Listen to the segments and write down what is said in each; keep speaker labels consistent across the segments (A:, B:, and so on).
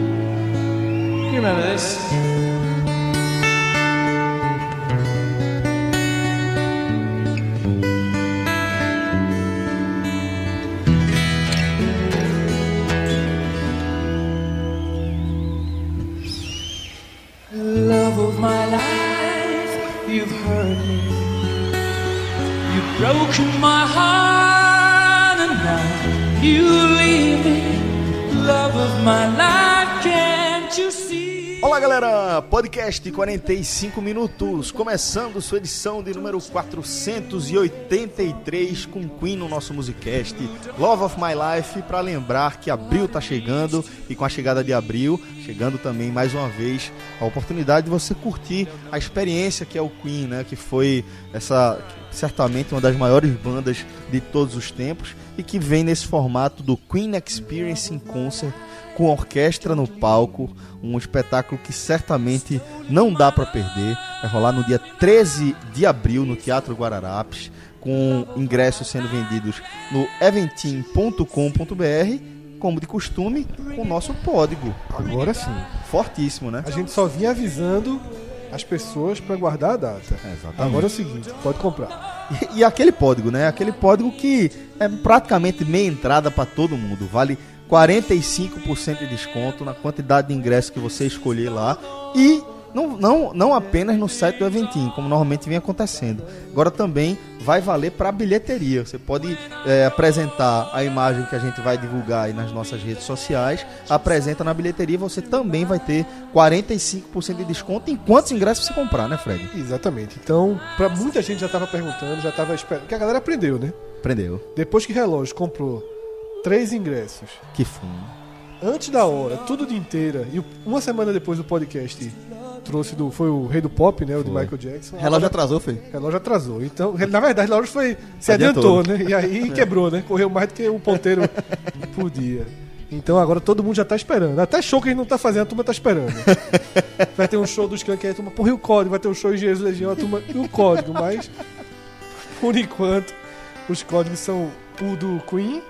A: You remember this? Love of my life, you've hurt me. You've broken my heart, and now you leave me. Love of my life, can't you see?
B: Olá galera, podcast 45 minutos, começando sua edição de número 483 com Queen no nosso musicast Love of My Life, para lembrar que abril tá chegando e com a chegada de abril, chegando também mais uma vez a oportunidade de você curtir a experiência que é o Queen, né, que foi essa certamente uma das maiores bandas de todos os tempos e que vem nesse formato do Queen Experience in Concert com orquestra no palco, um espetáculo que certamente não dá para perder. Vai rolar no dia 13 de abril no Teatro Guararapes, com ingressos sendo vendidos no eventim.com.br, como de costume, com o nosso código.
C: Agora sim.
B: Fortíssimo, né?
C: A gente só vinha avisando as pessoas para guardar a data.
B: exatamente.
C: Agora é o seguinte, pode comprar.
B: E aquele código, né? Aquele código que é praticamente meia entrada para todo mundo. Vale 45% de desconto na quantidade de ingresso que você escolher lá. E não, não, não apenas no site do Eventim, como normalmente vem acontecendo. Agora também vai valer para bilheteria. Você pode é, apresentar a imagem que a gente vai divulgar aí nas nossas redes sociais. Apresenta na bilheteria e você também vai ter 45% de desconto em quantos ingressos você comprar, né, Fred?
C: Exatamente. Então, para muita gente já tava perguntando, já tava esperando, que a galera aprendeu, né?
B: Prendeu.
C: Depois que relógio comprou três ingressos
B: Que fumo.
C: antes da hora, tudo de inteira e o- uma semana depois do podcast trouxe do foi o Rei do Pop, né, o de
B: Foi.
C: Michael Jackson.
D: Relógio atrasou, foi.
C: O relógio atrasou. Então, na verdade, Lauro foi se
B: Adiantou.
C: adiantou, né? E aí quebrou, né? Correu mais do que o ponteiro podia. Então agora todo mundo já tá esperando. Até show que a gente não tá fazendo, a turma tá esperando. Vai ter um show dos Skank, aí a turma, porra, e o código? Vai ter um show de Jesus Legião, a turma, e o código? Mas, por enquanto, os códigos são o do Queen,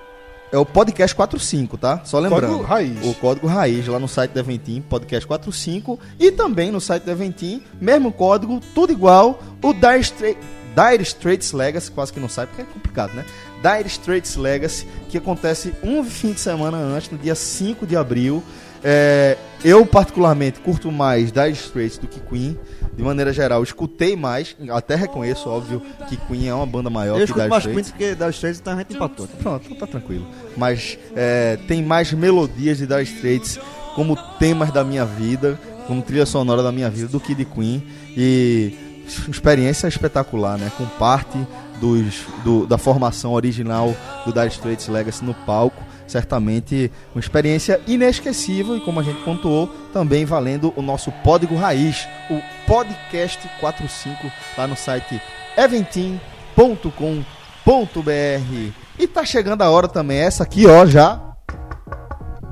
B: É o podcast 45, tá? Só lembrando.
C: Código raiz.
B: O código raiz lá no site da Eventim, podcast 45, e também no site da Eventim, mesmo código, tudo igual, o Dire, Stra Dire Straits Legacy, quase que não sai porque é complicado, né? Dire Straits Legacy, que acontece um fim de semana antes, no dia 5 de abril. É, eu, particularmente, curto mais Dire Straits do que Queen. De maneira geral, escutei mais, até reconheço, óbvio, que Queen é uma banda maior
D: Eu
B: que
D: escuto
B: Dire
D: mais
B: Straits.
D: Queen porque dá os três, então a gente empatou.
B: Pronto, então tá tranquilo. Mas é, tem mais melodias de Dire Straits como temas da minha vida, como trilha sonora da minha vida do que de Queen. E experiência espetacular, né? Com parte dos, do- da formação original do Dire Straits Legacy no palco. Certamente uma experiência inesquecível e, como a gente pontuou, também valendo o nosso código raiz, o Podcast 45, lá no site eventim.com.br. E tá chegando a hora também, essa aqui, ó, já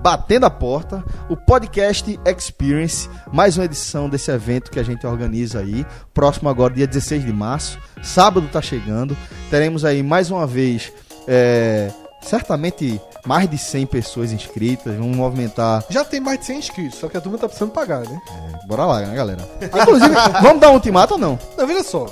B: batendo a porta, o podcast Experience, mais uma edição desse evento que a gente organiza aí, próximo agora dia 16 de março, sábado tá chegando, teremos aí mais uma vez, é, certamente mais de 100 pessoas inscritas, vamos movimentar,
C: já tem mais de 100 inscritos, só que a turma tá precisando pagar, né?
B: bora lá, né, galera? Inclusive, vamos dar um ultimato ou não?
C: Não, veja só,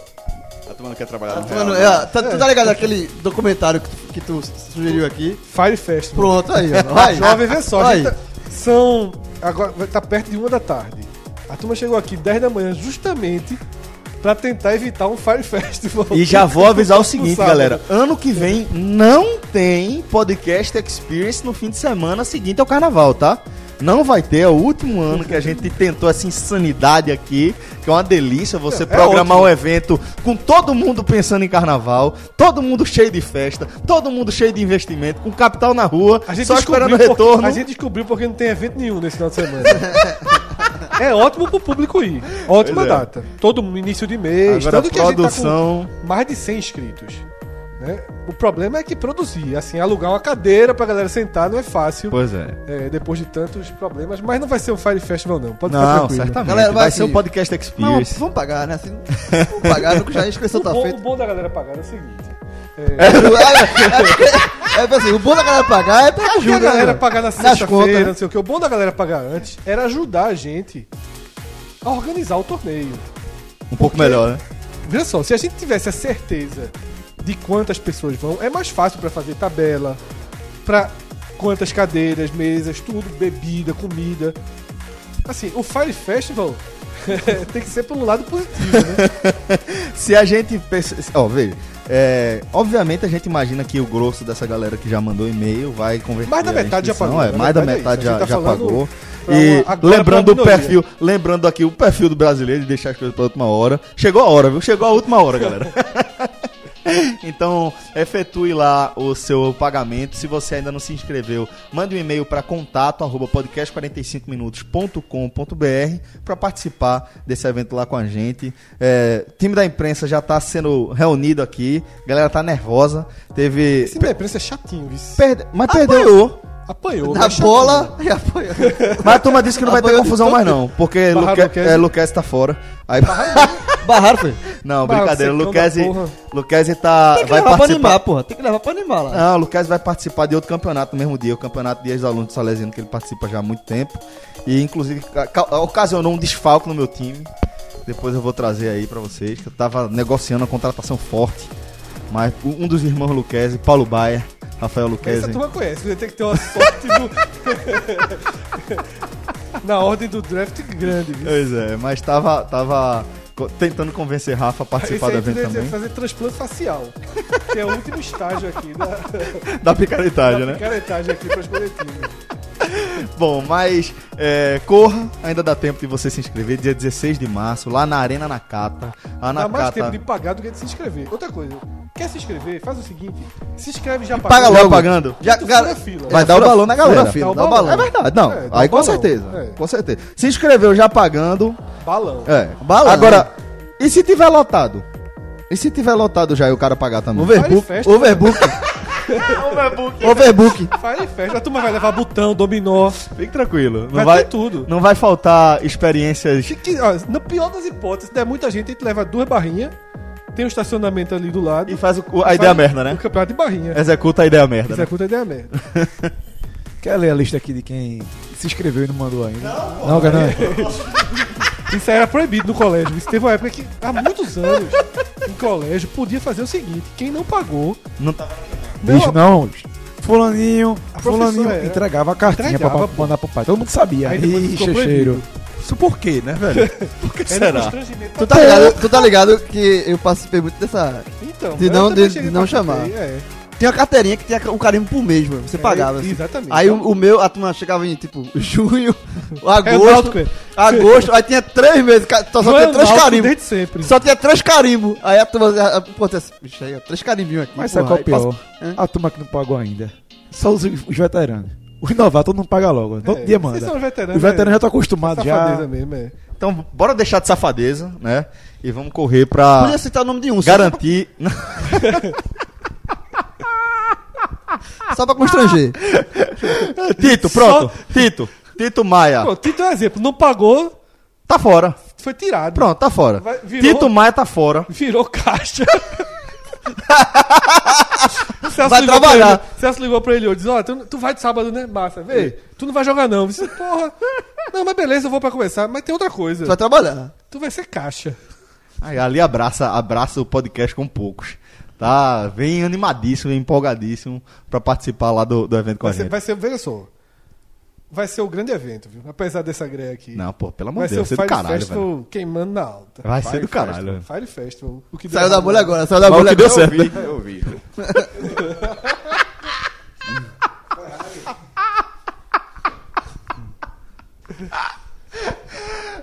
E: A turma não quer trabalhar no
D: Mano,
E: real,
D: é,
E: né?
D: tá, tu tá ligado aquele documentário que tu, que tu sugeriu aqui?
C: Fire Fest.
D: Pronto, aí, ó. Vai.
C: Jovem, vê só. a
D: Vai.
C: gente tá- são. Agora vai- tá perto de uma da tarde. A turma chegou aqui 10 da manhã justamente pra tentar evitar um Fire Festival.
B: E já vou avisar o seguinte,
C: sábado.
B: galera. Ano que vem não tem podcast Experience no fim de semana seguinte ao carnaval, tá? Não vai ter, é o último ano que a gente tentou essa insanidade aqui, que é uma delícia você
C: É, é
B: programar um
C: ótimo.
B: evento com todo mundo pensando em carnaval, todo mundo cheio de festa, todo mundo cheio de investimento, com capital na rua,
C: A gente
B: só
C: descobriu um
B: esperando
C: por-
B: retorno.
C: A gente descobriu porque não tem evento nenhum nesse final de semana. é ótimo pro público ir. Ótima
B: Pois é.
C: data. Todo mundo, início de mês,
B: Agora a
C: tanto que a gente tá com
B: produção.
C: mais de 100 inscritos. né? né? O problema é que produzir, assim, alugar uma cadeira pra galera sentar não é fácil.
B: Pois é.
C: é, depois de tantos problemas, mas não vai ser um Fire Festival, não. Pode ficar
B: Não,
C: tranquilo. assim.
B: certamente.
D: Galera,
B: vai
D: vai
B: ser um
D: aqui.
B: podcast
D: Mas
B: experience.
D: vamos pagar, né? Assim, vamos pagar, porque já a inscrição
C: O
D: tá
C: bom, o
D: feita.
C: bom da galera pagar é o seguinte.
D: É, é, é, assim, o bom da galera pagar é pra
C: Porque a
D: ajuda,
C: galera
D: né?
C: pagar na
D: Nas contas,
C: sexta-feira,
D: né?
C: não sei o que. O bom da galera pagar antes era ajudar a gente a organizar o torneio.
B: Um pouco melhor, né?
C: Veja só, se a gente tivesse a certeza de quantas pessoas vão, é mais fácil pra fazer tabela, pra quantas cadeiras, mesas, tudo, bebida, comida. Assim, o Fire Festival tem que ser pelo lado positivo, né?
B: Se a gente. pensa- Ó, veja. é, obviamente a gente imagina que o grosso dessa galera que já mandou e-mail vai converter.
C: Mais da
B: a
C: metade já
B: inscrição,
C: pagou,
B: É,
C: na
B: mais da
C: verdade é
B: metade
C: isso. A
B: já,
C: gente tá
B: já
C: falando
B: pagou.
C: pra
B: E
C: uma- agora pra
B: lembrando o
C: minoria.
B: perfil, lembrando aqui o perfil do brasileiro de deixar as coisas pra última hora. Chegou a hora, viu? Chegou a última hora, galera. Então, efetue lá o seu pagamento. Se você ainda não se inscreveu, mande um e-mail para contato arroba podcast45minutos.com.br para participar desse evento lá com a gente. É, time da imprensa já está sendo reunido aqui. A galera tá nervosa. Teve.
C: Esse da imprensa é chatinho, Ah, isso.
B: perde- Mas perdeu.
C: Apanhou.
D: Na
C: mas chatinho.
D: bola e apoia.
B: Mas a turma disse que não vai ter
D: Apanhou de
B: confusão
D: todo
B: mais, não. Porque
C: Barra
B: Luque...
C: Luquezzi.
B: é, Luquezzi tá fora. Aí...
D: Barraram, foi.
B: Não,
C: Barra,
B: brincadeira.
C: secão da
B: Luquezzi,
C: porra.
B: Luquezzi tá.
D: Tem que
B: Vai
D: levar pra
B: participar.
D: animar, porra. Tem que levar pra animar lá.
B: Não, Ah, o Lucas vai participar de outro campeonato no mesmo dia, o campeonato de ex-aluno do Salesiano, que ele participa já há muito tempo. E, inclusive, ca- ca- ocasionou um desfalque no meu time. Depois eu vou trazer aí pra vocês, que eu tava negociando a contratação forte. Mas um dos irmãos Luquezzi, Paulo Baia, Rafael
C: Essa
B: Luquezzi.
C: turma conhece, você tem que ter uma sorte do... na ordem do draft grande. viu?
B: Pois é, mas tava, tava co- tentando convencer Rafa a
C: Esse
B: participar do
C: aí
B: evento
C: deveria
B: também.
C: fazer transplante facial, que é o último estágio aqui da,
B: Da picaretagem,
C: da
B: né?
C: picaretagem aqui para os coletivos.
B: Bom, mas é, corra, ainda dá tempo de você se inscrever, dia 16 de março, lá na Arena Nakata. A
C: Dá mais
B: Nakata.
C: tempo de pagar do que de se inscrever. Outra coisa, quer se inscrever? Faz o seguinte: se inscreve já
B: Paga
C: pagou.
B: logo pagando. Então
D: Já,
C: Tu fura a
D: cara,
C: fila.
B: Vai dar o balão na galera.
D: Fura a fila,
C: Dá o
D: dá o
C: balão.
D: balão.
B: É verdade, não.
C: É, dá
B: aí
C: um
B: com
C: balão.
B: certeza.
C: É.
B: Com certeza. Se inscreveu já pagando.
C: Balão.
B: É.
D: Balão.
B: Agora, e se tiver lotado? E se tiver lotado já e o cara pagar também? né?
D: Overbook.
C: Fire Fest.
D: Overbook. Overbook.
C: Fire Fest, a turma vai levar botão, dominó,
B: Fique tranquilo. Não
C: vai,
B: vai,
C: ter tudo.
B: não vai faltar experiências.
C: Se que- ó, na pior das hipóteses, se der muita gente, a gente leva duas barrinhas, tem um estacionamento ali do lado.
B: E faz o- a
C: faz
B: ideia merda, né?
C: O campeonato de barrinha.
F: É,
B: Executa a ideia merda.
C: Isso
B: Né?
C: é conta ideia merda.
F: Quer ler a lista aqui de quem se inscreveu e não mandou ainda? Não, cara, não,
C: Isso era proibido no colégio. Isso teve uma época que, há muitos anos, em colégio, podia fazer o seguinte: quem não pagou,
B: Não tá-
F: Bicho, não. Fulaninho,
C: professora
F: fulaninho
E: é.
C: era-
F: entregava a cartinha
C: entregava,
F: pra pa- mandar pro pai. Todo mundo sabia.
C: Aí depois ficou proibido.
F: Isso por quê, né, velho?
C: era um
B: Será?
C: constrangimento.
D: Tu tá ligado? Tu tá ligado que eu participei muito dessa.
C: Então,
D: De
C: eu
D: não-
C: também
D: de-
C: cheguei
D: de não
C: pra
D: chamar.
C: carteira, É,
D: Tem uma carteirinha que tinha um carimbo por mês, mano. Você
C: É,
D: pagava. assim.
C: Exatamente.
D: Aí o, o meu, a turma chegava em tipo junho,
C: é o
D: agosto,
C: Náutico, é.
D: agosto, aí tinha três meses, ca- só, só
C: Não é
D: tinha
C: o
D: três
C: Náutico
D: carimbos.
C: Desde sempre.
D: Só tinha três carimbos. Aí a turma, a, a, pô, tem esse- bicho, aí, ó, três carimbinhos aqui.
F: Mas sabe
D: porra.
F: qual é o
D: Aí passa-
F: pior? A turma que não pagou ainda. Só os, os veteranos. Os novatos não pagam logo. Todo
C: É,
F: dia
C: vocês são
F: manda.
C: veteranos.
F: Os
E: né?
F: veteranos já estão
C: é,
E: Tá
F: acostumados
C: safadeza
F: já.
C: mesmo, é.
B: Então, bora deixar de safadeza, né? E vamos correr pra
D: Podia citar o nome de um, só
B: garantir.
D: pra- só pra constranger.
B: Tito, pronto. Tito. Tito Maia.
C: Pô, Tito é um exemplo. Não pagou,
B: Tá fora.
C: foi tirado.
B: Pronto, tá fora.
C: Vai- virou-
B: Tito Maia tá fora.
C: Virou caixa. Celso
D: Vai
C: ligou
D: trabalhar. É.
C: pra ele- Celso ligou pra ele hoje, disse, ó, tu, tu vai de sábado, né? Massa, vê. Tu não vai jogar não. Eu disse, porra. Não, mas beleza, eu vou pra começar. Mas tem outra coisa.
D: Tu vai trabalhar.
C: Tu vai ser caixa.
B: Aí, ali abraça, abraça o podcast com poucos. Tá? Vem animadíssimo, vem empolgadíssimo pra participar lá do, do evento com a
C: Vai ser,
B: gente.
C: vai ser, veja só. Vai ser o grande evento, viu? Apesar dessa greia aqui.
B: Não, pô, pelo amor
C: Vai
B: de
C: ser o
B: Deus, vai ser
C: Fire
B: do caralho,
C: Festival
B: velho.
C: queimando na alta.
B: Vai
C: Fire
B: ser do
C: Festival,
B: caralho.
C: Fire Festival. O que
D: Saiu da bolha
C: errado.
D: agora, saiu da
B: Mas o que
D: bolha
B: deu
D: agora.
B: certo, né?
E: Eu vi.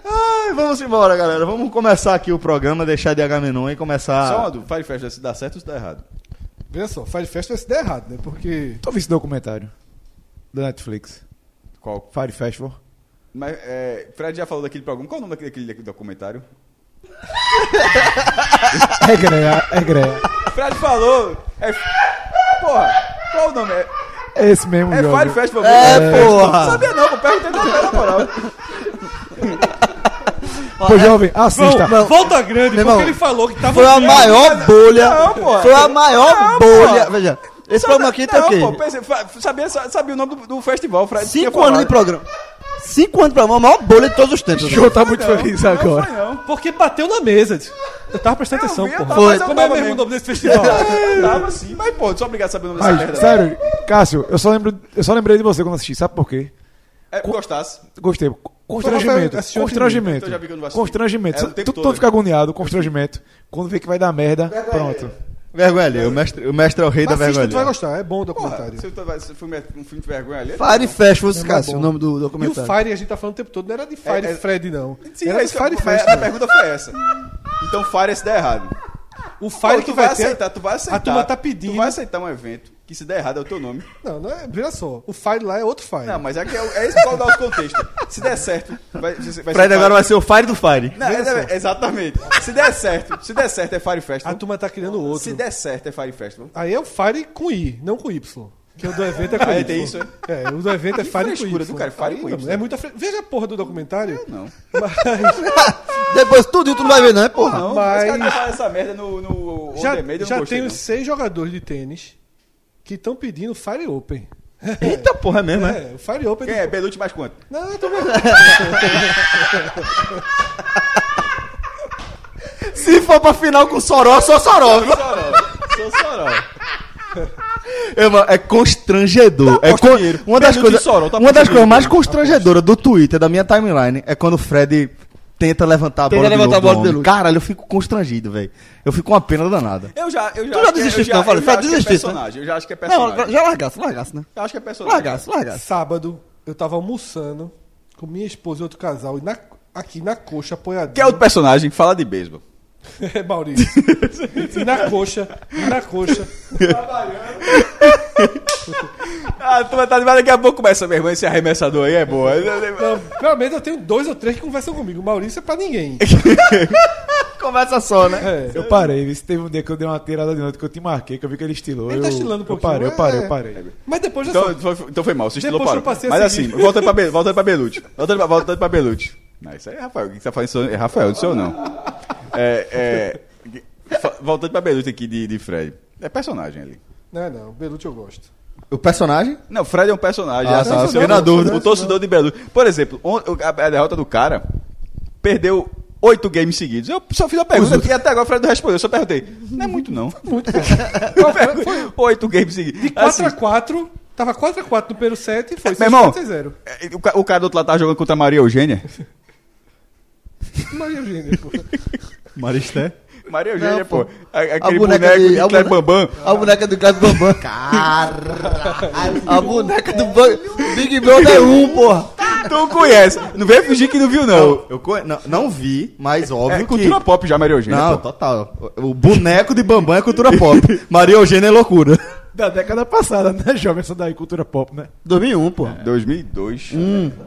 B: Ai, vamos embora, galera. Vamos começar aqui o programa, deixar de Agamenon e
D: Ah.
B: começar.
E: Só uma dúvida, Fire Fest, se dá certo ou se dá errado?
C: Veja só, Fire Festival se der errado, né? Porque.
F: Tu ouviu esse documentário? Da Netflix.
E: Qual?
F: Fire Festival.
E: Mas, é, Fred já falou daquele programa, qual o nome daquele, daquele documentário?
F: É greia, é greia.
E: Fred falou. É. Porra, qual o nome? É,
F: É esse mesmo,
E: é
F: jogo.
E: Fire Festival.
D: É,
E: Fire Festival.
D: porra.
E: Não sabia não, eu perguntei da cara, na moral.
F: Pô, jovem, assista.
C: Não, volta grande,
D: Meu
C: porque
D: irmão,
C: ele falou que tava.
D: Foi a maior bolha.
E: Não, pô.
D: Foi a maior
E: Não,
D: bolha.
E: pô.
D: Veja, esse
E: Sabe-
D: programa aqui tá
E: não,
D: o quê?
E: pô, pensei, fa- sabia, sa- sabia o nome do, do festival, Fred. tinha
D: Cinco
E: falado.
D: anos de programa. Cinco anos de programa, a maior bolha de todos os tempos.
F: O
D: né?
F: show tá muito feliz
E: Não foi,
F: agora.
E: não.
C: Porque bateu na mesa. Eu tava prestando atenção,
E: vi, eu
C: porra.
E: tava,
D: Foi.
E: mas eu
C: Como é
E: tava
C: mesmo o
E: mesmo.
C: nome desse festival?
E: Eu É, Tava sim, mas pô, sou obrigado a saber o nome dessa merda.
F: Mas, sério, Cássio, eu só, lembro, eu só lembrei de você quando assisti, sabe por quê?
E: É, gostasse.
F: Gostei. Constrangimento.
C: Rafael assistiu
F: Constrangimento.
E: antes de mim, então já vi que eu não vou assistir.
F: Constrangimento.
E: É, o
F: Tu-
E: tempo
F: tu
E: todo.
F: todo fica agoniado, constrangimento. Quando vê que vai dar merda, pronto.
B: Vergonha, o mestre, o mestre é o rei
C: Mas
B: da
C: assista, tu vai
B: vergonha.
C: gostar. É bom o
E: né? Porra,
C: documentário.
E: se tu vai- se foi um filme de vergonha ali.
D: Fire Festival,
C: É, mas
D: Cássio,
B: assim,
C: bom.
D: o nome do
C: E o
D: documentário.
C: Fire, a gente tá falando o tempo todo, não era de Fire
E: É, é-
C: Fred, não.
E: Sim,
C: era
E: é
C: de
E: isso que eu-
C: Fire
E: mas
C: Fest.
D: né?
E: a pergunta foi essa. Então Fire se der errado.
C: O Fire
E: Pô,
C: que
E: tu vai,
C: vai ter.
E: aceitar, tu vai aceitar.
C: turma tá pedindo.
E: Tu vai aceitar um evento que se der errado é o teu nome.
C: Não, não é. Veja só. O Fire lá é outro Fire.
E: Não, mas é, que é, é esse qual dá o contexto. Se der certo, vai, vai ser
B: Fred
E: Fire.
B: agora vai ser o Fire do Fire.
E: Não, é- é- exatamente. Se der certo, se der certo é Fire
C: A
E: Festival.
C: turma tá criando outro.
E: Se der certo é Fire Festival.
C: Aí é o Fire com I, não com Y. Que o do evento é com
E: Ah, é,
C: Y.
E: tem isso, é?
C: É, o do evento é
E: Que
C: Fire com
E: frescura
C: Y.
E: do cara, Fire
C: Aí,
E: com
C: não,
E: Y. É,
C: É muita fre... Veja a porra do documentário.
E: Não.
D: Depois tudo tu não vai ver, não, é porra.
E: Não,
C: Mas-
E: mas os caras falam tá essa merda no, no
C: já
E: On Demand, eu
C: já
E: não gostei,
C: tem uns
E: não.
C: seis jogadores de tênis que estão pedindo Fire Open.
B: Eita porra, é mesmo, né?
C: É, o Fire Open.
E: Quem é? Belucci mais quanto?
C: Não, tô vendo.
B: Se for pra final com Soró, só Soró. viu?
E: Sorol. Sou Sorol.
B: É, mano, é constrangedor.
D: Tá
B: é con- Uma das,
E: Pergunte
B: coisas,
E: de Sorol, tá
B: uma das
E: aposto
B: coisas mais constrangedoras do Twitter, da minha timeline, é quando o Fred tenta levantar a
D: Tenta
B: bola de
D: levantar
B: novo
D: a bola
B: do
D: de
B: homem.
D: luz.
B: Caralho, eu fico constrangido, velho. Eu fico com uma pena danada.
E: Eu já, eu já.
D: já
E: acho que-
D: desistiu,
E: eu já-
D: não, Fábio?
E: eu já acho
D: Fábio,
E: que é
D: desistiu,
E: personagem, Eu já acho que é personagem.
D: né? Não, já largaço, largaço, né?
E: Eu acho que é personagem.
D: Largaço, largaço.
C: Sábado, eu tava almoçando com minha esposa e outro casal. E na- aqui na coxa, apoiadinho.
E: Quem é outro personagem? Fala de beisebol.
C: É, Maurício. e na coxa, e na coxa.
E: Ah, tu vai estar animado daqui a pouco começa, meu irmão. Esse arremessador aí é boa.
C: Não, pelo menos eu tenho dois ou três que conversam comigo. O Maurício é pra ninguém.
B: Conversa só, né?
C: É.
F: Eu parei, viu? Se teve um dia que eu dei uma tirada de noite que eu te marquei, que eu vi que ele estilou.
C: Ele
F: eu,
C: tá estilando um
F: eu
C: pouquinho,
F: parei, eu
C: é.
F: parei, eu parei.
C: Mas depois já
E: Então
C: sou.
E: foi, então foi mal, se estilou
C: Depois eu
E: para.
C: passei
E: Mas
C: a
E: assim,
C: seguir.
E: voltando pra, Be- voltando pra Belucci. Voltando pra, voltando pra Belucci. Não, isso aí é Rafael. O que você tá falando? Isso é Rafael, não sou eu não. É, é, fa- voltando pra Belucci aqui de, de Fred. É personagem ali.
C: Não, não, Belucci eu gosto.
B: O personagem?
E: Não, Fred é um personagem.
B: Ah,
E: assim,
B: tá,
E: assim,
B: fiquei
E: o-
B: na dúvida.
E: O torcedor de Belucci. Por exemplo, on- o- a, a derrota do cara perdeu oito games seguidos. Eu só fiz a pergunta e até agora o Fred não respondeu. Eu só perguntei. Não é muito, não. Muito. oito games seguidos. Assim,
C: 4x4, tava 4x4 no primeiro set e foi
E: Meu irmão,
C: 6x0.
E: é, o, ca- o cara do outro lado tava jogando contra a Maria Eugênia.
C: Maria Eugênia, pô.
B: Maristé.
E: Maria Eugênia,
D: Não, pô.
E: pô. A-
B: É
E: Aquele
D: A boneca
E: boneco
D: de-
E: de
D: a
E: Cleber
D: boneca-
E: Bambam.
D: A boneca do Cláudio Bambam. Caralho. A boneca do Ban- Big Brother 1, porra.
E: Tu conhece. Não vem fingir que não viu, não.
B: Eu, eu co- não, não vi, mas
E: É,
B: óbvio que...
E: cultura pop já, Maria Eugênia.
B: Não,
E: pô.
B: total. O boneco de Bambam é cultura pop. Maria Eugênia é loucura.
F: Da década passada, né, jovem? Essa daí, cultura pop, né?
D: 2001, porra.
E: 2002.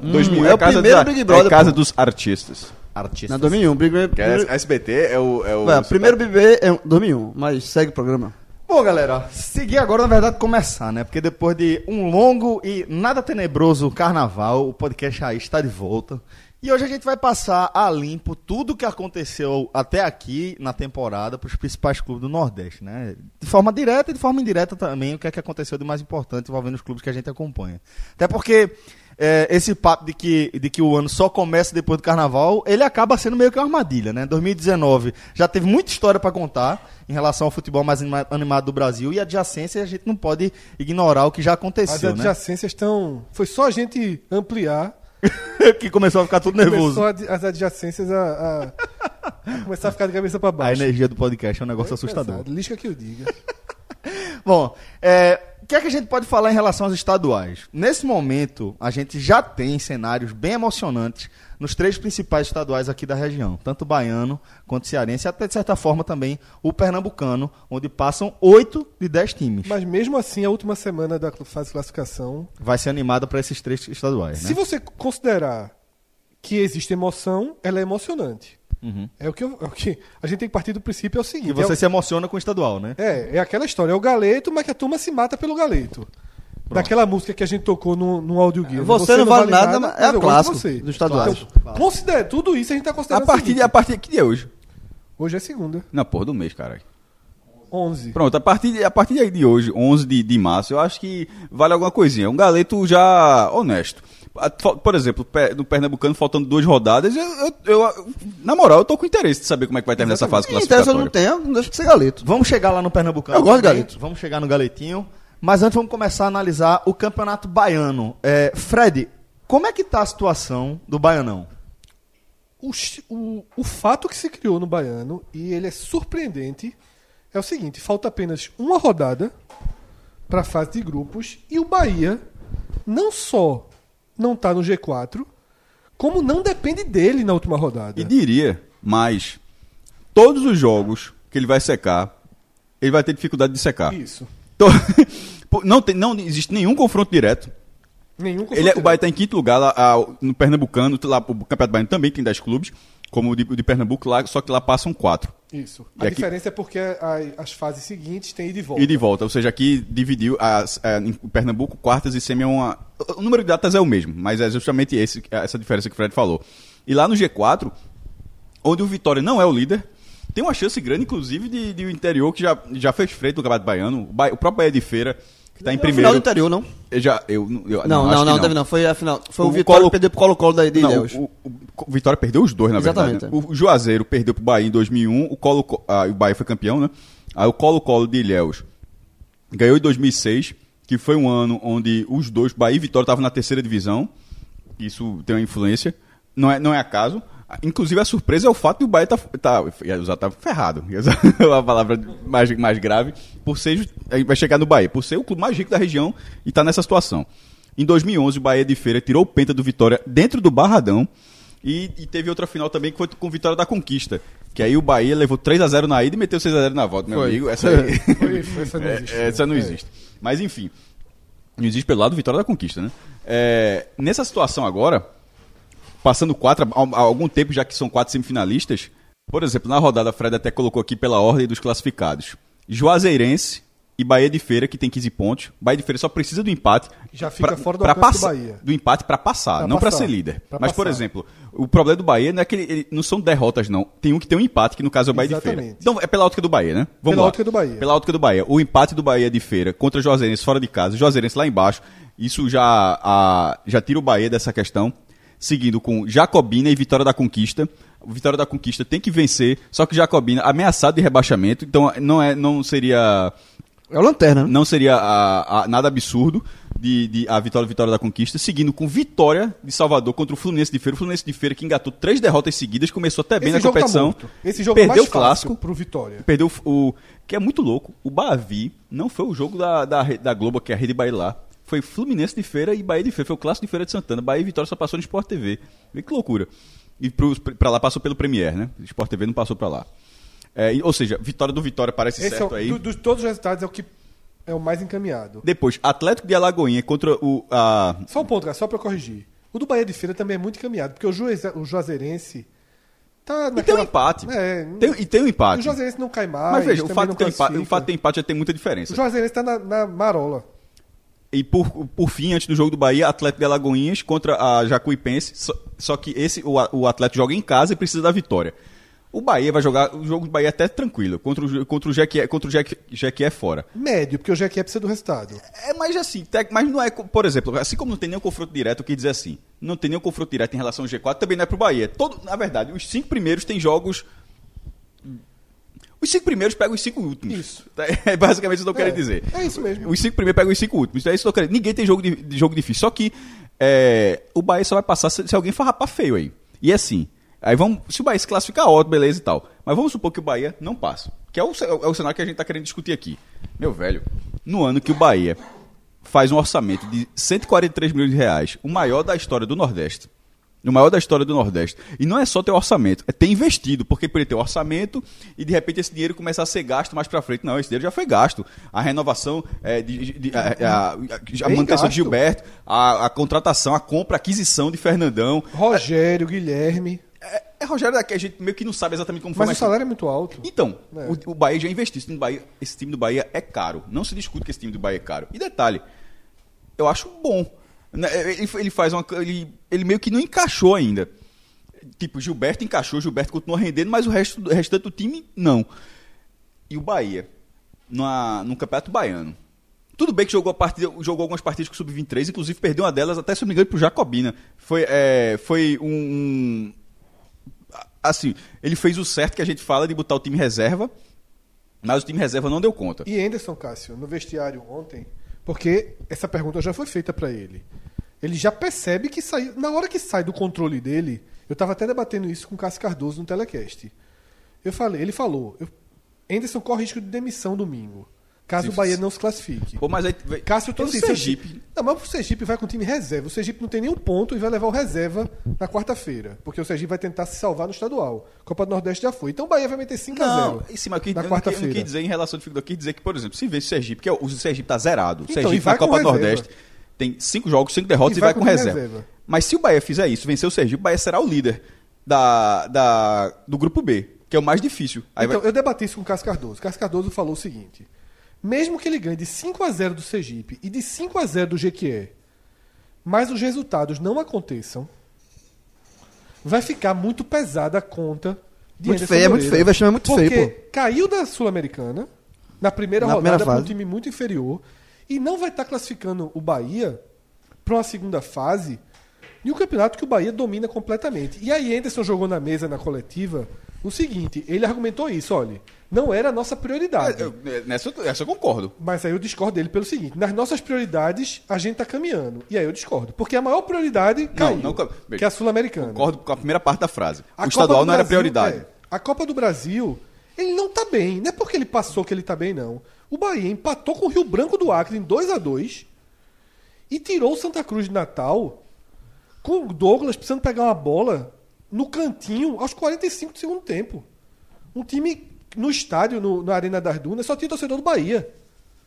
E: 2001
D: é o
E: casa
D: primeiro
E: da-
D: Big Brother,
E: É casa dos artistas.
D: Na
B: Artista.
D: 2001. Big Brother.
E: Que é
D: primeiro-
E: SBT é o. É o
D: Vai, Primeiro BB é um- 2001, mas segue o programa.
B: Bom, galera, seguir agora, na verdade, começar, né? Porque depois de um longo e nada tenebroso carnaval, o podcast aí está de volta. E hoje a gente vai passar a limpo tudo que aconteceu até aqui na temporada para os principais clubes do Nordeste, né? De forma direta e de forma indireta também, o que é que aconteceu de mais importante envolvendo os clubes que a gente acompanha. Até porque é, esse papo de que, de que o ano só começa depois do carnaval, ele acaba sendo meio que uma armadilha, né? 2019 já teve muita história para contar em relação ao futebol mais anima- animado do Brasil e adjacência a gente não pode ignorar o que já
C: As
B: aconteceu, né?
C: adjacências estão. Foi só a gente ampliar.
B: que começou a ficar tudo nervoso.
C: Começou a- as adjacências a, a- a começar a ficar de cabeça pra
B: A
C: baixo.
B: energia do podcast é um negócio assustador.
C: Pesado, Lisca que eu diga.
B: Bom, é, o que é que a gente pode falar em relação aos estaduais? Nesse momento, a gente já tem cenários bem emocionantes nos três principais estaduais aqui da região, tanto o baiano quanto o cearense, e até de certa forma também o pernambucano, onde passam oito de dez times.
C: Mas mesmo assim, a última semana da fase de classificação,
B: Vai ser animada para esses três estaduais,
C: se
B: né?
C: você considerar que existe emoção, ela é emocionante. É o que, eu- é o que a gente tem que partir do princípio é o seguinte.
B: E você
C: é o-
B: se emociona com o estadual, né?
C: É, é aquela história. É o galeto, mas que a turma se mata pelo galeto. Daquela música que a gente tocou no, no audioguia.
D: Você não vale nada, mas é
C: eu gosto de
D: clássico
C: você.
D: do estadual.
C: Então, considera, tudo isso a gente tá
E: A
C: considerando.
E: partir, de, a partir. Que dia é hoje?
C: Hoje é segunda,
E: Na porra do mês, caralho.
C: 11.
E: Pronto, a partir, de, a partir aí de hoje, 11 de, de março, eu acho que vale alguma coisinha. Um galeto já honesto. A- fo- Por exemplo, pe- no Pernambucano, faltando duas rodadas, eu, eu- eu- na moral, eu tô com interesse de saber como é que vai terminar essa fase
D: Não interessa, então, eu não
E: classificatória.
D: tenho, não deixa de ser galeto.
B: Vamos chegar lá no Pernambucano.
D: Eu gosto de
B: também.
D: galeto.
B: Vamos chegar no Galetinho. Mas antes vamos começar a analisar o Campeonato Baiano. É, Fred, como é que tá a situação do Baianão?
C: O, chi- o, o fato que se criou no Baiano, e ele é surpreendente, é o seguinte: falta apenas uma rodada para a fase de grupos, e o Bahia não só não tá no G4, como não depende dele na última rodada.
E: E diria, mas todos os jogos que ele vai secar, ele vai ter dificuldade de secar.
C: Isso.
E: Então, pô, não, tem, não existe nenhum confronto direto.
C: Nenhum
E: Ele é,
C: confronto
E: o Bahia está em quinto lugar lá, ah, no Pernambucano, lá, o Campeonato Baiano também tem 10 clubes, como o de, o de Pernambuco, lá, só que lá passam quatro.
C: Isso.
E: E
C: A
E: aqui-
C: diferença é porque a- as fases seguintes têm ida e volta.
E: E de volta, ou seja, aqui dividiu as, é, em Pernambuco, quartas e semi é uma. O número de datas é o mesmo, mas é justamente esse- essa diferença que o Fred falou. E lá no G4, onde o Vitória não é o líder, tem uma chance grande, inclusive, de, de o interior que já, já fez frente do Campeonato Baiano, o, Ba- o próprio Bahia de Feira, que está em
D: Foi Final do
E: primeiro.
D: interior, não?
E: Já, eu, eu,
D: Não,
E: acho
D: não,
E: que
D: não, teve não. Foi a final. Foi o,
E: O
D: Vitória
E: Colo-
D: que perdeu pro Colo-Colo da de
E: Não,
D: Ilhéus.
E: o, o- o Vitória perdeu os dois, na verdade.
D: Exatamente,
E: né? O Juazeiro perdeu pro Bahia em 2001, o Colo, ah, e o Bahia foi campeão, né? Aí o Colo-Colo de Ilhéus ganhou em 2006, que foi um ano onde os dois, Bahia e Vitória, estavam na terceira divisão. Isso tem uma influência. Não é, não é acaso. Ah, Inclusive, a surpresa é o fato de o Bahia tá, tá, ia usar, tá ferrado. Ia usar a palavra mais, mais grave. Por ser, ju- aí vai chegar no Bahia. Por ser o clube mais rico da região e tá nessa situação. Em 2011, o Bahia de Feira tirou o penta do Vitória dentro do Barradão. E, e teve outra final também que foi com Vitória da Conquista. Que aí o Bahia levou 3x0 na ida e meteu 6x0 na volta, meu amigo. Essa aí...
C: Foi- foi- essa não
E: É,
C: existe.
E: essa não
C: É.
E: existe. Mas enfim. Não existe pelo lado Vitória da Conquista, né? É, nessa situação agora, passando quatro, há há algum tempo já que são quatro semifinalistas, por exemplo, na rodada, a Fred até colocou aqui pela ordem dos classificados. Juazeirense e Bahia de Feira, que tem 15 pontos. Bahia de Feira só precisa do empate.
C: Já fica
E: pra-
C: fora do
E: pra
C: alcance do
E: passar-
C: Bahia.
E: Do empate para passar,
C: Pra
E: não para
C: passar.
E: ser líder.
C: Pra
E: Mas, por
C: passar.
E: exemplo, o problema do Bahia não é que ele, ele- não são derrotas, não. Tem um que tem um empate, que no caso é o Bahia de Feira.
C: Exatamente.
E: Então, é pela ótica do Bahia, né? Vamos
C: Pela
E: lá.
C: ótica do Bahia.
E: Pela ótica do Bahia. O empate do Bahia é de feira contra Juazeirense fora de casa, Juazeirense lá embaixo. Isso já, a- já tira o Bahia dessa questão. Seguindo com Jacobina e Vitória da Conquista. O Vitória da Conquista tem que vencer, só que Jacobina ameaçado de rebaixamento, então não, é, não seria
D: É o Lanterna, né?
E: não seria a- a- nada absurdo de, de a vitória Vitória da Conquista, seguindo com vitória de Salvador contra o Fluminense de Feira. O Fluminense de Feira que engatou três derrotas seguidas, começou até é bem
C: Esse
E: na
C: jogo tá
E: competição.
C: morto. Esse jogo é
E: perdeu
C: mais
E: o clássico.
C: fácil pro Vitória.
E: Perdeu o. Que é muito louco. O Bavi não foi o jogo da, da, re- da Globo, que é a Rede Bahia lá. Foi Fluminense de Feira e Bahia de Feira. Foi o clássico de Feira de Santana. Bahia e Vitória só passou no Sport TV. Vê que loucura. E pros- pra lá passou pelo Premier, né? Sport TV não passou pra lá. É, e- ou seja, vitória do Vitória parece
C: Esse é
E: certo
C: o,
E: aí.
C: do- dos todos os resultados é o que é o mais encaminhado.
E: Depois, Atlético de Alagoinha contra o. A...
C: Só um ponto, cara, só pra eu corrigir. O do Bahia de Feira também é muito encaminhado, porque o, Juaze, o Juazeirense tá
E: E tem um
C: naquela...
E: empate.
C: É,
E: Tem- e tem um
C: o
E: empate.
C: Juazeirense não cai mais.
E: Mas veja, o
C: também
E: fato,
C: não
E: de ter empate, o
C: classifica.
E: fato de ter empate já tem muita
C: O
E: diferença.
C: Juazeirense tá na, na marola.
E: E por, por fim, antes do jogo do Bahia, Atlético de Alagoinhas contra a Jacuipense. Só, só que esse o, a- o Atlético joga em casa e precisa da vitória. O Bahia vai jogar o jogo do Bahia é até tranquilo, contra o, Ju- contra o Jequié, contra o Jequ- Jequié fora.
C: Médio, porque o Jequié precisa do resultado.
E: É, mas assim, tec- mas não é, co- por exemplo, assim como não tem nenhum confronto direto, o que dizer assim, não tem nenhum confronto direto em relação ao G4, também não é pro Bahia. Todo, na verdade, os cinco primeiros têm jogos. Os cinco primeiros pegam os cinco últimos.
C: Isso.
E: Tá? É basicamente isso que eu quero
C: É,
E: dizer.
C: é isso mesmo.
E: Os cinco primeiros pegam os cinco últimos. É isso que eu quero Ninguém tem jogo, di- de jogo difícil. Só que é, o Bahia só vai passar se, se alguém farrapar feio aí. E é assim. Aí vamos, se o Bahia se classificar, ótimo, beleza e tal. Mas vamos supor que o Bahia não passa. Que é o, ce- é o cenário que a gente está querendo discutir aqui. Meu velho, no ano que o Bahia faz um orçamento de 143 milhões de reais, o maior da história do Nordeste. O maior da história do Nordeste. E não é só ter orçamento, é ter investido, porque por ele ter orçamento e de repente esse dinheiro começa a ser gasto mais pra frente. Não, esse dinheiro já foi gasto. A renovação, é, de, de- a, a- a- a
C: Bem
E: manutenção
C: gasto.
E: de Gilberto, a, a contratação, a compra, a aquisição de Fernandão.
C: Rogério, Guilherme.
E: É, É Rogério daqui, a gente meio que não sabe exatamente como foi.
C: Mas o salário é muito alto.
E: Então,
C: É.
E: o, o Bahia já investiu. Esse time, do Bahia, esse time do Bahia é caro. Não se discute que esse time do Bahia é caro. E detalhe, eu acho bom. Né, Ele, ele faz uma. co- Ele, ele meio que não encaixou ainda. Tipo, Gilberto encaixou, Gilberto continua rendendo, mas o resto, do- o restante do time, não. E o Bahia, numa, num campeonato baiano. Tudo bem que jogou, a partida, jogou algumas partidas com o Sub-23, inclusive perdeu uma delas, até se eu não me engano, pro Jacobina. Foi, é, foi um- um, assim, ele fez o certo que a gente fala de botar o time reserva, mas o time reserva não deu conta.
C: E Anderson Cássio, no vestiário ontem, porque essa pergunta já foi feita pra ele. Ele já percebe que sai, na hora que sai do controle dele, eu tava até debatendo isso com o Cássio Cardoso no telecast. Eu falei, ele falou, eu, Anderson corre risco de demissão domingo, caso o
E: Sim,
C: Bahia
E: sim.
C: não se classifique.
E: Pô, mas aí,
C: Cássio
E: todo
C: todo
E: o Sergipe.
C: assim, Não, mas o Sergipe vai com o time reserva. O Sergipe não tem nenhum ponto e vai levar o reserva na quarta-feira. Porque o Sergipe vai tentar se salvar no estadual. Copa do Nordeste já foi. Então o Bahia vai meter 5 a 0
E: Não, em cima aqui, eu
C: na
E: não quis- eu não
C: quarta-feira.
E: quis dizer em relação ao dificuldade, eu quis dizer que, por exemplo, se vence o Sergipe, que é o o Sergipe tá zerado, o
C: Então, e
E: Sergipe
C: vai
E: na Copa
C: com
E: do
C: reserva.
E: Nordeste tem cinco jogos, cinco derrotas e, vai, com
C: time
E: reserva. Mas se o Bahia fizer isso, vencer o Sergipe, o Bahia será o líder da, da, do grupo B, que é o mais difícil. Aí
C: então,
E: vai-
C: eu debati isso com o Cássio Cardoso. O Cássio Cardoso falou o seguinte: mesmo que ele ganhe de 5 a 0 do Sergipe e de 5 a 0 do Jequié, mas os resultados não aconteçam, vai ficar muito pesada a conta de
D: Muito
C: Anderson
D: feio, é muito
C: Moreira.
D: feio, o vexame é muito
C: Porque
D: feio, pô.
C: caiu da Sul-Americana na primeira
D: Na
C: rodada
D: primeira
C: para um
D: fase.
C: time muito inferior e não vai estar classificando o Bahia para uma segunda fase e um campeonato que o Bahia domina completamente. E aí Anderson jogou na mesa na coletiva o seguinte, ele argumentou isso, olha, não era a nossa prioridade.
E: Ah, É, eu, nessa, eu- essa eu concordo.
C: Mas aí eu discordo dele pelo seguinte, nas nossas prioridades a gente tá caminhando. E aí eu discordo, porque a maior prioridade caiu,
E: não, calma.
C: que é a Sul-Americana.
E: Concordo com a primeira parte da frase.
C: A
E: o
C: Copa
E: estadual
C: do
E: não era
C: Brasil,
E: prioridade.
C: é, a Copa do Brasil, ele não tá bem. Não é porque ele passou que ele tá bem, não. O Bahia empatou com o Rio Branco do Acre em 2 a 2 e tirou o Santa Cruz de Natal com o Douglas precisando pegar uma bola no cantinho aos 45 do segundo tempo. Um time no estádio, no- na Arena das Dunas, só tinha torcedor do Bahia.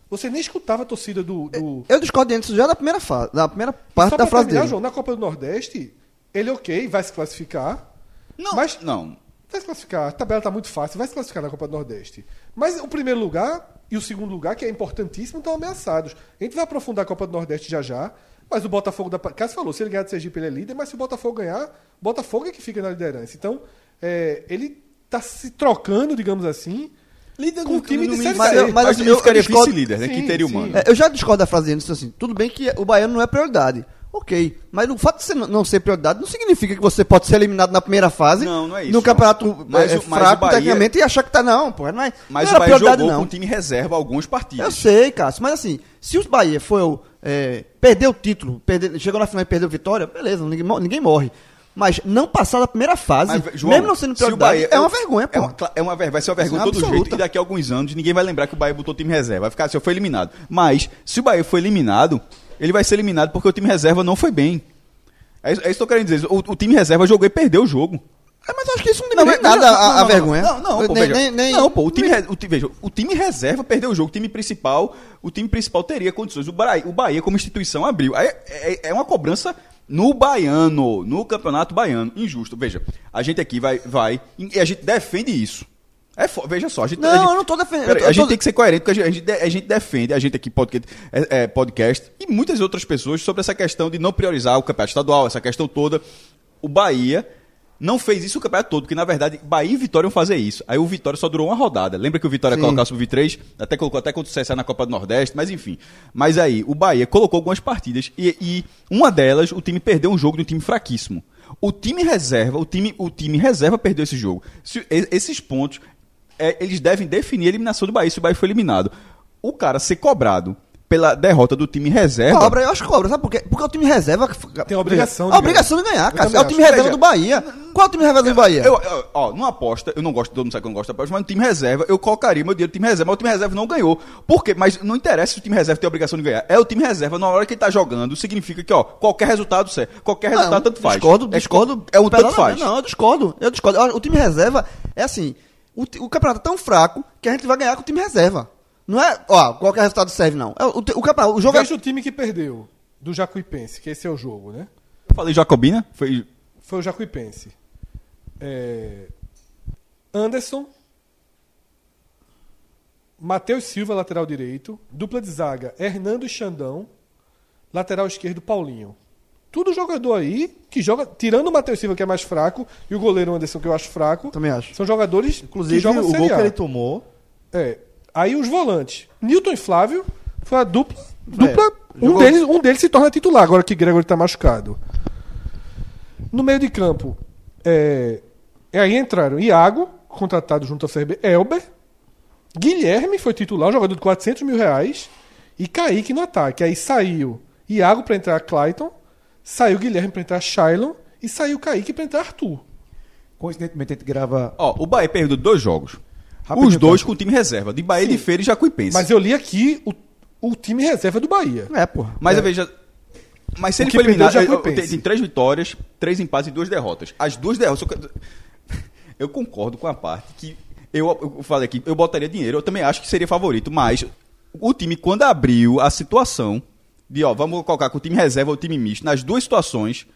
C: Você nem escutava a torcida do. do...
E: É,
D: Eu discordo disso já na primeira fase, na primeira
C: Só
D: parte
C: pra
D: da frase
C: terminar,
D: dele.
C: João, na Copa do Nordeste, ele ok, vai se classificar.
E: Não,
C: Mas-
E: não.
C: Vai se classificar. A tabela tá muito fácil. Vai se classificar na Copa do Nordeste. Mas o primeiro lugar e o segundo lugar, que é importantíssimo, estão ameaçados. A gente vai aprofundar a Copa do Nordeste já já. Mas o Botafogo da. Cássio falou, se ele ganhar do Sergipe, ele é líder. Mas se o Botafogo ganhar, o Botafogo é que fica na liderança. Então, é, ele tá se trocando, digamos assim,
E: Líder
C: com o time de Série
D: mas
C: C.
D: eu- mas
E: Mas
D: assim,
E: ele
D: eu-
E: ficaria
D: eu discordo-
E: vice-líder, né?
C: Sim,
E: que teria
C: sim.
E: humano.
D: É, eu já discordo da frase dele, assim, tudo bem que o Bahia não é prioridade. Ok, mas o fato de você n- não ser prioridade não significa que você pode ser eliminado na primeira fase
E: Não, não é isso,
D: no
E: não.
D: campeonato
E: Mas
D: é,
E: o- mas o
D: fraco
E: Bahia-
D: tecnicamente e achar que tá não, pô, não é,
E: Mas
D: não
E: o
D: era
E: Bahia
D: prioridade
E: jogou com
D: não.
E: o time reserva alguns
C: É
D: Eu
E: partidos.
D: sei, Cássio, mas assim, se o Bahia foi o, é, perder o título, perder- chegou na final e perdeu a vitória, beleza, ninguém, mo- ninguém morre. Mas não passar da primeira fase,
E: Mas, João,
D: mesmo não sendo
E: se o
D: prioridade,
E: Bahia-
D: é uma vergonha, pô.
E: É uma, cla- é uma vergonha, vai ser uma vergonha
D: é
E: de todo
D: absoluta.
E: jeito. E daqui a alguns anos ninguém vai lembrar que o Bahia botou o time reserva. Vai ficar assim, foi eliminado. Mas, se o Bahia foi eliminado, ele vai ser eliminado porque o time reserva não foi bem. É isso, é isso que eu tô querendo dizer. O, o time reserva jogou e perdeu o jogo.
D: É, mas eu acho que isso não
E: Não,
D: diminui
E: mas-
D: nada a,
E: não,
D: a
E: não, não,
D: vergonha.
E: Não, não, pô,
D: nem,
E: veja.
D: nem, nem-
E: Não, pô, o time, re- o ti- veja, o time reserva perdeu o jogo, o time principal, o time principal teria condições. O Bahia, o Bahia como instituição abriu. Aí É, é- é uma cobrança no baiano, no Campeonato Baiano, injusto. Veja, a gente aqui vai vai e a gente defende isso. É, fo- veja só, a gente
D: Não,
E: a gente-
D: eu não tô defendendo,
E: Peraí,
D: eu tô-
E: a gente tem que ser coerente, porque a gente- a gente, de- a gente defende, a gente aqui podcast, é, é, podcast e muitas outras pessoas sobre essa questão de não priorizar o campeonato estadual, essa questão toda. O Bahia não fez isso o campeonato todo, porque na verdade Bahia e Vitória iam fazer isso. Aí o Vitória só durou uma rodada. Lembra que o Vitória
D: Sim.
E: colocou o Sub-23, até colocou até contra o CSA na Copa do Nordeste, mas enfim. Mas aí o Bahia colocou algumas partidas e, e uma delas o time perdeu um jogo de um time fraquíssimo. O time reserva, o time, o time reserva perdeu esse jogo. Se- e- esses pontos é, eles devem definir a eliminação do Bahia se o Bahia foi eliminado. O cara ser cobrado pela derrota do time reserva.
D: Cobra, eu acho cobra, sabe por quê? Porque é o time reserva.
C: Tem a obrigação de
D: A obrigação de ganhar, cara.
C: também
D: É o time
E: acho.
D: reserva do Bahia. Qual é o time reserva do Bahia?
E: Eu, eu, ó, numa aposta, eu não gosto, todo mundo sabe que eu não gosto de aposta, mas no time reserva, eu colocaria meu dinheiro no time reserva, mas o time reserva não ganhou. Por quê? Mas não interessa se o time reserva tem a obrigação de ganhar. É o time reserva, na hora que ele tá jogando, significa que, ó, qualquer resultado serve. Qualquer resultado
D: Não,
E: tanto faz.
D: Discordo,
E: é,
D: discordo.
E: É um tanto faz.
D: pesadamente. Não, eu discordo. Eu discordo. Olha, O time reserva é assim. O, ti- o campeonato é tão fraco que a gente vai ganhar com o time reserva. Não é, ó, qualquer resultado serve, não. É, o, ti- o campeonato, o jogo é-
C: Veja o time que perdeu, do Jacuipense, que esse é o jogo, né?
E: Eu falei Jacobina, foi.
C: Foi o Jacuipense. é, Anderson, Matheus Silva, lateral direito, dupla de zaga, Hernando e Xandão, lateral esquerdo, Paulinho. Tudo jogador aí que joga, tirando o Matheus Silva, que é mais fraco, e o goleiro Anderson, que eu acho fraco,
D: Também acho.
C: são jogadores
B: Inclusive,
C: que jogam
B: o
C: Série
B: gol que
C: A.
B: ele tomou.
C: É. Aí os volantes. Newton e Flávio foi a dupla. dupla um,
D: jogou-
C: deles, um deles se torna titular, agora que Gregory tá machucado. No meio de campo, é, aí entraram Iago, contratado junto ao CRB, Elber. Guilherme foi titular, um jogador de 400 mil reais. E Kaique no ataque. Aí saiu Iago pra entrar Clayton. Saiu Guilherme pra entrar Shailon. E saiu Kaique pra entrar Arthur.
F: Coincidentemente, a gente grava.
E: Ó, o Bahia perdeu dois jogos.
F: Rapidinho,
E: Os dois
F: tá?
E: com o time reserva, de Bahia de Feira e Jacuipense.
C: Mas eu li aqui o, o time reserva do Bahia.
D: É, porra.
E: Mas eu vejo. Mas
C: O
E: se ele
C: que
E: foi eliminado,
C: perdeu,
E: eu- eu-
C: Jacuipense.
E: tem, tem três vitórias, três empates e duas derrotas. As duas derrotas. eu- Eu concordo com a parte que. Eu, eu falei aqui, eu botaria dinheiro, eu também acho que seria favorito, mas o time, quando abriu a situação de, ó, vamos colocar com o time reserva ou o time misto, nas duas situações.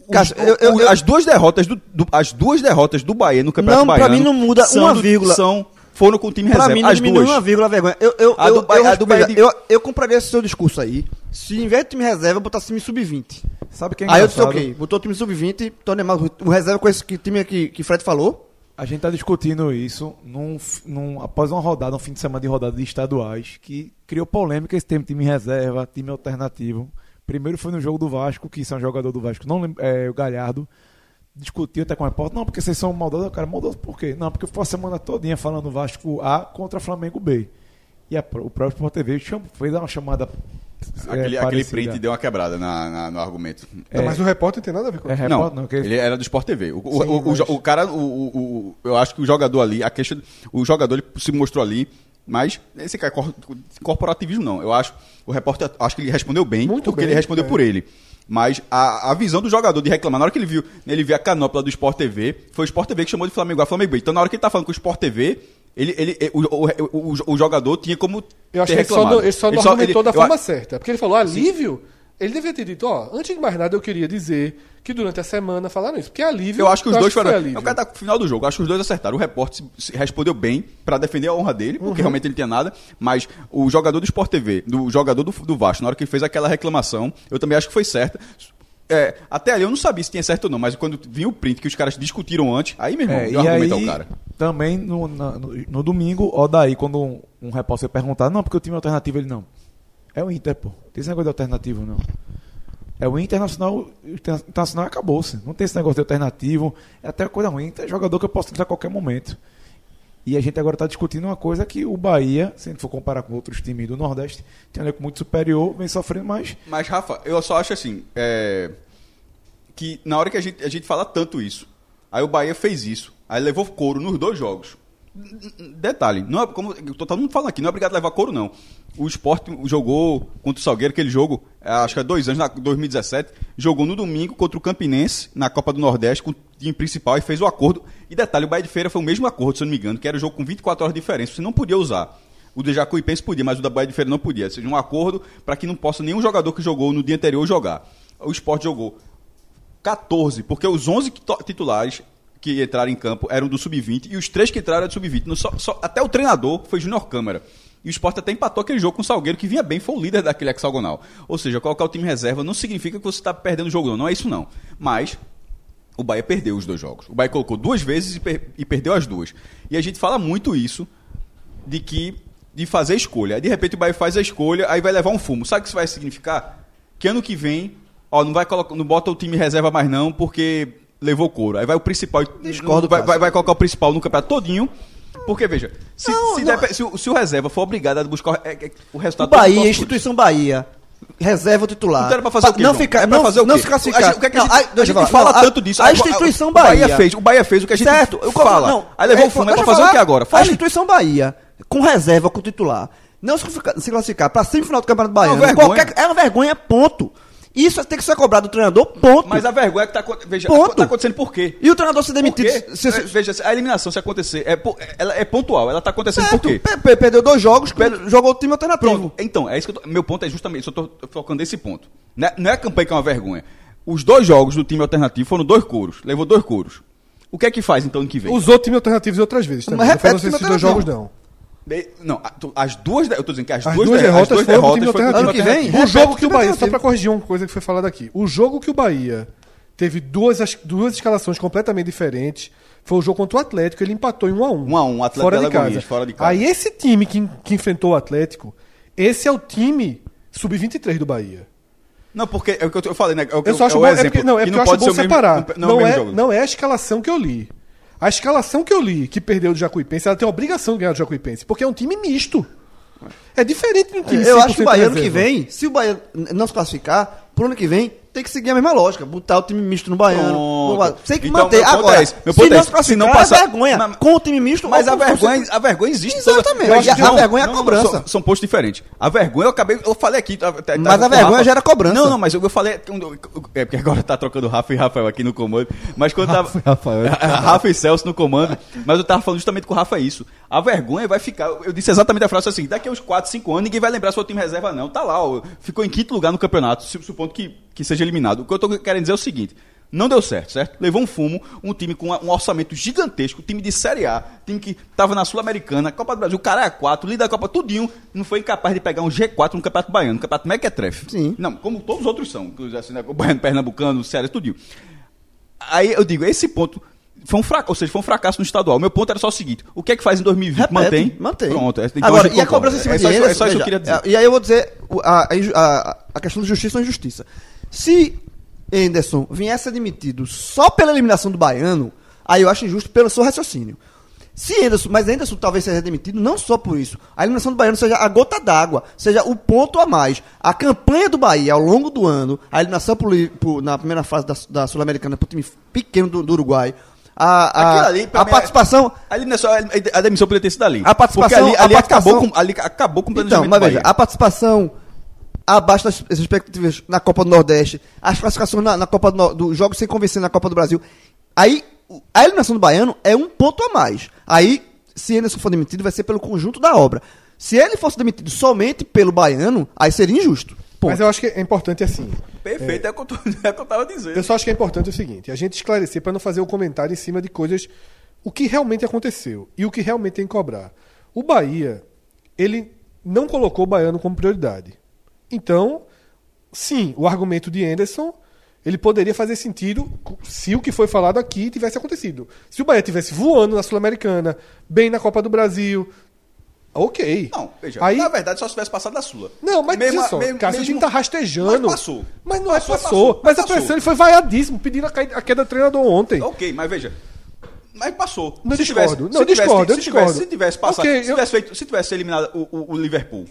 E: os-
D: Cássio, eu- eu-
E: o-
D: eu-
E: as, duas derrotas do, do- as duas derrotas do Bahia no Campeonato
D: Não, pra
E: Baiano.
D: mim não muda
E: são
D: uma
E: do-
D: vírgula.
E: São, foram com o time
D: Pra
E: reserva.
D: mim não
E: as
D: diminui
E: duas.
D: uma vírgula a vergonha. Eu, eu,
E: A
D: eu,
E: do Bahia-
D: eu,
E: a do Bahia
D: respeito-
E: de-
D: eu, eu compraria esse seu discurso aí. Se em vez de time reserva, botasse
E: assim,
D: time sub-20.
F: Sabe quem é
E: Ah,
D: aí eu disse,
F: engraçado?
D: ok, botou time sub-20, Tony Amaro, o reserva com esse que- time que, que Fred falou.
F: A gente tá discutindo isso num, f- num- após uma rodada, um fim de semana de rodada de estaduais, que criou polêmica esse tema time reserva, time alternativo. Primeiro foi no jogo do Vasco, que isso é um jogador do Vasco, não lembro, é, o Galhardo, discutiu até com a repórter, não, porque vocês são maldosos, cara, maldoso por quê? Não, porque foi a semana todinha falando Vasco A contra Flamengo B. E a pro- o próprio Sport TV cham- fez uma chamada é,
E: Aquele, aquele
F: parecida.
E: print deu uma quebrada na- na- no argumento.
C: Não,
F: É.
C: Mas o repórter não tem nada a ver com
F: É,
C: isso.
E: não,
F: repórter, não, que-
E: ele era do Sport TV. O, o-
F: Sim,
E: o- o jo-
F: mas-
E: o cara, o, o- o- eu acho que o jogador ali, a queixa, o jogador ele se mostrou ali, mas esse cara é cor- corporativismo não. Eu acho, o repórter, acho que ele respondeu bem,
C: Muito
E: porque
C: bem,
E: ele respondeu
C: é.
E: por ele. Mas a, a visão do jogador de reclamar, na hora que ele viu, ele viu a canopla do Sport TV, foi o Sport TV que chamou de Flamengo a Flamengo. B. Então na hora que ele tá falando com o Sport TV, ele, ele, o, o- o- o- o jogador tinha como
C: Eu acho
E: ter
C: que ele só
E: reclamado.
C: não, ele só não
E: Ele só-
C: argumentou
E: ele-
C: da
E: eu-
C: forma certa. Porque ele falou "Ah, alívio. Ele devia ter dito, ó, antes de mais nada eu queria dizer que durante a semana falaram isso. Porque alívio...
E: Eu acho que os dois foram.
C: foi
E: É o cara tá com o final do jogo. Eu acho que os dois acertaram. O repórter se, se respondeu bem pra defender a honra dele, porque realmente ele não tinha nada. Mas o jogador do Sport TV, do jogador do, do Vasco, na hora que ele fez aquela reclamação, eu também acho que foi certa. É, até ali eu não sabia se tinha certo ou não, mas quando vi o print que os caras discutiram antes, aí meu irmão,
F: É,
E: deu
F: e
E: argumento ao
F: aí,
E: cara.
F: também no, na- no, no domingo, ó daí, quando um, um repórter perguntar, não, porque o time alternativo, ele não. É o Inter, pô. Tem esse negócio de alternativo, não. É o Internacional, o Inter- Internacional acabou-se. Não tem esse negócio de alternativo. É até coisa ruim. É jogador que eu posso tirar a qualquer momento. E a gente agora está discutindo uma coisa que o Bahia, se a gente for comparar com outros times do Nordeste, tem um elenco muito superior, vem sofrendo mais.
E: Mas, Rafa, eu só acho assim. é, que na hora que a gente, a gente fala tanto isso, aí o Bahia fez isso. Aí levou couro nos dois jogos. N- n- Detalhe, não é como eu tô- todo mundo falando aqui, não é obrigado a levar couro, não. O esporte jogou contra o Salgueiro, aquele jogo, é, acho que há dois anos, na 2017, jogou no domingo contra o Campinense, na Copa do Nordeste, com o time principal, e fez o acordo. E detalhe, o Bahia de Feira foi o mesmo acordo, se eu não me engano, que era o jogo com 24 horas de diferença, você não podia usar. O de Jacuipense podia, mas o da Bahia de Feira não podia. Ou seja, um acordo para que não possa nenhum jogador que jogou no dia anterior jogar. O esporte jogou 14, porque os 11 to- titulares que entraram em campo eram do sub-20 e os três que entraram eram do sub-20. No- só- só- até o treinador foi Júnior Câmara. E o Sport até empatou aquele jogo com o Salgueiro, que vinha bem, foi o líder daquele hexagonal. Ou seja, colocar o time reserva não significa que você está perdendo o jogo, não. Não é isso, não. Mas o Bahia perdeu os dois jogos. O Bahia colocou duas vezes e, per- e perdeu as duas. E a gente fala muito isso de que de fazer escolha. Aí, de repente o Bahia faz a escolha, aí vai levar um fumo. Sabe o que isso vai significar? Que ano que vem, ó, não vai colocar, não bota o time reserva mais não, porque levou couro. Aí vai o principal, e-
D: Discordo,
E: vai,
D: Cássio.
E: vai, vai colocar o principal no campeonato todinho. Porque veja, se,
D: Não,
E: se
D: não.
E: depe- se o, se o reserva for obrigado a buscar é- é- o
D: O
E: resultado
D: Bahia,
E: do
D: a instituição Bahia. Reserva o titular.
E: Então era pra fazer o quê,
D: Não
E: João?
D: ficar,
E: Era pra
D: não,
E: fazer o
D: não
E: quê?
D: se classificar.
E: A, gente- o que é que a
D: Não,
E: gente,
D: aí,
E: a
D: deixa eu
E: gente
D: falar.
E: fala tanto disso.
D: A,
E: Agora,
D: instituição
E: o Bahia.
D: Bahia.
E: fez, o Bahia fez o que a gente
D: certo, eu concordo.
E: fala.
D: Não,
E: aí levou
D: eu-
E: o fumo, é
D: deixa
E: pra
D: eu
E: fazer o
D: falar.
E: que agora?
D: A
E: Faz.
D: instituição Bahia, com reserva, com titular, não se classificar, se classificar pra semifinal do Campeonato Baiano.
E: vergonha.
D: qualquer- é uma vergonha, ponto. Isso tem que ser cobrado do treinador, ponto.
E: Mas a vergonha é que tá, acon- veja,
D: Ponto.
E: tá acontecendo por quê?
D: E o treinador ser
E: Por
D: demitido.
E: quê?
D: se- se-
E: É, veja, se a eliminação se acontecer, é, po- ela é pontual, ela tá acontecendo
D: certo,
E: por quê?
D: pe- pe- perdeu dois jogos, jogou o time alternativo.
E: Pronto. Então, é isso que eu tô, meu ponto é justamente, isso, eu tô focando nesse ponto. Né, Não é, não é a campanha que é uma vergonha. Os dois jogos do time alternativo foram dois couros, levou dois couros. O que é que faz então ano que vem?
C: Usou time alternativo outras vezes também. né?
D: Mas
C: Não foi
D: repete
C: nos
D: time
C: esses dois jogos,
D: alternativo.
C: não.
E: Be- Não, a- tu- as duas. de- Eu tô dizendo que as,
C: As
E: duas,
C: duas
E: de-
C: derrotas
E: as duas
C: foram pro time
E: derrotas foram pro
C: alternativo.
D: Ano
E: time
D: que vem?
C: O jogo que o Bahia, só
D: Alternativo.
C: pra corrigir uma coisa que foi falada aqui. O jogo que o Bahia teve duas, as- duas escalações completamente diferentes foi o jogo contra o Atlético, ele empatou em 1 a 1.
E: 1 a 1, Atlético
C: fora
E: de
C: de,
E: Alagoas,
C: casa.
E: fora de casa.
C: Aí esse time que, que enfrentou o Atlético, esse é o time sub-23 do Bahia.
E: Não, porque é o que eu, tô- eu falei, né? É o que
C: Eu só acho
E: é o
C: bom,
E: exemplo,
C: é porque, não, é
E: que
C: porque eu acho bom
E: o mesmo-
C: separar.
E: não, não, é o mesmo
C: é,
E: jogo.
C: não é a escalação que eu li. A escalação que eu li, que perdeu do Jacuipense, ela tem a obrigação de ganhar do Jacuipense, porque é um time misto. É diferente de um time
D: Eu acho que
C: 100%
D: o Bahia ano que
C: reserva.
D: vem, se o Bahia n- não se classificar, pro ano que vem tem que seguir a mesma lógica, botar o time misto no baiano.
E: Pronto.
D: no Bahia. Tem que
E: Então,
D: manter
E: meu ponto
D: agora.
E: é esse, meu ponto
D: se,
E: é
D: não
E: esse.
D: se classificar,
E: Se não passar-
D: é vergonha
E: Mas-
D: com o time misto.
E: Mas
D: ou
E: a
D: com-
E: vergonha, a vergonha existe.
D: Exatamente.
E: Mas
D: E a- a
E: não,
D: vergonha é
E: não,
D: a
E: não,
D: cobrança.
E: são, são postos diferentes. A vergonha, eu acabei, eu falei aqui. tá- tá-
D: Mas
E: tá-
D: a
E: com o
D: vergonha
E: Rafa.
D: gera cobrança.
E: Não, não, mas eu, eu falei. É porque agora tá trocando Rafa e Rafael aqui no comando. Mas quando tava.
B: Rafael.
E: Rafa e Celso no comando. Mas eu tava falando justamente com o Rafa isso. A vergonha vai ficar. Eu disse exatamente a frase assim: daqui a uns 4, 5 anos ninguém vai lembrar se foi o time reserva, não. Tá lá, ó, ficou em quinto lugar no campeonato, su- supondo que, que seja eliminado. O que eu tô querendo dizer é o seguinte. Não deu certo, certo? Levou um fumo, um time com a- um orçamento gigantesco, time de Série A, time que tava na Sul-Americana, Copa do Brasil, Caraia 4, líder da Copa, tudinho, não foi incapaz de pegar um G4 no Campeonato Baiano, no Campeonato Mequetrefe.
D: Sim.
E: Não, como todos os outros são, inclusive, assim, né, o Baiano, Pernambucano, Série, tudinho. Aí eu digo, esse ponto foi um fracasso, ou seja, foi um fracasso no estadual. Meu ponto era só o seguinte: o que é que faz em 2020?
D: Repete,
E: mantém?
D: Mantém.
E: Pronto. é- então
D: Agora,
E: gente
D: e a
E: concorda.
D: cobrança em cima
E: é só,
D: de
E: isso-
D: ele,
E: é só isso que eu
D: veja,
E: queria dizer.
D: é, E aí eu vou dizer o- a, a inju- a- a questão da justiça ou injustiça. Se Anderson viesse admitido só pela eliminação do Baiano, aí eu acho injusto pelo seu raciocínio. Se Anderson, mas Anderson talvez seja demitido não só por isso. A eliminação do Baiano seja a gota d'água, seja o ponto a mais. A campanha do Bahia ao longo do ano, a eliminação pro Li- pro- na primeira fase da, da Sul-Americana para o time pequeno do, do Uruguai, a, a,
E: Aquilo ali, pra
D: a
E: mim, é-
D: participação.
E: Ali não é só a, a demissão poderia ter sido ali.
D: A participação-
E: Porque ali, ali
D: a
E: acabou
D: participação-
E: com ali acabou com o
D: Então,
E: planejamento
D: mas
E: do
D: veja,
E: Bahia.
D: a participação abaixo das das expectativas na Copa do Nordeste, as classificações na, na Copa do, Nor- do jogo sem convencer na Copa do Brasil. Aí, o- a eliminação do Baiano é um ponto a mais. Aí, se Anderson for demitido, vai ser pelo conjunto da obra. Se ele fosse demitido somente pelo Baiano, aí seria injusto. Ponto.
C: Mas eu acho que é importante assim.
E: Perfeito, é, o que eu tô- é o que eu tava dizendo.
C: Eu só acho que é importante o seguinte: a gente esclarecer para não fazer o comentário em cima de coisas, o que realmente aconteceu e o que realmente tem que cobrar. O Bahia, ele não colocou o baiano como prioridade. Então, sim, o argumento de Anderson, ele poderia fazer sentido se o que foi falado aqui tivesse acontecido. Se o Bahia tivesse voando na Sul-Americana, bem na Copa do Brasil, ok.
E: Não, veja, tá
C: Aí,
E: na verdade só se tivesse passado da Sula.
C: não, mas
E: Mesmo-
C: mesmo, só,
E: mesmo-
C: Cássio, o time
E: mesmo-
C: tá rastejando.
E: Mas passou.
C: Mas não é
E: Passou,
C: passou.
E: passou,
C: mas
E: passou. Então-
C: a pressão ele foi vaiadíssimo, pedindo a cai- a queda do treinador ontem.
E: Ok, mas veja. Mas passou.
C: Não discordo, não
E: tivesse-
C: discordo, eu
E: se tivesse-
C: discordo.
E: Se tivesse passado,
C: Ok,
E: se,
C: eu-
E: tivesse feito, se tivesse eliminado o, o- o Liverpool.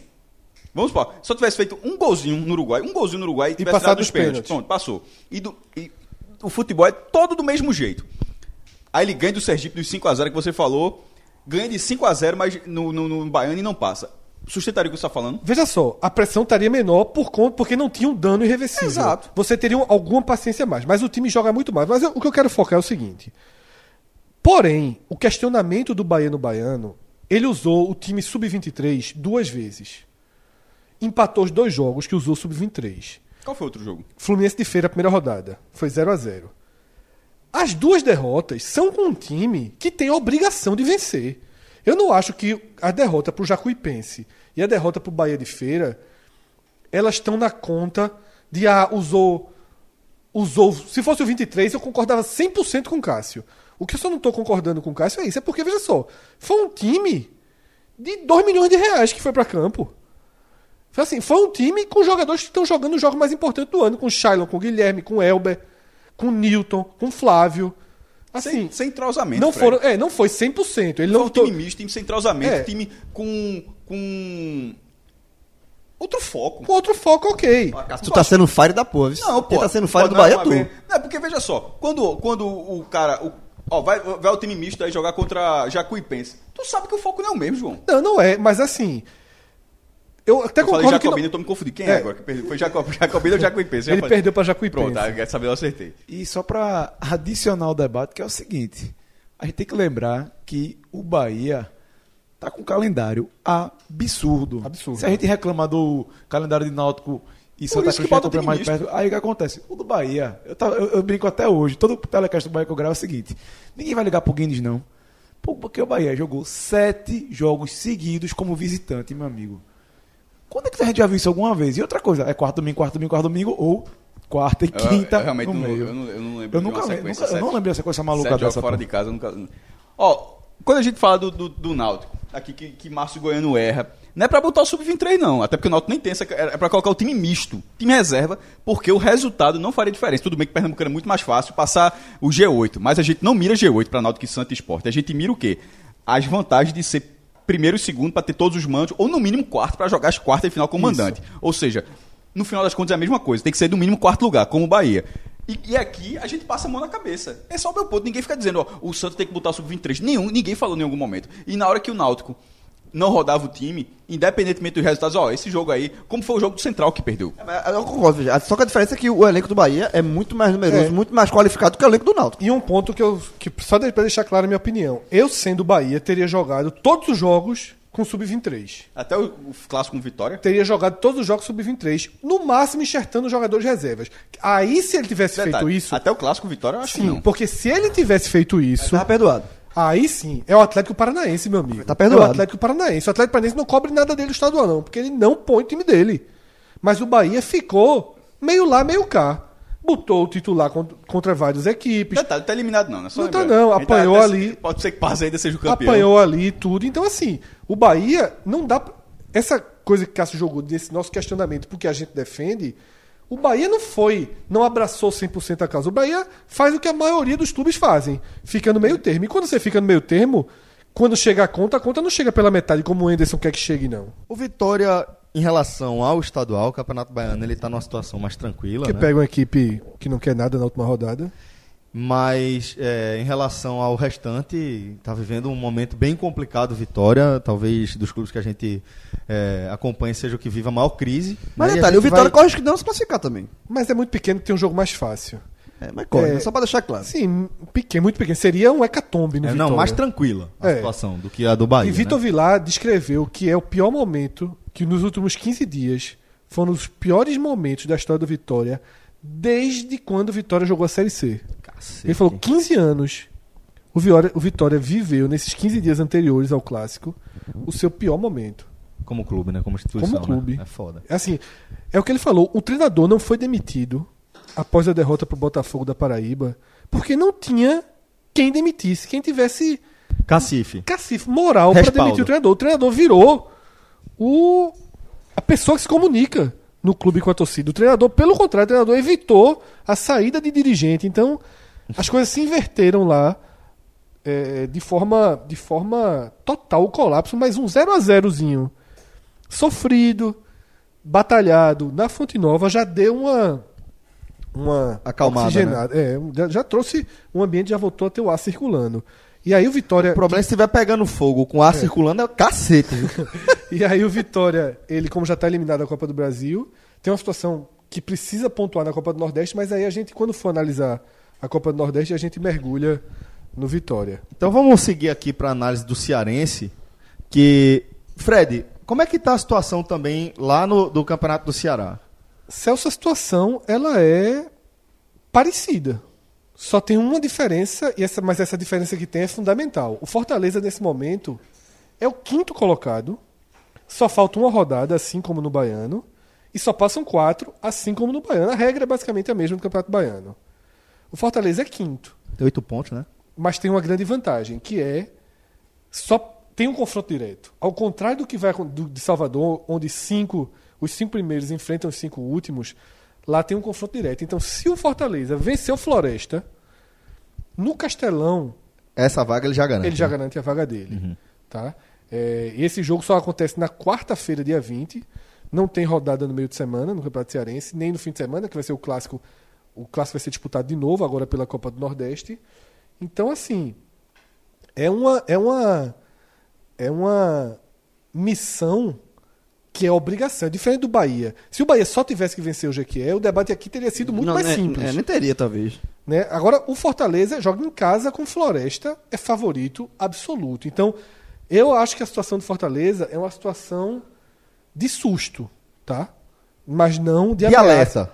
E: Vamos supor, se eu tivesse feito um golzinho no Uruguai, um golzinho no Uruguai e tivesse
C: passado
E: tirado
C: dos
E: os pênaltis.
C: pênaltis.
E: Pronto, passou. E, do- e o futebol é todo do mesmo jeito. Aí ele ganha do Sergipe dos 5x0 que você falou. Ganha de 5x0, mas no, no, no Baiano e não passa. Sustentaria o que você está falando?
C: Veja só, a pressão estaria menor por conta, porque não tinha um dano irreversível.
E: Exato.
C: Você teria um- alguma paciência a mais, mas o time joga muito mais. Mas eu- o que eu quero focar é o seguinte. Porém, o questionamento do Baiano Baiano, ele usou o time sub-23 duas vezes. Empatou os dois jogos que usou o sub-23.
E: Qual foi outro jogo?
C: Fluminense de Feira, primeira rodada. Foi 0 a 0 As duas derrotas são com um time que tem a obrigação de vencer. Eu não acho que a derrota pro Jacuipense e a derrota pro Bahia de Feira, elas estão na conta de, ah, usou usou. Se fosse o 23, eu concordava 100% com o Cássio. O que eu só não tô concordando com o Cássio é isso. É porque, veja só, foi um time de 2 milhões de reais que foi pra campo. Foi assim, foi um time com jogadores que estão jogando o jogo mais importante do ano, com o Shailon, com o Guilherme, com o Elber, com o Newton, com o Flávio. Assim,
E: Sem, sem entrosamento.
C: não
E: Fred.
C: foram, é, não foi 100%. Ele
E: Foi
C: não
E: um
C: to-
E: time misto, time sem entrosamento,
C: É.
E: time com. com. outro foco.
C: com outro foco, OK.
D: tu tá sendo fire da porra. viu?
E: Não, pô.
D: Quem tá sendo fire
E: Pô,
D: do
E: não,
D: Bahia,
E: mas
D: tu.
E: bem- Não, é porque veja só, quando, quando o cara. o- ó, vai, vai o time misto aí jogar contra Jacuipense. Tu sabe que o foco não é o mesmo, João.
C: Não, não é, mas assim, eu até
E: Eu falei
C: concordo que não-
E: Jacobina, eu tô me confundindo. Quem é,
C: É.
E: agora que perdeu? Foi Jacob, Jacobina ou Jacuipense?
C: Ele
E: Já falei.
C: perdeu pra Jacuipense.
E: Pronto, ah, essa vez eu acertei.
F: E só para adicionar o debate, que é o seguinte: a gente tem que lembrar que o Bahia tá com um calendário absurdo.
C: Absurdo.
F: Se a gente reclamar do calendário de Náutico E
E: Por
F: Santa
E: isso que
F: Cruz
E: bota o
F: compra mais
E: Digníssimo.
F: perto. Aí o que acontece? O do Bahia, eu, tava- eu- eu brinco até hoje, todo telecast do Bahia que eu gravo é o seguinte: ninguém vai ligar pro Guinness, não. Pô, Porque o Bahia jogou sete jogos seguidos como visitante, meu amigo. Quando é que a gente já viu isso alguma vez? E outra coisa, é quarto domingo, quarto domingo, quarto domingo, ou quarta e
E: Eu-
F: quinta.
E: eu É, realmente
F: tá no
E: não-
F: meio.
E: eu não- eu não lembro
F: Eu
E: de
F: nunca
E: uma
F: lembro. nunca-
E: sequência
F: eu não
E: sete-
F: lembro dessa coisa maluca
E: Sete jogos
F: dessa.
E: fora
F: porra.
E: de casa, eu nunca. Ó, quando a gente fala do, do, do Náutico, aqui que, que Márcio Goiano erra, não é pra botar o Sub-23, não. Até porque o Náutico nem tem essa. É é pra colocar o time misto, time reserva, porque o resultado não faria diferença. Tudo bem que Pernambuco é muito mais fácil passar o G8, mas a gente não mira G8 pra Náutico e Santa Esporte. A gente mira o quê? As vantagens de ser primeiro e segundo pra ter todos os mandos, ou no mínimo quarto pra jogar as quartas e final com o mandante. Ou seja, no final das contas é a mesma coisa, tem que ser no mínimo quarto lugar, como o Bahia. E, e aqui a gente passa a mão na cabeça. É só o meu ponto. Ninguém fica dizendo, ó, o Santos tem que botar o sub-23. Nenhum, ninguém falou em algum momento. E na hora que o Náutico não rodava o time, independentemente dos resultados, ó, esse jogo aí, como foi o jogo do Central que perdeu?
D: É, mas Eu concordo, veja. Só que a diferença é que o elenco do Bahia é muito mais numeroso,
C: É.
D: muito mais qualificado que o elenco do Náutico.
C: E um ponto que eu. Que só de- pra deixar clara a minha opinião. Eu, sendo Bahia, teria jogado todos os jogos com sub-23.
E: Até o, o clássico com vitória.
C: Teria jogado todos os jogos sub-23, no máximo enxertando os jogadores reservas. Aí, se ele tivesse feito
E: Detalhe,
C: isso.
E: Até o clássico com vitória, eu acho que
C: Sim,
E: não.
C: porque se ele tivesse feito isso.
D: Tá perdoado.
C: Aí sim, é o Atlético Paranaense, meu amigo.
D: Tá perdoado.
C: É o Atlético Paranaense. O Atlético Paranaense não cobre nada dele do estadual, não, porque ele não põe o time dele. Mas o Bahia ficou meio lá, meio cá. Botou o titular cont- contra várias equipes,
E: Detalhe, tá eliminado não, né? Só
C: Não tá
E: lembrar.
C: não,
E: A gente
C: apanhou
E: até-
C: ali.
E: Pode ser que passe ainda seja o campeão.
C: apanhou ali e tudo. Então, assim, o Bahia não dá. pra- Essa coisa que Cássio jogou desse nosso questionamento, porque a gente defende, o Bahia não foi, não abraçou 100% a causa. O Bahia faz o que a maioria dos clubes fazem, fica no meio termo. E quando você fica no meio termo, quando chega a conta, a conta não chega pela metade, como o Anderson quer que chegue, não.
B: O Vitória, em relação ao estadual, o Campeonato Baiano, ele tá numa situação mais tranquila,
C: Porque
B: né?
C: pega uma equipe que não quer nada na última rodada.
B: Mas é, em relação ao restante, está vivendo um momento bem complicado o Vitória. Talvez dos clubes que a gente é, acompanha seja o que vive a maior crise.
D: Mas
B: né? E a
D: detalhe,
B: gente
D: o Vitória
B: vai-
D: corre o risco de não se classificar também.
C: Mas é muito pequeno, tem um jogo mais fácil.
D: É, mas corre,
C: É.
D: né? só pra deixar claro.
C: Sim, pequeno, muito pequeno. Seria um hecatombe no
B: É,
C: Vitória.
B: não, mais tranquila a
C: É.
B: situação do que a do Bahia.
C: E Vitor
B: né?
C: Vilar descreveu que é o pior momento, que nos últimos 15 dias foram os piores momentos da história do Vitória desde quando o Vitória jogou a Série C.
B: Cacete.
C: Ele falou 15 anos. O Vitória, o Vitória viveu, nesses 15 dias anteriores ao Clássico, o seu pior momento.
B: Como clube, né? Como instituição.
C: Como clube.
B: Né? É foda.
C: É assim, é o que ele falou. O treinador não foi demitido após a derrota para o Botafogo da Paraíba porque não tinha quem demitisse, quem tivesse
B: Cacife.
C: cacife moral para
B: Respaldo.
C: demitir o treinador. O treinador virou o a pessoa que se comunica no clube com a torcida. O treinador, pelo contrário, o treinador evitou a saída de dirigente. Então, as coisas se inverteram lá é, de forma de forma total o colapso, mas um 0 a 0zinho sofrido, batalhado na Fonte Nova já deu uma uma
B: Acalmada, né?
C: oxigenada. É, um- já, já trouxe um ambiente, já voltou a ter o ar circulando. E aí o Vitória
B: O problema é se estiver pegando fogo com ar circulando, é cacete. viu?
C: E aí o Vitória, ele como já está eliminado da Copa do Brasil, tem uma situação que precisa pontuar na Copa do Nordeste, mas aí a gente, quando for analisar a Copa do Nordeste, a gente mergulha no Vitória.
B: Então vamos seguir aqui para análise do cearense, que Fred, como é que tá a situação também lá no do Campeonato do Ceará?
C: Celso, a situação, ela é parecida. Só tem uma diferença, e essa, mas essa diferença que tem é fundamental. O Fortaleza, nesse momento, é o quinto colocado. Só falta uma rodada, assim como no Baiano. E só passam quatro, assim como no Baiano. A regra é basicamente a mesma do Campeonato Baiano. O Fortaleza é quinto.
B: Tem oito pontos, né?
C: mas tem uma grande vantagem, que é só tem um confronto direto. Ao contrário do que vai acon- do, de Salvador, onde cinco, os cinco primeiros enfrentam os cinco últimos, lá tem um confronto direto. Então, se o Fortaleza vencer o Floresta, no Castelão,
B: Essa vaga ele já garante.
C: ele já
B: né?
C: garante a vaga dele.
D: Uhum.
C: Tá? É, e esse jogo só acontece na quarta-feira, dia 20. Não tem rodada no meio de semana no Campeonato Cearense, nem no fim de semana, que vai ser o clássico. O clássico vai ser disputado de novo, agora pela Copa do Nordeste. Então, assim, é uma, é uma, é uma missão que é obrigação, é diferente do Bahia. Se o Bahia só tivesse que vencer o GQE, o debate aqui teria sido muito
D: Não,
C: mais
D: né,
C: simples.
D: É, nem teria, talvez.
C: Né? Agora, o Fortaleza joga em casa com o Floresta, é favorito absoluto. Então, eu acho que a situação do Fortaleza é uma situação de susto, tá? mas não de
B: E
C: ameaça.
B: alerta.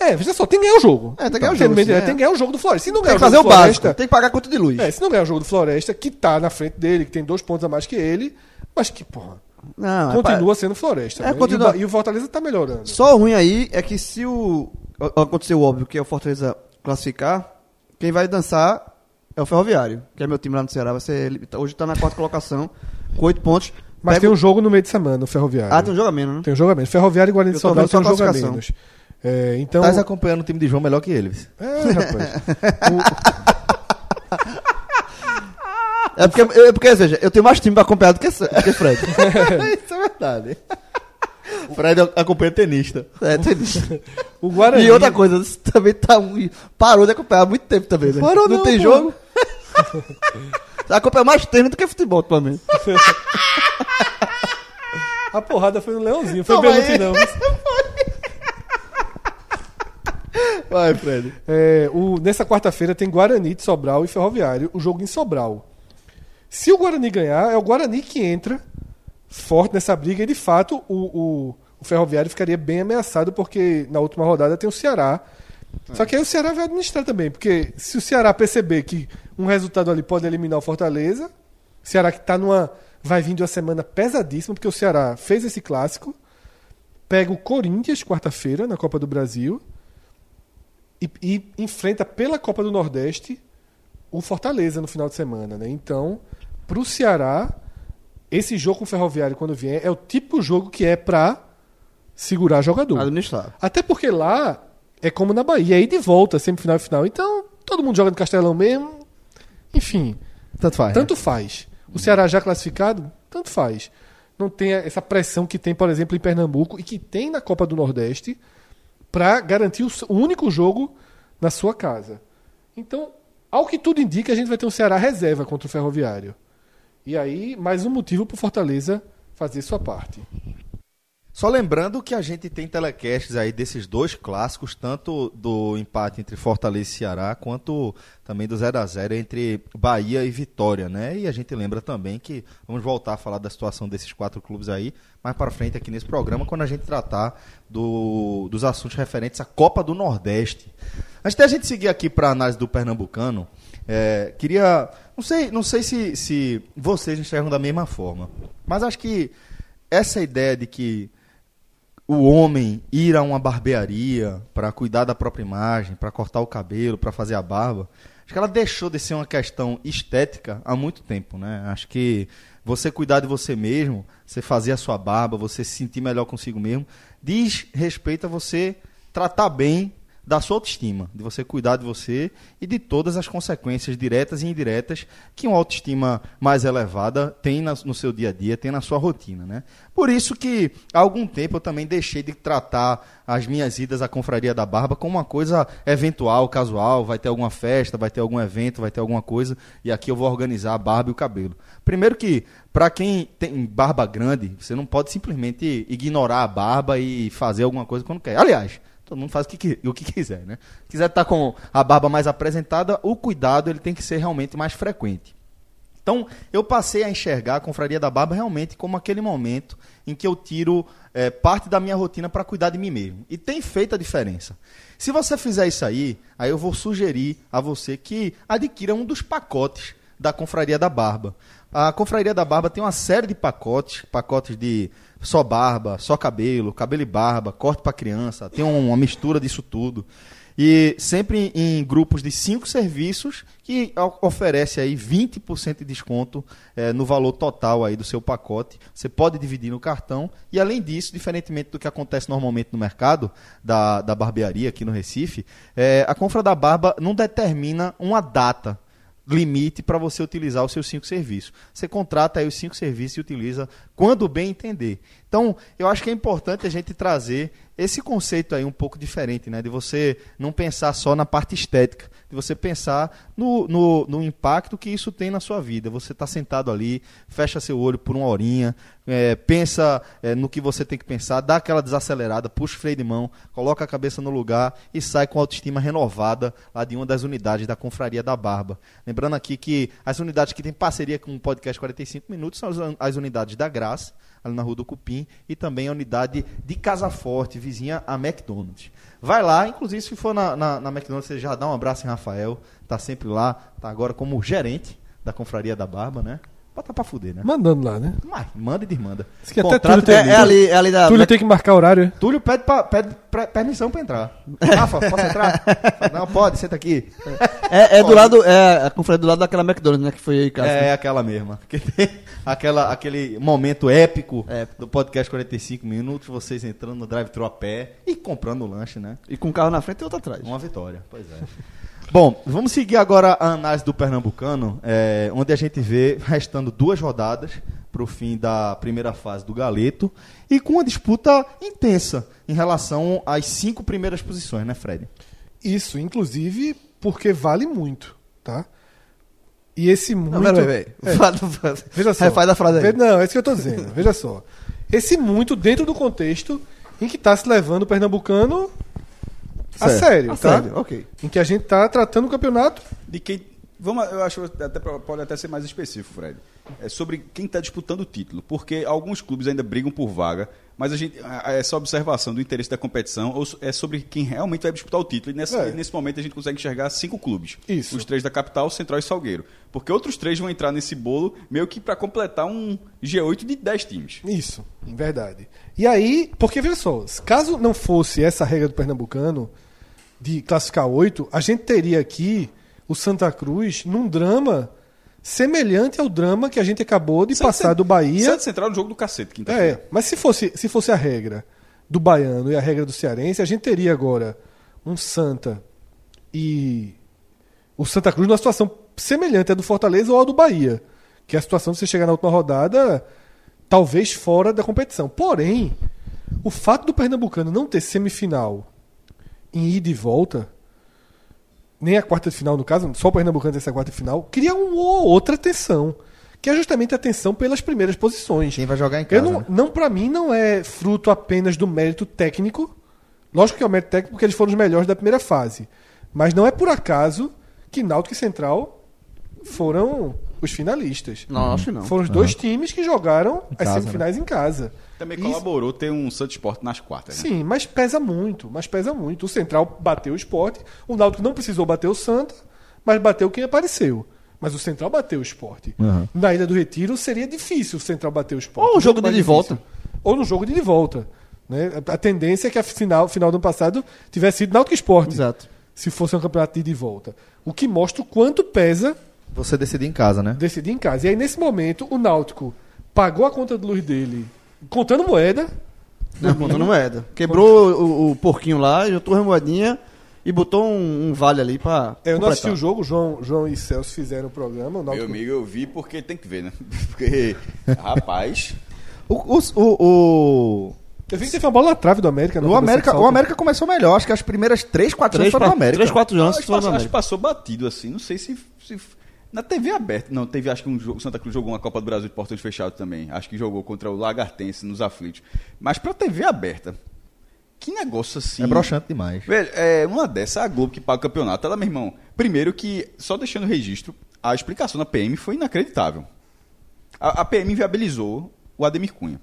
C: É, veja só, tem que ganhar o jogo.
D: É, tem que ganhar o jogo,
C: Tem,
D: sim, é.
C: tem que ganhar o jogo do Floresta. Se não
D: Tem
C: ganhar
D: que fazer o
C: jogo do Floresta,
D: básico. Tem que pagar a conta de luz.
C: É, se não ganhar o jogo do Floresta, que tá na frente dele, que tem dois pontos a mais que ele, mas que, porra,
D: Não, é pa-
C: continua sendo Floresta.
D: É,
C: né?
D: continua.
C: E, o, Ba- e o Fortaleza tá melhorando.
D: Só o ruim aí é que se o. o- Aconteceu o óbvio que é o Fortaleza classificar, quem vai dançar é o Ferroviário, que é meu time lá no Ceará. Vai ser, ele- hoje tá na quarta colocação, com oito pontos.
C: Mas
D: Pega
C: tem
D: o-
C: um jogo no meio de semana, o Ferroviário.
D: Ah, tem um jogo a menos, né?
C: Tem um jogo a menos. Ferroviário e Guarani de
D: Eu tô
C: Sobral
D: vendo
C: tem um
D: só a
C: jogo a
D: classificação.
C: menos. É, então.
B: Estás Tá acompanhando o time de João melhor que ele. viu?
C: É, rapaz.
D: É porque, é porque, ou seja, eu tenho mais time pra acompanhar do que, esse- do que Fred.
B: Isso é verdade. O Fred acompanha o tenista.
D: É, tem-
C: O Guarani.
D: e outra coisa, você também tá um- parou de acompanhar há muito tempo também, né?
C: Parou
D: não,
C: não,
D: tem
C: pô.
D: jogo. Você acompanha mais tênis do que futebol, ultimamente.
C: A porrada foi no Leãozinho, foi
D: Toma
C: Beluti
D: aí.
C: não.
B: Vai, Fred.
C: É, o- nessa quarta-feira tem Guarani de Sobral e Ferroviário, o jogo em Sobral. Se o Guarani ganhar, é o Guarani que entra forte nessa briga e de fato o, o- o Ferroviário ficaria bem ameaçado porque na última rodada tem o Ceará. É. Só que aí o Ceará vai administrar também, porque se o Ceará perceber que um resultado ali pode eliminar o Fortaleza, o Ceará que tá numa. vai vindo uma semana pesadíssima, porque o Ceará fez esse clássico, pega o Corinthians quarta-feira na Copa do Brasil e, e enfrenta pela Copa do Nordeste o Fortaleza no final de semana, né? Então, pro Ceará, esse jogo com o Ferroviário quando vier é o tipo de jogo que é pra segurar jogador.
D: Administrar.
C: Até porque lá é como na Bahia, aí de volta, semifinal e final. Então, todo mundo joga no Castelão mesmo. Enfim,
B: Tanto faz.
C: tanto faz. O Ceará já classificado, tanto faz. Não tem essa pressão que tem, por exemplo, em Pernambuco e que tem na Copa do Nordeste para garantir o s- o único jogo na sua casa. Então, ao que tudo indica, a gente vai ter um Ceará reserva contra o Ferroviário. E aí, mais um motivo pro Fortaleza fazer sua parte.
B: Só lembrando que a gente tem telecasts aí desses dois clássicos, tanto do empate entre Fortaleza e Ceará, quanto também do 0 a 0 entre Bahia e Vitória, né? E a gente lembra também que vamos voltar a falar da situação desses quatro clubes aí mais para frente aqui nesse programa, quando a gente tratar do- dos assuntos referentes à Copa do Nordeste. Antes da gente seguir aqui para a análise do Pernambucano, é, queria. Não sei, não sei se, se vocês enxergam da mesma forma, mas acho que essa ideia de que o homem ir a uma barbearia para cuidar da própria imagem, para cortar o cabelo, para fazer a barba, acho que ela deixou de ser uma questão estética há muito tempo, né? Acho que você cuidar de você mesmo, você fazer a sua barba, você se sentir melhor consigo mesmo, diz respeito a você tratar bem da sua autoestima, de você cuidar de você e de todas as consequências diretas e indiretas que uma autoestima mais elevada tem na- no seu dia a dia, tem na sua rotina, né? Por isso que há algum tempo eu também deixei de tratar as minhas idas à confraria da barba como uma coisa eventual, casual, vai ter alguma festa, vai ter algum evento, vai ter alguma coisa e aqui eu vou organizar a barba e o cabelo. Primeiro que para quem tem barba grande, você não pode simplesmente ignorar a barba e fazer alguma coisa quando quer. Aliás, Todo mundo faz o que, qui- o que quiser, né? Quiser estar com a barba mais apresentada, o cuidado ele tem que ser realmente mais frequente. Então, eu passei a enxergar a Confraria da Barba realmente como aquele momento em que eu tiro eh, parte da minha rotina para cuidar de mim mesmo. E tem feito a diferença. Se você fizer isso aí, aí eu vou sugerir a você que adquira um dos pacotes da Confraria da Barba. A Confraria da Barba tem uma série de pacotes, pacotes de só barba, só cabelo, cabelo e barba, corte para criança, tem um- uma mistura disso tudo. E sempre em grupos de cinco serviços que o- oferece aí 20% de desconto eh, no valor total aí do seu pacote. Você pode dividir no cartão. E além disso, diferentemente do que acontece normalmente no mercado da, da barbearia aqui no Recife, eh, a compra da barba não determina uma data limite para você utilizar os seus cinco serviços. Você contrata aí os cinco serviços e utiliza quando bem entender. Então, eu acho que é importante a gente trazer esse conceito aí um pouco diferente, né? De você não pensar só na parte estética, de você pensar no, no, no impacto que isso tem na sua vida. Você está sentado ali, fecha seu olho por uma horinha, é, pensa é, no que você tem que pensar, dá aquela desacelerada, puxa o freio de mão, coloca a cabeça no lugar e sai com a autoestima renovada lá de uma das unidades da Confraria da Barba. Lembrando aqui que as unidades que têm parceria com o Podcast 45 Minutos são as, as unidades da Graça, ali na Rua do Cupim, e também a unidade de Casa Forte, vizinha a McDonald's. Vai lá, inclusive se for na, na, na McDonald's, você já dá um abraço em Rafael, tá sempre lá, tá agora como gerente da Confraria da Barba, né? Bota pra fuder, né?
C: Mandando lá, né?
B: Mas manda e desmanda.
C: Diz que até Túlio
D: É,
C: tem,
D: é ali, é ali da.
C: Túlio tem que marcar horário. é?
B: Túlio pede, pra- pede pra- permissão pra entrar. Rafa, posso entrar? Fala, Não, pode, senta aqui.
D: É, é do lado. É a confraria do lado daquela McDonald's, né? Que foi aí, cara.
B: É aquela mesma. Que tem aquela, aquele momento épico
D: É.
B: do podcast 45 minutos, vocês entrando no drive-thru a pé e comprando o lanche, né?
D: E com um carro na frente e outro atrás.
B: Uma vitória, pois é. Bom, vamos seguir agora a análise do Pernambucano, é, onde a gente vê restando duas rodadas para o fim da primeira fase do Galeto e com uma disputa intensa em relação às cinco primeiras posições, né, Fred?
C: Isso, inclusive, porque vale muito, tá? E esse muito.
D: Não, pera, pera, pera.
C: É.
D: Fala- fala-
C: Veja só.
D: Refaz a frase aí.
C: Ve- Não, é isso que eu tô dizendo. Veja só. Esse muito dentro do contexto em que tá se levando o pernambucano a sério,
D: Ah,
C: tá?
D: sério, ok.
C: Em que a gente tá tratando o campeonato.
E: De quem. Vamos, eu acho até pra- pode até ser mais específico, Fred. É sobre quem está disputando o título, porque alguns clubes ainda brigam por vaga, mas a gente a- a- essa observação do interesse da competição ou so- é sobre quem realmente vai disputar o título. E nessa-
C: É.
E: e nesse momento a gente consegue enxergar cinco clubes,
C: Isso.
E: os três da capital, Central e Salgueiro, porque outros três vão entrar nesse bolo meio que para completar um G8 de 10 times.
C: Isso, verdade. E aí, porque veja só, caso não fosse essa regra do Pernambucano de classificar oito, a gente teria aqui o Santa Cruz num drama semelhante ao drama que a gente acabou de passar do Bahia.
E: Santos Central é um jogo do cacete, quinta-feira.
C: É, mas se fosse, se fosse a regra do baiano e a regra do cearense, a gente teria agora um Santa e o Santa Cruz numa situação semelhante à do Fortaleza ou à do Bahia, que é a situação de você chegar na última rodada talvez fora da competição. Porém, o fato do pernambucano não ter semifinal em ida e volta, nem a quarta de final no caso, só o pernambucano tem essa quarta de final, cria uma ou outra tensão, que é justamente a tensão pelas primeiras posições.
B: Quem vai jogar em
C: Eu
B: casa?
C: não,
B: né?
C: não para mim não é fruto apenas do mérito técnico. Lógico que é o mérito técnico porque eles foram os melhores da primeira fase. Mas não é por acaso que Náutico e Central foram os finalistas.
D: Não, acho que não.
C: É. Foram os dois times que jogaram as
B: casa, né?
C: semifinais em casa.
E: Também
C: Isso-
E: colaborou ter um Santos Sport nas
D: É.
E: quartas. né?
C: Sim, mas pesa muito, mas pesa muito. O Central bateu o esporte, o Náutico não precisou bater o Santa, mas bateu quem apareceu. Mas o Central bateu o esporte.
B: Uhum.
C: Na Ilha do Retiro seria difícil o Central bater o esporte.
D: Ou o jogo
C: Muito mais
D: de volta.
C: difícil. Ou no jogo de volta. Né? A tendência é que a final, final do ano passado tivesse sido Náutico e Esporte.
D: Exato.
C: Se fosse um campeonato de ida e volta. O que mostra o quanto pesa
B: Você decidir em casa, né?
C: decidir em casa. E aí, nesse momento, o Náutico pagou a conta de luz dele, contando moeda,
D: Não, contando Né? moeda. Quebrou o, o porquinho lá, juntou a moedinha e botou um, um vale ali pra.
C: É, eu não
D: completar.
C: assisti o jogo, o João, João e Celso fizeram o programa. O
E: Meu
C: Náutico...
E: amigo, eu vi porque tem que ver, né? Porque, rapaz,
B: O, os- o- o-
C: Eu vi que teve uma bola na trave do América.
B: o América, o América começou melhor, acho que as primeiras três, quatro
D: Três,
B: chances foram do
D: quatro-
B: América.
D: três, quatro
E: acho,
D: anos
E: que
D: foi
E: passou, acho
D: na
E: que
D: América.
E: passou batido, assim. Não sei se, se- Na TV aberta. Não, teve acho que um jogo. Santa Cruz jogou uma Copa do Brasil de portões fechados também. Acho que jogou contra o Lagartense nos aflitos. Mas pra TV aberta. Que negócio assim.
B: É broxante demais.
E: Velho, é uma dessa, a Globo que paga o campeonato, ela, meu irmão. Primeiro que, só deixando o registro, a explicação da PM foi inacreditável. A, a PM viabilizou o Ademir Cunha.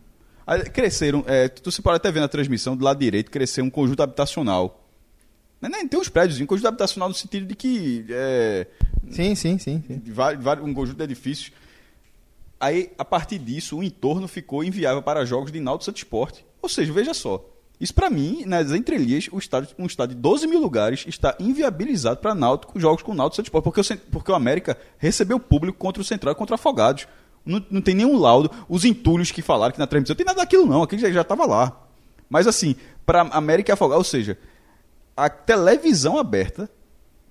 E: A- cresceram, é, tu se pode até ver na transmissão, do lado direito, cresceu um conjunto habitacional. Mas, né, tem uns prédios, um conjunto habitacional no sentido de que. é,
B: Sim, sim, sim. sim.
E: de vari- vari- um conjunto de edifícios. Aí, a partir disso, o entorno ficou inviável para jogos de Náutico e Santo Esporte. Ou seja, veja só. Isso, para mim, nas entrelinhas, o estádio, um estádio de 12 mil lugares está inviabilizado para Náutico, jogos com Náutico e Santo Esporte. Porque o, Cent- porque o América recebeu público contra o Central e contra o Afogados. Não, não tem nenhum laudo. Os entulhos que falaram que na transmissão, não tem nada daquilo não. Aquilo já- já estava lá. Mas, assim, para América e Afogados, ou seja, a televisão aberta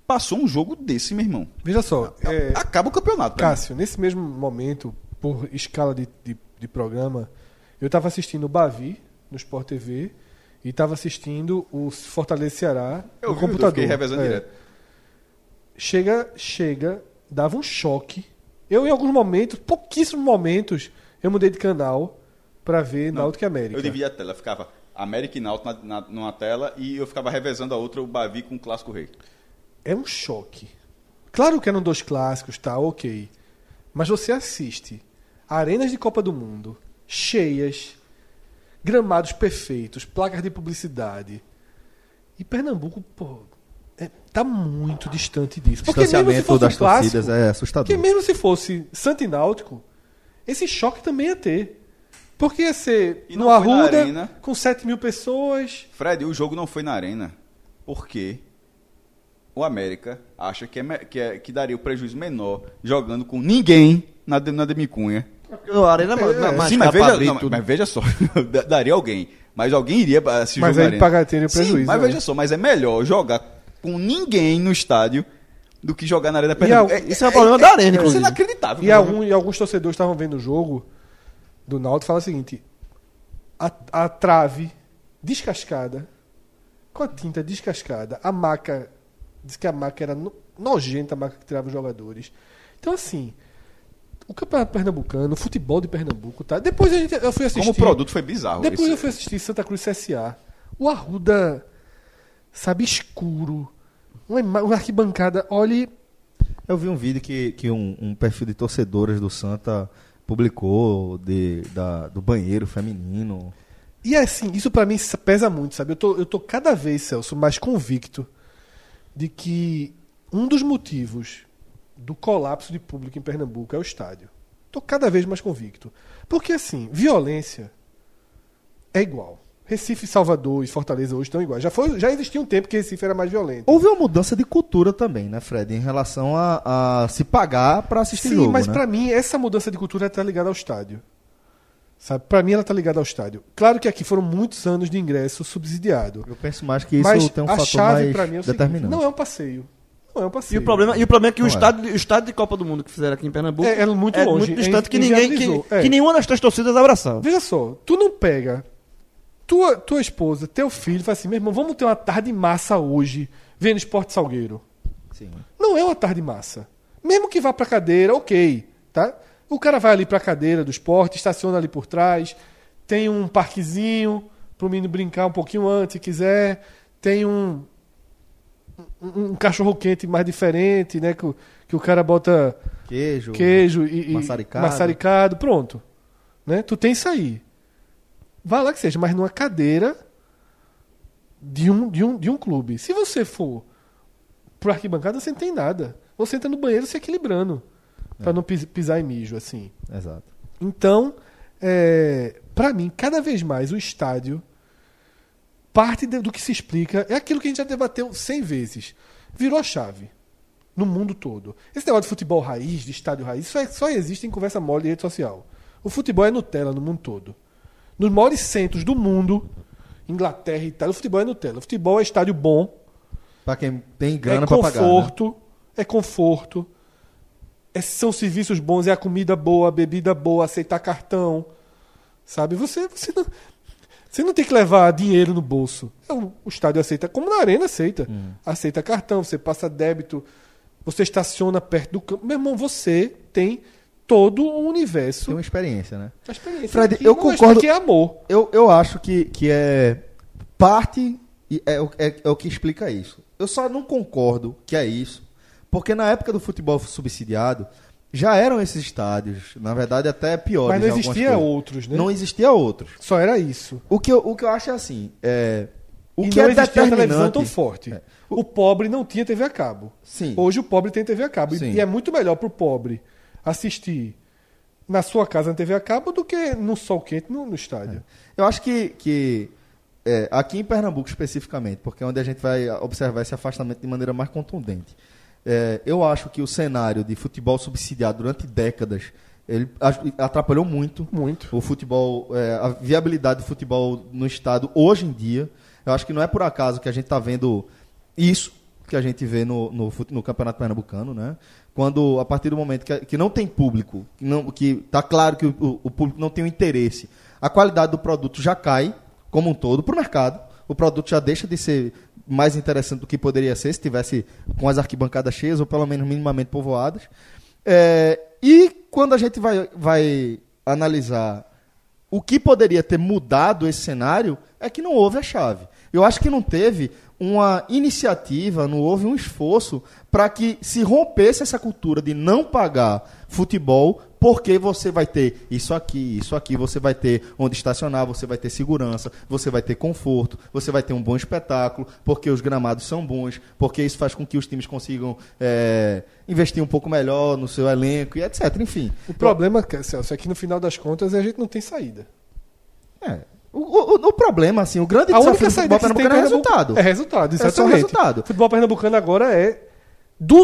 E: passou um jogo desse, meu irmão.
C: Veja só, é, Ah,
E: Acaba o campeonato. né? pra
C: Cássio, nesse mesmo momento, por escala de, de, de programa, eu estava assistindo o Bavi no Sport TV e tava assistindo o Fortaleza e Ceará
E: Eu
C: no
E: vi, eu
C: computador.
E: fiquei revezando
C: É.
E: direto.
C: Chega, chega, dava um choque. Eu em alguns momentos, pouquíssimos momentos, eu mudei de canal pra ver Náutico e América.
E: Eu dividia a tela, ficava América e Náutico na, na, numa tela e eu ficava revezando a outra o Bavi com o Clássico Rei.
C: é um choque. Claro que eram dois clássicos, tá, ok. Mas você assiste arenas de Copa do Mundo, cheias, gramados perfeitos, placas de publicidade. E Pernambuco, pô, é- tá muito distante disso. Porque mesmo se
B: distanciamento
C: fosse
B: das
C: um clássico,
B: torcidas é assustador.
C: porque mesmo se fosse Santa e Náutico, esse choque também ia ter. Porque ia ser
E: E
C: no
E: não foi na
C: Arruda,
E: arena.
C: com 7 mil pessoas.
E: Fred, o jogo não foi na arena porque o América acha que, é, me- que, é- que daria o prejuízo menor jogando com ninguém na, de- na Demicunha.
D: A arena é, é, mais né?
E: Sim, Ah, mas
D: pra
E: veja,
D: abrir
E: não,
D: tudo.
E: mas veja só, da- daria alguém. Mas alguém iria assistir
C: Mas
E: jogo na
C: aí
E: arena.
C: paga- teria o prejuízo,
E: Sim, mas
C: né?
E: veja só, mas é melhor jogar com ninguém no estádio do que jogar na arena Pernambuco.
C: a-
D: isso é um problema da arena,
E: Isso é
D: inclusive.
E: inacreditável.
C: E, algum- e alguns torcedores estavam vendo o jogo do Náutico e falaram o seguinte: a, a trave descascada, com a tinta descascada, a maca. Diz que a maca era no- nojenta, a maca que tirava os jogadores. Então, assim, o campeonato pernambucano, o futebol de Pernambuco, tá? Depois a gente, eu fui assistir.
E: Como produto foi bizarro.
C: Depois
E: esse-
C: eu fui assistir Santa Cruz CSA. O Arruda, sabe, escuro. Uma, ima- uma arquibancada, olhe.
B: Eu vi um vídeo que, que um, um perfil de torcedoras do Santa publicou de, da- do banheiro feminino.
C: E assim, isso pra mim pesa muito, sabe? Eu tô, eu tô cada vez, Celso, mais convicto de que um dos motivos do colapso de público em Pernambuco é o estádio. Tô cada vez mais convicto. Porque assim, violência é igual. Recife, Salvador e Fortaleza hoje estão iguais. Já, foi, já existia um tempo que Recife era mais violento.
B: Houve uma mudança de cultura também, né, Fred? Em relação a, a se pagar para assistir
C: Sim,
B: jogo,
C: mas
B: né?
C: pra mim essa mudança de cultura tá ligada ao estádio. Sabe? Pra mim ela tá ligada ao estádio. Claro que aqui foram muitos anos de ingresso subsidiado.
B: Eu penso mais que isso tem um
C: a
B: fator
C: chave
B: mais
C: pra mim é o seguinte,
B: determinante.
C: não é um passeio. Não é um
D: E
C: passeio.
D: o, problema, e o problema é que o
B: Não é.
D: estádio, o estádio de Copa do Mundo que fizeram aqui em Pernambuco
C: É, é muito longe,
D: muito distante
C: é,
D: que, ninguém,
C: inviabilizou,
D: que,
C: é.
D: que nenhuma das três torcidas abraçava.
C: Veja só, tu não pega tua, tua esposa, teu filho, e fala assim, meu irmão, vamos ter uma tarde massa hoje, vendo Esporte Salgueiro.
B: Sim.
C: Não é uma tarde massa. Mesmo que vá pra cadeira, ok, tá? O cara vai ali pra cadeira do esporte, estaciona ali por trás, tem um parquezinho pro menino brincar um pouquinho antes, se quiser, tem um um, um cachorro quente mais diferente, né, que, o- que o cara bota
B: Queijo.
C: queijo e, e
B: Maçaricado.
C: maçaricado, pronto. Né? Tu tem isso aí. Vai lá que seja, mas numa cadeira de um, de um, de um clube. Se você for pro arquibancada, você não tem nada. Você entra no banheiro se equilibrando. Pra não pis- pisar em mijo, assim.
B: Exato.
C: Então, é, para mim, cada vez mais o estádio, parte de- do que se explica, é aquilo que a gente já debateu 100 vezes. Virou a chave. No mundo todo. Esse negócio de futebol raiz, de estádio raiz, só, só existe em conversa mole e rede social. O futebol é Nutella no mundo todo. Nos maiores centros do mundo, Inglaterra e Itália, o futebol é Nutella. O futebol é estádio bom,
B: Pra quem tem grana
C: é
B: pra pagar. né?
C: conforto, é conforto. é- são serviços bons, é a comida boa, a bebida boa, aceitar cartão. Sabe? Você, você, não, você não tem que levar dinheiro no bolso. É, O, o estádio aceita, como na arena aceita.
B: Hum.
C: Aceita cartão, você passa débito, você estaciona perto do campo. Meu irmão, você tem todo o universo.
B: Tem uma experiência, né?
C: A experiência
B: Fred,
C: aqui
B: eu
C: não é-
B: concordo-
C: aqui é amor.
B: eu, eu acho que, que é parte e é, o- é, é o que explica isso. Eu só não concordo que é isso, porque na época do futebol subsidiado já eram esses estádios, na verdade até piores.
C: Mas não
B: em algumas
C: existia
B: coisas.
C: outros, né?
B: Não existia outros.
C: Só era isso.
B: O que eu, o que eu acho é assim, é, o
C: e
B: que
C: não
B: é
C: existia uma
B: determinante.
C: televisão tão forte.
B: É.
C: O pobre não tinha TV a cabo.
B: Sim.
C: Hoje o pobre tem TV a cabo. E-
B: Sim.
C: E é muito melhor pro pobre assistir na sua casa na TV a cabo do que no sol quente no, no estádio.
B: Eu acho que, que é, aqui em Pernambuco especificamente, porque é onde a gente vai observar esse afastamento de maneira mais contundente. É, eu acho que o cenário de futebol subsidiado durante décadas ele a- atrapalhou muito
C: Muito.
B: o futebol, é, a viabilidade do futebol no estado hoje em dia. Eu acho que não é por acaso que a gente está vendo isso que a gente vê no, no, fut- no Campeonato Pernambucano, né? Quando, a partir do momento que, que não tem público, que, não, que tá claro que o, o- o público não tem o interesse, a qualidade do produto já cai, como um todo, para o mercado. o produto já deixa de ser mais interessante do que poderia ser se tivesse com as arquibancadas cheias ou pelo menos minimamente povoadas. É, e quando a gente vai, vai analisar o que poderia ter mudado esse cenário é que não houve a chave. Eu acho que não teve uma iniciativa, não houve um esforço para que se rompesse essa cultura de não pagar futebol, porque você vai ter isso aqui, isso aqui, você vai ter onde estacionar, você vai ter segurança, você vai ter conforto, você vai ter um bom espetáculo, porque os gramados são bons, porque isso faz com que os times consigam eh, investir um pouco melhor no seu elenco e etc. Enfim.
C: O problema, Celso, é que no final das contas a gente não tem saída.
B: É. O, o- o problema, assim, o grande
C: A
B: desafio
C: única
B: do
C: saída
B: futebol
C: que se
B: pernambucano é
C: tem em
B: resultado.
C: Pernambuco É resultado,
B: É só
C: exatamente.
B: resultado.
C: O futebol pernambucano agora é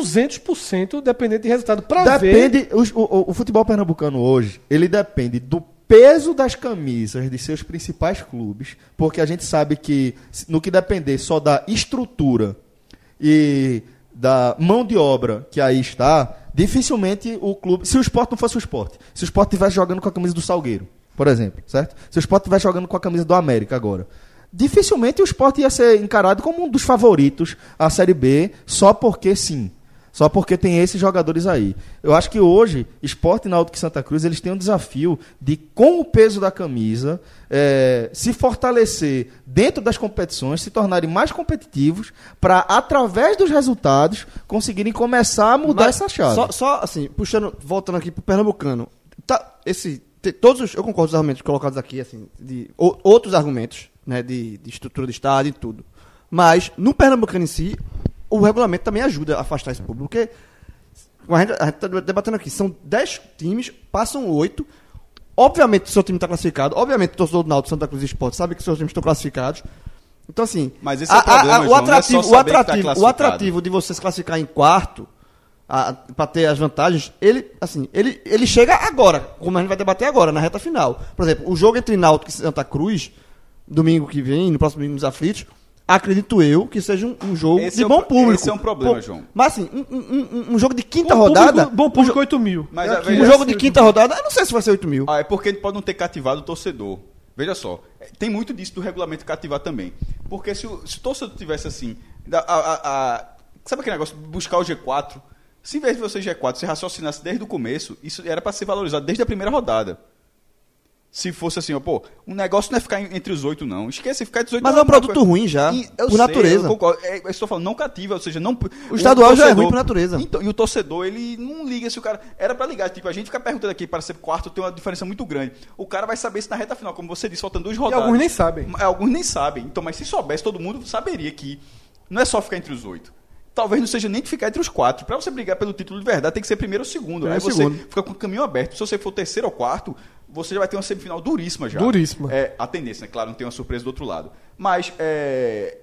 C: 200% dependente de resultado. Pra ver...
B: Depende, os- o, o- o futebol pernambucano hoje, ele depende do peso das camisas de seus principais clubes, porque a gente sabe que se- no que depender só da estrutura e da mão de obra que aí está, dificilmente o clube, se o esporte não fosse o esporte, se o esporte estivesse jogando com a camisa do Salgueiro, por exemplo, certo? Se o esporte estivesse jogando com a camisa do América agora, dificilmente o esporte ia ser encarado como um dos favoritos à Série B só porque sim. Só porque tem esses jogadores aí. Eu acho que hoje, Sport e Náutico e Santa Cruz, eles têm um desafio de, com o peso da camisa, eh, se fortalecer dentro das competições, se tornarem mais competitivos, para, através dos resultados, conseguirem começar a mudar
D: Mas
B: essa chave.
D: Só, só, assim, puxando, voltando aqui pro Pernambucano. Tá, esse, te- todos os, eu concordo com os argumentos colocados aqui, assim, de o- outros argumentos, né, de, de estrutura de estádio e tudo. Mas, no Pernambucano em si, o regulamento também ajuda a afastar esse público, porque a gente, a gente tá debatendo aqui, são 10 times, passam 8, obviamente seu time está classificado, obviamente o torcedor do Náutico, Santa Cruz e Esporte sabe que seus times estão classificados, então assim,
E: Mas esse é o problema, João,
D: o
E: não é
D: atrativo,
E: só
D: o,
E: saber que tá
D: atrativo, o
E: classificado.
D: atrativo objetivo de você se classificar em quarto para ter as vantagens, ele, assim, ele, ele chega agora, como a gente vai debater agora, na reta final. Por exemplo, o jogo entre Náutico e Santa Cruz, domingo que vem, no próximo domingo nos aflitos, acredito eu que seja um, um jogo
E: Esse
D: de
E: é um
D: bom
E: pro-
D: público.
E: esse é um problema,
D: Pô,
E: João.
D: Mas assim, um, um- um- um jogo de quinta
C: Bom
D: rodada,
C: público- bom público, 8 mil.
E: Mas
C: É
E: a-
C: aqui.
E: veja-
D: um jogo de quinta rodada, eu não sei se vai ser 8 mil.
E: Ah, é porque ele pode não ter cativado o torcedor. Veja só, eh, tem muito disso do regulamento cativar também. Porque se o, se o torcedor tivesse assim. da- a- a- a- sabe aquele negócio de buscar o G4? Se em vez de você G4, você raciocinasse desde o começo, isso era para ser valorizado desde a primeira rodada. Se fosse assim, ó, pô, um negócio não é ficar en- entre os oito, não. Esquece, ficar entre os oito.
D: Mas
E: não
D: é um
E: uma
D: produto ruim já,
E: E-
D: por
E: sei,
D: natureza.
E: Eu concordo. É, eu estou falando, não cativa, ou seja, não. O
D: estadual já é ruim por natureza.
E: então, e o torcedor, ele não liga se o cara. Era pra ligar, tipo, a gente fica perguntando aqui para ser quarto, tem uma diferença muito grande. O cara vai saber isso na reta final, como você disse, faltando duas rodadas.
C: alguns nem sabem.
E: É, Alguns nem sabem. Então, mas se soubesse, todo mundo saberia que não é só ficar entre os oito. Talvez não seja nem de ficar entre os quatro. Pra você brigar pelo título de verdade, tem que ser primeiro ou segundo. Aí
D: Primeiro ou
E: você
D: segundo.
E: fica com o caminho aberto. Se você for terceiro ou quarto, você já vai ter uma semifinal duríssima já.
C: Duríssima.
E: É, a tendência, né? Claro, não tem uma surpresa do outro lado. Mas, é,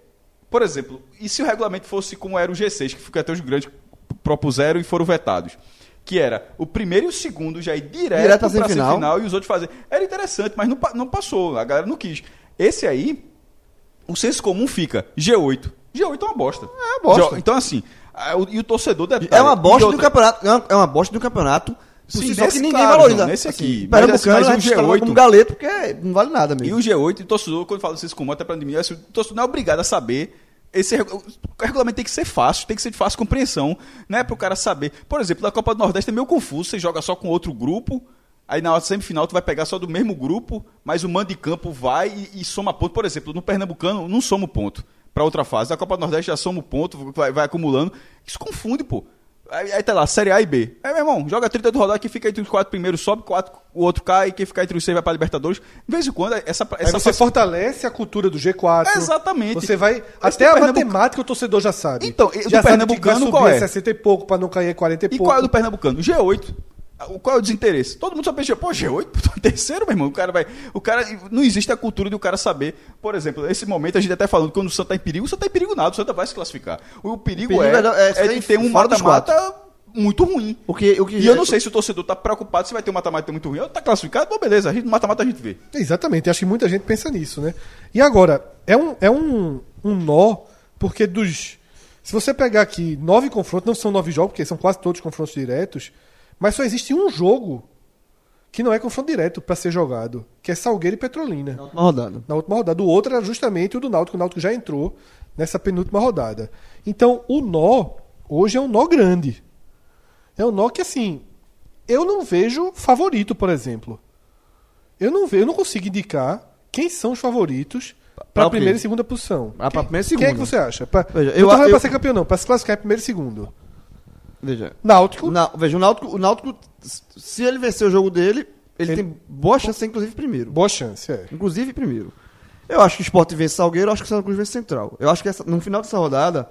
E: por exemplo, e se o regulamento fosse como era o G6, que foi até os grandes propuseram e foram vetados? Que era o primeiro e o segundo já ir direto,
D: Direto à
E: pra
D: semifinal.
E: e os outros fazer. Era interessante, mas não, pa- não passou, a galera não quis. Esse aí, o senso comum fica G8. G8 é uma bosta. É
D: uma bosta.
E: Então, assim, a- o- e o torcedor deve.
D: É uma bosta
E: e
D: do campeonato, é uma, é uma bosta do campeonato, por
E: Sim,
D: si só que
E: nesse,
D: ninguém
E: claro,
D: valoriza.
E: João, nesse aqui. Mas,
D: Pernambucano,
E: assim, mas
D: a
E: o
D: gente está
E: G8
D: como um galeto, porque não vale nada
E: E
D: mesmo.
E: o G8, e o torcedor, quando fala vocês comum, até pra mim, assim, o torcedor não é obrigado a saber. Esse regu- o regulamento tem que ser fácil, tem que ser de fácil compreensão, né? Pro cara saber. Por exemplo, na Copa do Nordeste é meio confuso, você joga só com outro grupo, aí na hora da semifinal tu vai pegar só do mesmo grupo, mas o mando de campo vai e, e soma ponto. Por exemplo, no Pernambucano não soma o ponto pra outra fase. Na Copa do Nordeste já soma o ponto, vai, vai acumulando. Isso confunde, pô. Aí, aí tá lá, Série A e B. Aí, meu irmão, joga 38 rodadas, que fica entre os quatro primeiros, sobe quatro, o outro cai, e quem ficar entre os seis vai pra Libertadores. De vez em quando, essa,
C: Aí
E: essa
C: você
E: facilidade-
C: fortalece a cultura do G4.
E: Exatamente.
C: Você vai.
E: Mas
C: até
E: do
C: a
E: Pernambuco-
C: matemática o torcedor já sabe.
E: Então,
C: já
E: e do
C: sabe que vai
E: Pernambucano,
C: subir
E: qual é?
C: a 60 e pouco pra não cair a 40 e,
E: E
D: um
C: pouco.
E: qual é o do Pernambucano? O G8. O- Qual é o desinteresse? Todo mundo só pensa, pô, G8, pô, tô em terceiro, meu irmão. O cara vai. O cara. Não existe a cultura de o cara saber. Por exemplo, nesse momento a gente até falando que quando o Santa tá em perigo, o Santa tá em perigo nada, o Santa vai se classificar. O perigo,
D: perigo é-
E: é,
D: é
E: é, de ter um
D: fora dos
E: mata-mata muito ruim.
D: O que, o que
E: E eu não sei se o torcedor tá preocupado se vai ter um mata-mata muito ruim. Ou tá classificado, bom, beleza, a gente, mata-mata a gente vê.
C: Exatamente, acho que muita gente pensa nisso, né? E agora, é um, é um, um nó, porque dos. Se você pegar aqui nove confrontos, não são nove jogos, porque são quase todos confrontos diretos, mas só existe um jogo que não é confronto direto pra ser jogado, que é Salgueiro e Petrolina.
D: Na última rodada.
C: Na última rodada. O outro era justamente o do Náutico. O Náutico já entrou nessa penúltima rodada. Então, o nó hoje é um nó grande. É um nó que, assim, eu não vejo favorito, por exemplo. Eu não vejo, eu não consigo indicar quem são os favoritos
D: pra
C: para
D: o quê?
C: primeira e segunda posição.
D: Ah, pra
C: Quem-
D: primeira e
C: Quem é que
D: segunda.
C: você acha? Pra,
D: Veja,
C: não
D: eu-
C: tô falando
D: eu-
C: pra ser campeão, não. Pra se classificar em primeiro e segundo.
D: Veja.
C: Náutico,
D: O Na- veja, o Náutico, o Náutico, se ele vencer o jogo dele, ele,
C: Ele-
D: tem boa chance, de ser, inclusive, primeiro.
C: boa chance, é.
D: Inclusive, primeiro. Eu acho que o Sport vence Salgueiro, eu acho que o Santa Cruz vence Central. Eu acho que essa- no final dessa rodada,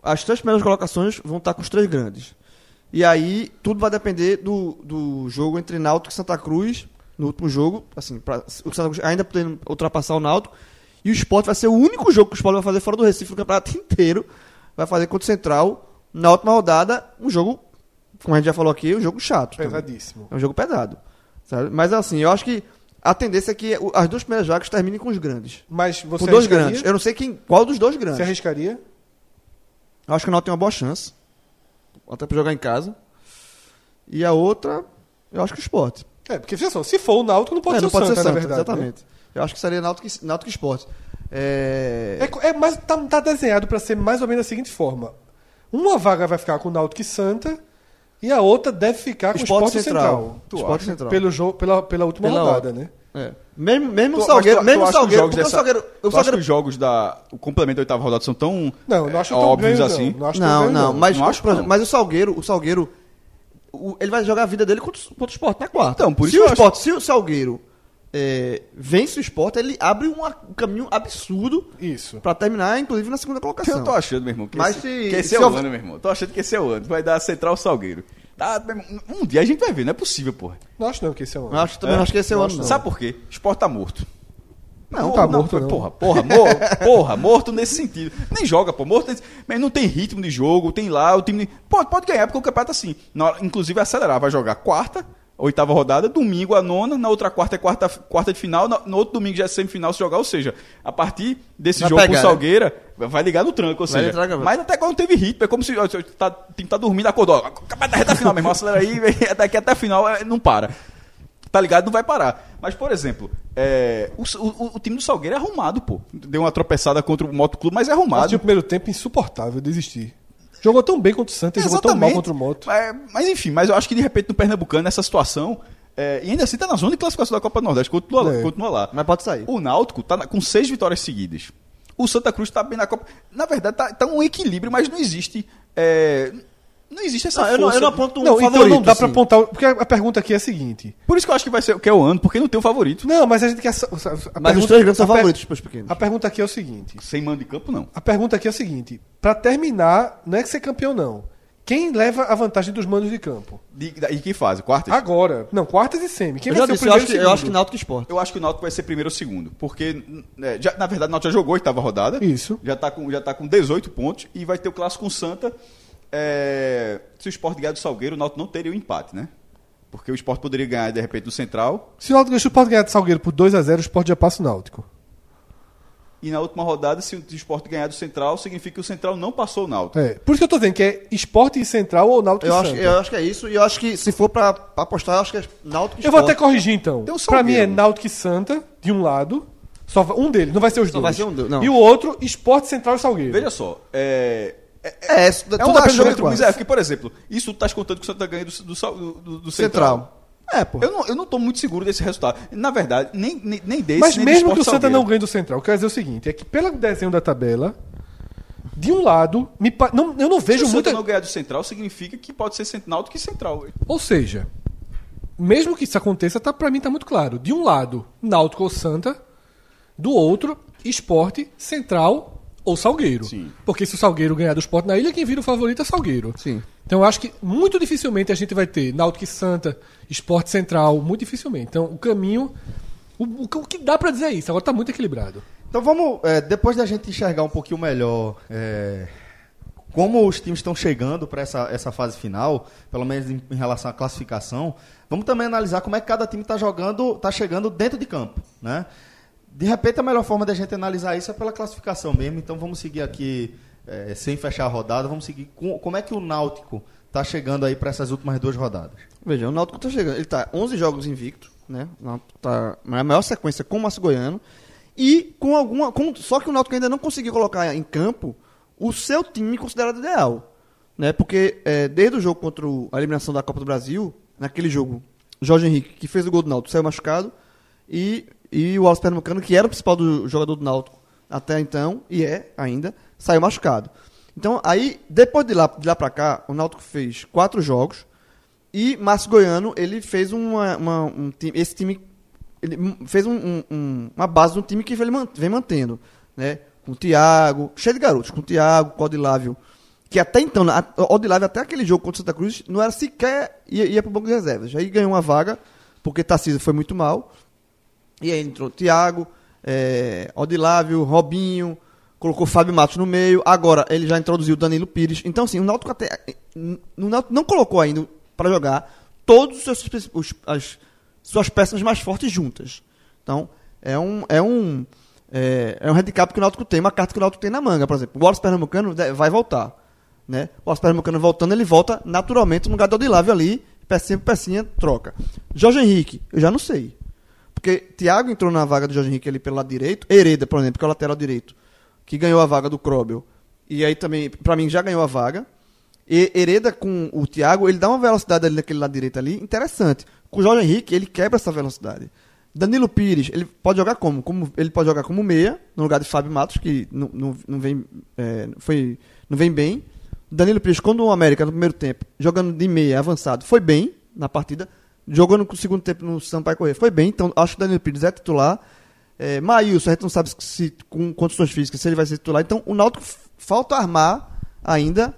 D: as três primeiras colocações vão estar com os três grandes. E aí, tudo vai depender do, do jogo entre Náutico e Santa Cruz, no último jogo, assim, pra, o Santa Cruz ainda podendo ultrapassar o Náutico. E o Sport vai ser o único jogo que o Sport vai fazer fora do Recife no campeonato inteiro. Vai fazer contra o Central, na última rodada, um jogo, como a gente já falou aqui, um jogo chato. também.
C: Pesadíssimo.
D: É um jogo pesado. Sabe? Mas assim, eu acho que a tendência é que o- as duas primeiras vagas terminem com os grandes.
C: Mas você
D: com dois
C: arriscaria?
D: grandes. Eu não sei quem, qual dos dois grandes.
C: Você arriscaria?
D: Eu acho que o Náutico tem uma boa chance. Até pra jogar em casa. E a outra, eu acho que o Sport.
C: É, porque veja só, se for o Náutico, não pode
D: é,
C: ser
D: não
C: o Santa, na
D: Santa,
C: verdade. né?
D: Exatamente. Eu acho que seria Náutico e, Náutico e Sport. É...
C: É, co- é, mas tá, tá desenhado pra ser mais ou menos da seguinte forma: uma vaga vai ficar com o Náutico e Santa e a outra deve ficar com o Sport Central.
D: Tu Sport Central.
C: Pelo jogo, pela, pela última
D: Pela
C: rodada, né?
D: É. Mesmo, mesmo o
E: Tu-
D: Salgueiro,
E: mas tu- tu
D: mesmo o
E: acha que os
D: Salgueiro,
E: jogos
D: porque o
E: dessa-
D: Salgueiro,
E: Tu
D: o
E: acha que
D: Salgueiro
E: os jogos da. O complemento da oitava rodada são tão.
C: Não, eu não acho
E: é,
C: tão
E: óbvios
C: ganho,
E: assim.
C: Não, não acho tão
D: Não,
C: ganho,
D: não, mas,
E: Não acho,
D: por exemplo,
E: não.
D: mas o Salgueiro, o Salgueiro, o- ele vai jogar a vida dele contra, o- contra o Sport na quarta.
E: Então, por
D: se
E: isso
D: o
E: eu acho-
D: Sport, Se o Salgueiro é, vence o Sport, ele abre um, a- um caminho absurdo
C: Isso.
D: pra terminar, inclusive, na segunda
E: Eu
D: colocação.
E: tô achando, meu irmão, que,
D: Mas
E: esse,
D: se-
E: que esse
D: se
E: é o
D: houver-
E: ano, meu irmão. Tô achando que esse é o ano. Vai dar Central Salgueiro. Tá, meu irmão, um dia a gente vai ver, não é possível, porra.
C: Não acho não que esse é um.
D: Eu acho, também
E: É?
D: não acho que esse é o ano, não.
E: Sabe por quê? Sport tá morto.
D: Não,
C: tá morto, não.
E: Porra, porra, mor- porra, morto nesse sentido. Nem joga, pô, morto nesse... Mas não tem ritmo de jogo, tem lá, o time... Pode, pode ganhar, porque o campeonato assim, na hora- inclusive vai acelerar, vai jogar quarta, oitava rodada, domingo a nona, na outra quarta é quarta, quarta de final, na- no outro domingo já é semifinal se jogar, ou seja, a partir desse
D: Vai
E: jogo
D: pegar,
E: com
D: né?
E: o Salgueira, vai ligar no tranco, ou
D: Vai
E: seja,
D: entrar,
E: mas até agora não teve ritmo, é como se ó, o tá, o time tá dormindo, acordou, ó, acabou da reta final, meu irmão, acelera aí, daqui até a final é, não para tá ligado? Não vai parar. Mas, por exemplo, é, o, o- o time do Salgueiro é arrumado, pô. Deu uma tropeçada contra o Moto Clube, mas é arrumado.
C: Assisti o primeiro tempo insuportável, desisti. Jogou tão bem contra o Santa e jogou tão mal contra o Moto.
E: Mas, É, mas, enfim, mas eu acho que de repente no Pernambucano, nessa situação, é, e ainda assim tá na zona de classificação da Copa do Nordeste, continua, lá-
C: É.
E: continua lá.
D: Mas pode sair.
E: O Náutico tá na- com seis vitórias seguidas. O Santa Cruz tá bem na Copa. Na verdade, tá, tá um equilíbrio, mas não existe. é, não existe essa
D: Não, eu, não,
E: força.
D: eu não aponto um
C: Não,
D: favorito.
C: então não dá pra
D: assim.
C: apontar. o- Porque a a pergunta aqui é a seguinte.
E: Por isso que eu acho que vai ser que é o ano, porque não tem o favorito.
C: Não, mas a gente quer. sa- sa- a
D: Mas os
C: pergunta-
D: três grandes são
C: a per-
D: favoritos pros pequenos.
C: A pergunta aqui é o seguinte.
E: Sem mando de campo, não.
C: A pergunta aqui é o seguinte: Pra terminar, não é que ser campeão, não. Quem leva a vantagem dos manos de campo?
E: De, da- e que fase? Quartas?
C: Agora. Não, quartas e semi. Quem
D: Eu
C: vai
D: já
C: ser o
D: disse, eu
C: primeiro
D: acho,
C: e
D: que, eu
C: segundo?
D: acho que Náutico e Sport.
E: Eu acho que o Náutico vai ser primeiro ou segundo, porque né, já- na verdade o Náutico já jogou a oitava rodada.
C: Isso.
E: Já tá com já tá com 18 pontos e vai ter o clássico com o Santa. é, se o Sport ganhar do Salgueiro, o Náutico não teria o empate, né? Porque o Sport poderia ganhar de repente do Central
C: Se o Náutico se o Sport ganhar de Salgueiro por 2x0, o Sport já passa o Náutico.
E: e na última rodada, se o Sport ganhar do Central, significa que o Central não passou o Náutico.
C: É. Por isso que eu tô dizendo que é Sport e Central ou Náutico
D: Eu
C: e
D: acho,
C: Santa.
D: eu acho que é isso. E eu acho que, se for pra pra apostar, eu acho que é Náutico e
C: Eu vou
D: Sport. um
C: até corrigir então.
E: Tem o
C: Pra
E: Salgueiro.
C: mim é Náutico e Santa, de um lado. Só va- um deles, não vai ser os
D: Só
C: dois.
D: vai ser um deles, não.
C: E o outro, Sport Central e Salgueiro.
E: Veja só, é,
D: É, isso-
E: é
D: tudo
E: um
D: depende do
E: achômetro
D: jogo de
E: bizarro, porque, por exemplo, isso tu tá contando que o Santa ganha do, do, Sal- do- do- do Central.
D: Central. É, pô.
E: Eu não, eu não tô muito seguro desse resultado. Na verdade, nem, nem, nem desse,
C: Mas
E: nem do
C: mesmo que o
E: Sport
C: Santa
E: Salgueiro.
C: não ganhe do Central, eu quero dizer o seguinte: é que pelo desenho da tabela, de um lado, me pa- não- eu não
E: Se
C: vejo
E: o
C: muita.
E: Santa não ganhar do Central, significa que pode ser Cent- Náutico que Central. velho.
C: Ou seja, mesmo que isso aconteça, tá, para mim tá muito claro. De um lado, Náutico ou Santa, do outro, Esporte, Central ou Salgueiro.
E: Sim.
C: Porque se o Salgueiro ganhar do Esporte na ilha, quem vira o favorito é Salgueiro.
D: Sim.
C: Então eu acho que muito dificilmente a gente vai ter Náutico e Santa, Esporte Central, muito dificilmente. Então o caminho. O, o- o que dá pra dizer é isso, agora tá muito equilibrado.
B: Então vamos, é, depois da gente enxergar um pouquinho melhor é, como os times estão chegando para essa, essa fase final, pelo menos em, em relação à classificação, vamos também analisar como é que cada time está jogando, está chegando dentro de campo, né? De repente a melhor forma da gente analisar isso é pela classificação mesmo, então vamos seguir aqui é, sem fechar a rodada, vamos seguir com- como é que o Náutico tá chegando aí para essas últimas duas rodadas?
D: Veja, o Náutico tá chegando. Ele tá 11 jogos invicto, né? O Náutico Tá na maior sequência com o Márcio Goiano. E com alguma. com- só que o Náutico ainda não conseguiu colocar em campo o seu time considerado ideal. Né? Porque eh, desde o jogo contra o- a eliminação da Copa do Brasil, naquele jogo, Jorge Henrique, que fez o gol do Náutico, saiu machucado. E, e o Alves Pernambucano, que era o principal do, jogador do Náutico até então, e é ainda, saiu machucado. Então, aí, depois de lá, de lá pra cá, o Náutico fez quatro jogos. E Márcio Goiano, ele fez uma, uma- um time, esse time, ele hum, fez um- um- um- uma base de um time que ele man- vem mantendo, né? Com o Thiago, cheio de garotos, com o Thiago, com o Odilávio, que até então, na- o Odilávio até aquele jogo contra o Santa Cruz, não era sequer, ia, ia pro banco de reservas. Aí ganhou uma vaga, porque Tarcísio foi muito mal, e aí entrou Thiago, eh, Odilávio, Robinho, colocou Fábio Matos no meio. Agora ele já introduziu Danilo Pires. Então, assim, o Náutico até. eh, n- O Náutico não colocou ainda para jogar todas as suas peças mais fortes juntas. Então, é um. É um é, é um handicap que o Náutico tem, uma carta que o Náutico tem na manga, por exemplo. O Wallace Pernambucano de- vai voltar. Né? O Wallace Pernambucano voltando, ele volta naturalmente no lugar do Odilávio ali, pecinha por pecinha, troca. Jorge Henrique, eu já não sei. Porque Thiago entrou na vaga do Jorge Henrique ali pelo lado direito. Hereda, por exemplo, que é o lateral direito, que ganhou a vaga do Krobel. E aí também, pra mim, já ganhou a vaga. E Hereda com o Thiago, ele dá uma velocidade ali naquele lado direito ali, interessante. Com o Jorge Henrique, ele quebra essa velocidade. Danilo Pires, ele pode jogar como? como ele pode jogar como meia, no lugar de Fábio Matos, que não, não, não vem, é, foi, não vem bem. Danilo Pires, quando o América no primeiro tempo, jogando de meia avançado, foi bem na partida. Jogando no segundo tempo no Sampaio Correr, foi bem. Então, acho que o Danilo Pires é titular. É, Maílson, a gente não sabe se- se, com condições físicas se ele vai ser titular. Então, o Náutico f- falta armar ainda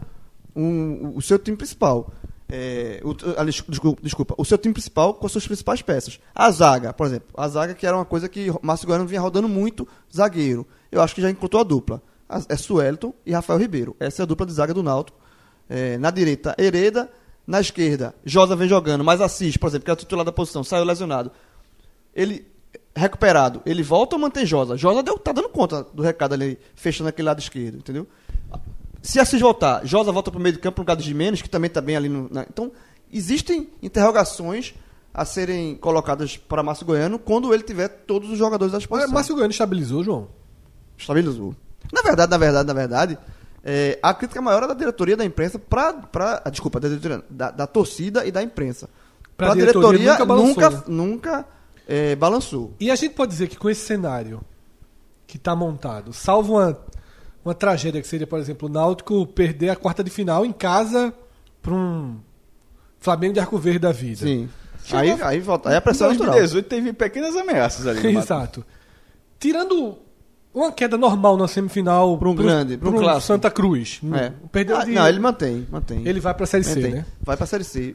D: um- o seu time principal. É, o, o- aliás, desculpa, desculpa, o seu time principal com as suas principais peças. A zaga, por exemplo. A zaga que era uma coisa que o Márcio Goiano vinha rodando muito, zagueiro. Eu acho que já encontrou a dupla. As- É Suelton e Rafael Ribeiro. Essa é a dupla de zaga do Náutico. É, na direita, Hereda. Na esquerda, Josa vem jogando, mas Assis, por exemplo, que é o titular da posição, saiu lesionado ele recuperado, ele volta ou mantém Josa? Josa deu, tá dando conta do recado ali, fechando aquele lado esquerdo, entendeu? Se Assis voltar, Josa volta pro meio de campo no lugar de Jimenez, que também tá bem ali no. na- então, existem interrogações a serem colocadas para Márcio Goiano quando ele tiver todos os jogadores à
C: Mas
D: disposição.
C: Márcio Goiano estabilizou, João.
D: Estabilizou. Na verdade, na verdade, na verdade, é, a crítica maior é da diretoria da imprensa pra. pra ah, desculpa, da, diretoria, da, da torcida e da imprensa.
C: Pra
D: Pra,
C: diretoria,
D: diretoria,
C: nunca balançou,
D: nunca,
C: né?
D: nunca, é, balançou.
C: E a gente pode dizer que com esse cenário que tá montado, salvo uma, uma tragédia que seria, por exemplo, o Náutico perder a quarta de final em casa pra um Flamengo de Arco Verde da vida.
D: Sim. Aí, aí volta. Aí a pressão é
E: em
D: natural.
E: 2018 teve pequenas ameaças ali. no mato.
C: Exato. Tirando uma queda normal na semifinal
D: Pra um
C: pro-
D: grande, pra um clássico.
C: Santa Cruz. Hum,
D: É.
C: Perdeu
D: Ah,
C: de-
D: Não, ele mantém, mantém.
C: ele vai pra Série C,
D: mantém.
C: né? um
D: Vai pra Série C.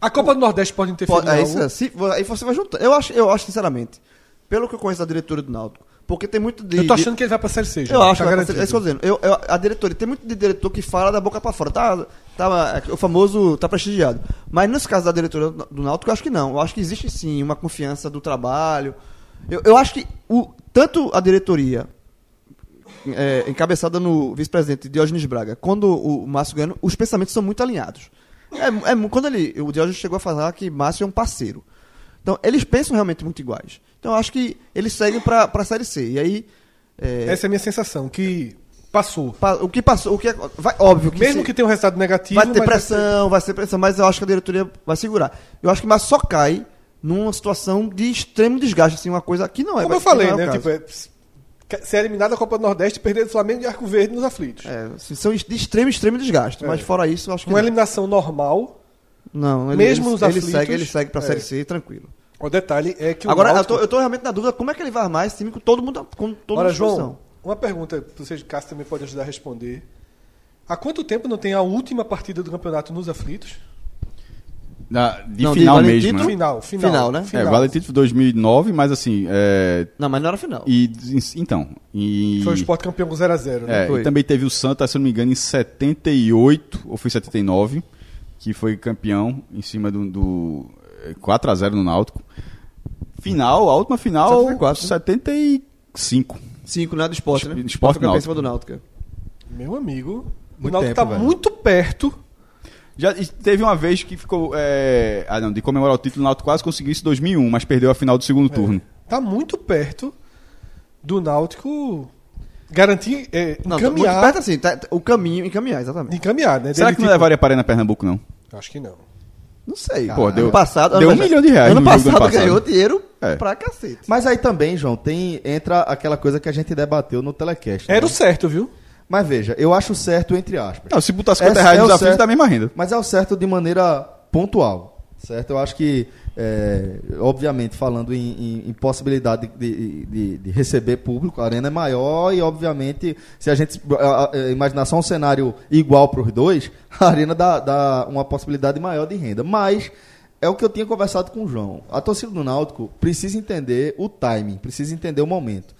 C: A Copa do Nordeste pode interferir.
D: Pode,
C: em
D: é
C: algo.
D: isso, é. Se- aí você vai juntar. Eu acho, eu acho, sinceramente, pelo que eu conheço da diretoria do Náutico, porque tem muito de...
C: Eu tô
D: de-
C: achando que ele vai pra Série C. já.
D: Eu acho,
C: tá
D: que vai
C: garantido.
D: acontecer- é isso que eu tô dizendo. Eu, eu- a diretoria, tem muito de diretor que fala da boca pra fora, tá, tá, é, o famoso tá prestigiado. Mas nesse caso da diretoria do do Náutico, eu acho que não. Eu acho que existe sim uma confiança do trabalho. Eu, eu acho que o, tanto a diretoria, é, encabeçada no vice-presidente Diógenes Braga, quando o Márcio Gano, os pensamentos são muito alinhados. É, mu- é mu- quando ele, o Diógenes chegou a falar que Márcio é um parceiro. Então, eles pensam realmente muito iguais. Então, eu acho que eles seguem pra pra Série C. E aí... é,
C: Essa é a minha sensação, que passou.
D: Pa- O que passou, o que ac- vai, óbvio que,
C: Mesmo
D: se-
C: que tenha um resultado negativo.
D: vai ter
C: mas
D: pressão, vai ser pressão, mas eu acho que a diretoria vai segurar. Eu acho que mas só cai numa situação de extremo desgaste, assim, uma coisa que não é.
C: Como
D: vai-
C: eu falei,
D: que não é
C: né?
D: o
C: Tipo,
D: caso.
C: é, ser eliminado da Copa do Nordeste e perder do Flamengo de Arco Verde nos aflitos.
D: É, assim, são de extremo, extremo desgaste.
C: É.
D: Mas fora isso, eu acho que
C: Uma
D: não.
C: eliminação normal.
D: não.
C: Um mesmo
D: ele,
C: nos
D: ele
C: aflitos,
D: segue, ele segue pra
C: é.
D: Série C, tranquilo.
C: O detalhe é que o
D: Agora, eu
C: Náutico-
D: tô, eu tô realmente na dúvida como é que ele vai armar esse time com todo mundo, com todo
C: Ora,
D: mundo
C: João, uma pergunta que vocês de casa também podem ajudar a responder. Há quanto tempo não tem a última partida do campeonato nos aflitos?
E: Na- de
D: Não, de
E: final
D: vale
E: mesmo.
D: título,
E: né?
C: Final, final.
D: Final, né?
E: É, vale título 2009, mas assim. é,
D: Não, mas não era final.
E: e, então. E,
C: Foi o Sport campeão com 0x0. né?
E: É,
D: Foi.
E: e também teve o Santa, se eu não me engano, em 78, ou foi 79, que foi campeão em cima do, do é, 4x0 no Náutico. Final, a última final,
D: 74, né?
E: 75.
D: Cinco, né? Do esporte, né?
E: Esporte
D: Esporte campeão em
E: Náutico.
D: então- cima do Náutico.
C: Meu amigo, o
G: Muito tempo,
C: Náutico tá
G: velho.
C: muito perto
E: Já e teve uma vez que ficou. é, Ah, não, de comemorar o título, o Náutico quase conseguiu isso em 2001, mas perdeu a final do segundo turno.
C: Tá muito perto do Náutico garantir, é,
D: Não, tá muito
C: encaminhar,
D: perto assim, tá- tá- o caminho encaminhar, exatamente.
C: encaminhar, né?
E: Será
C: Dele,
E: que não
C: tipo,
E: levaria Arena Pernambuco, não?
C: Acho que não.
D: Não
B: Ah,
D: sei.
E: Pô, deu-
D: ano passado,
E: deu um
D: passado-
E: milhão de reais
D: Ano
E: no jogo do
D: passado,
E: ano passado.
D: ganhou dinheiro
E: É.
D: pra cacete.
B: Mas aí também, João, tem entra aquela coisa que a gente debateu no telecast. né?
C: Era o certo, viu?
B: Mas veja, eu acho certo entre aspas.
E: Não, se botar 50
B: Essa é
E: reais tá no
B: o
E: desafio,
B: certo.
E: dá a mesma renda.
B: Mas é o certo de maneira pontual, certo? Eu acho que, é, obviamente, falando em, em- em possibilidade de, de- de receber público, a arena é maior e, obviamente, se a gente ah, ah, imaginar só um cenário igual para os dois, a arena dá, dá uma possibilidade maior de renda. Mas é o que eu tinha conversado com o João. A torcida do Náutico precisa entender o timing, precisa entender o momento.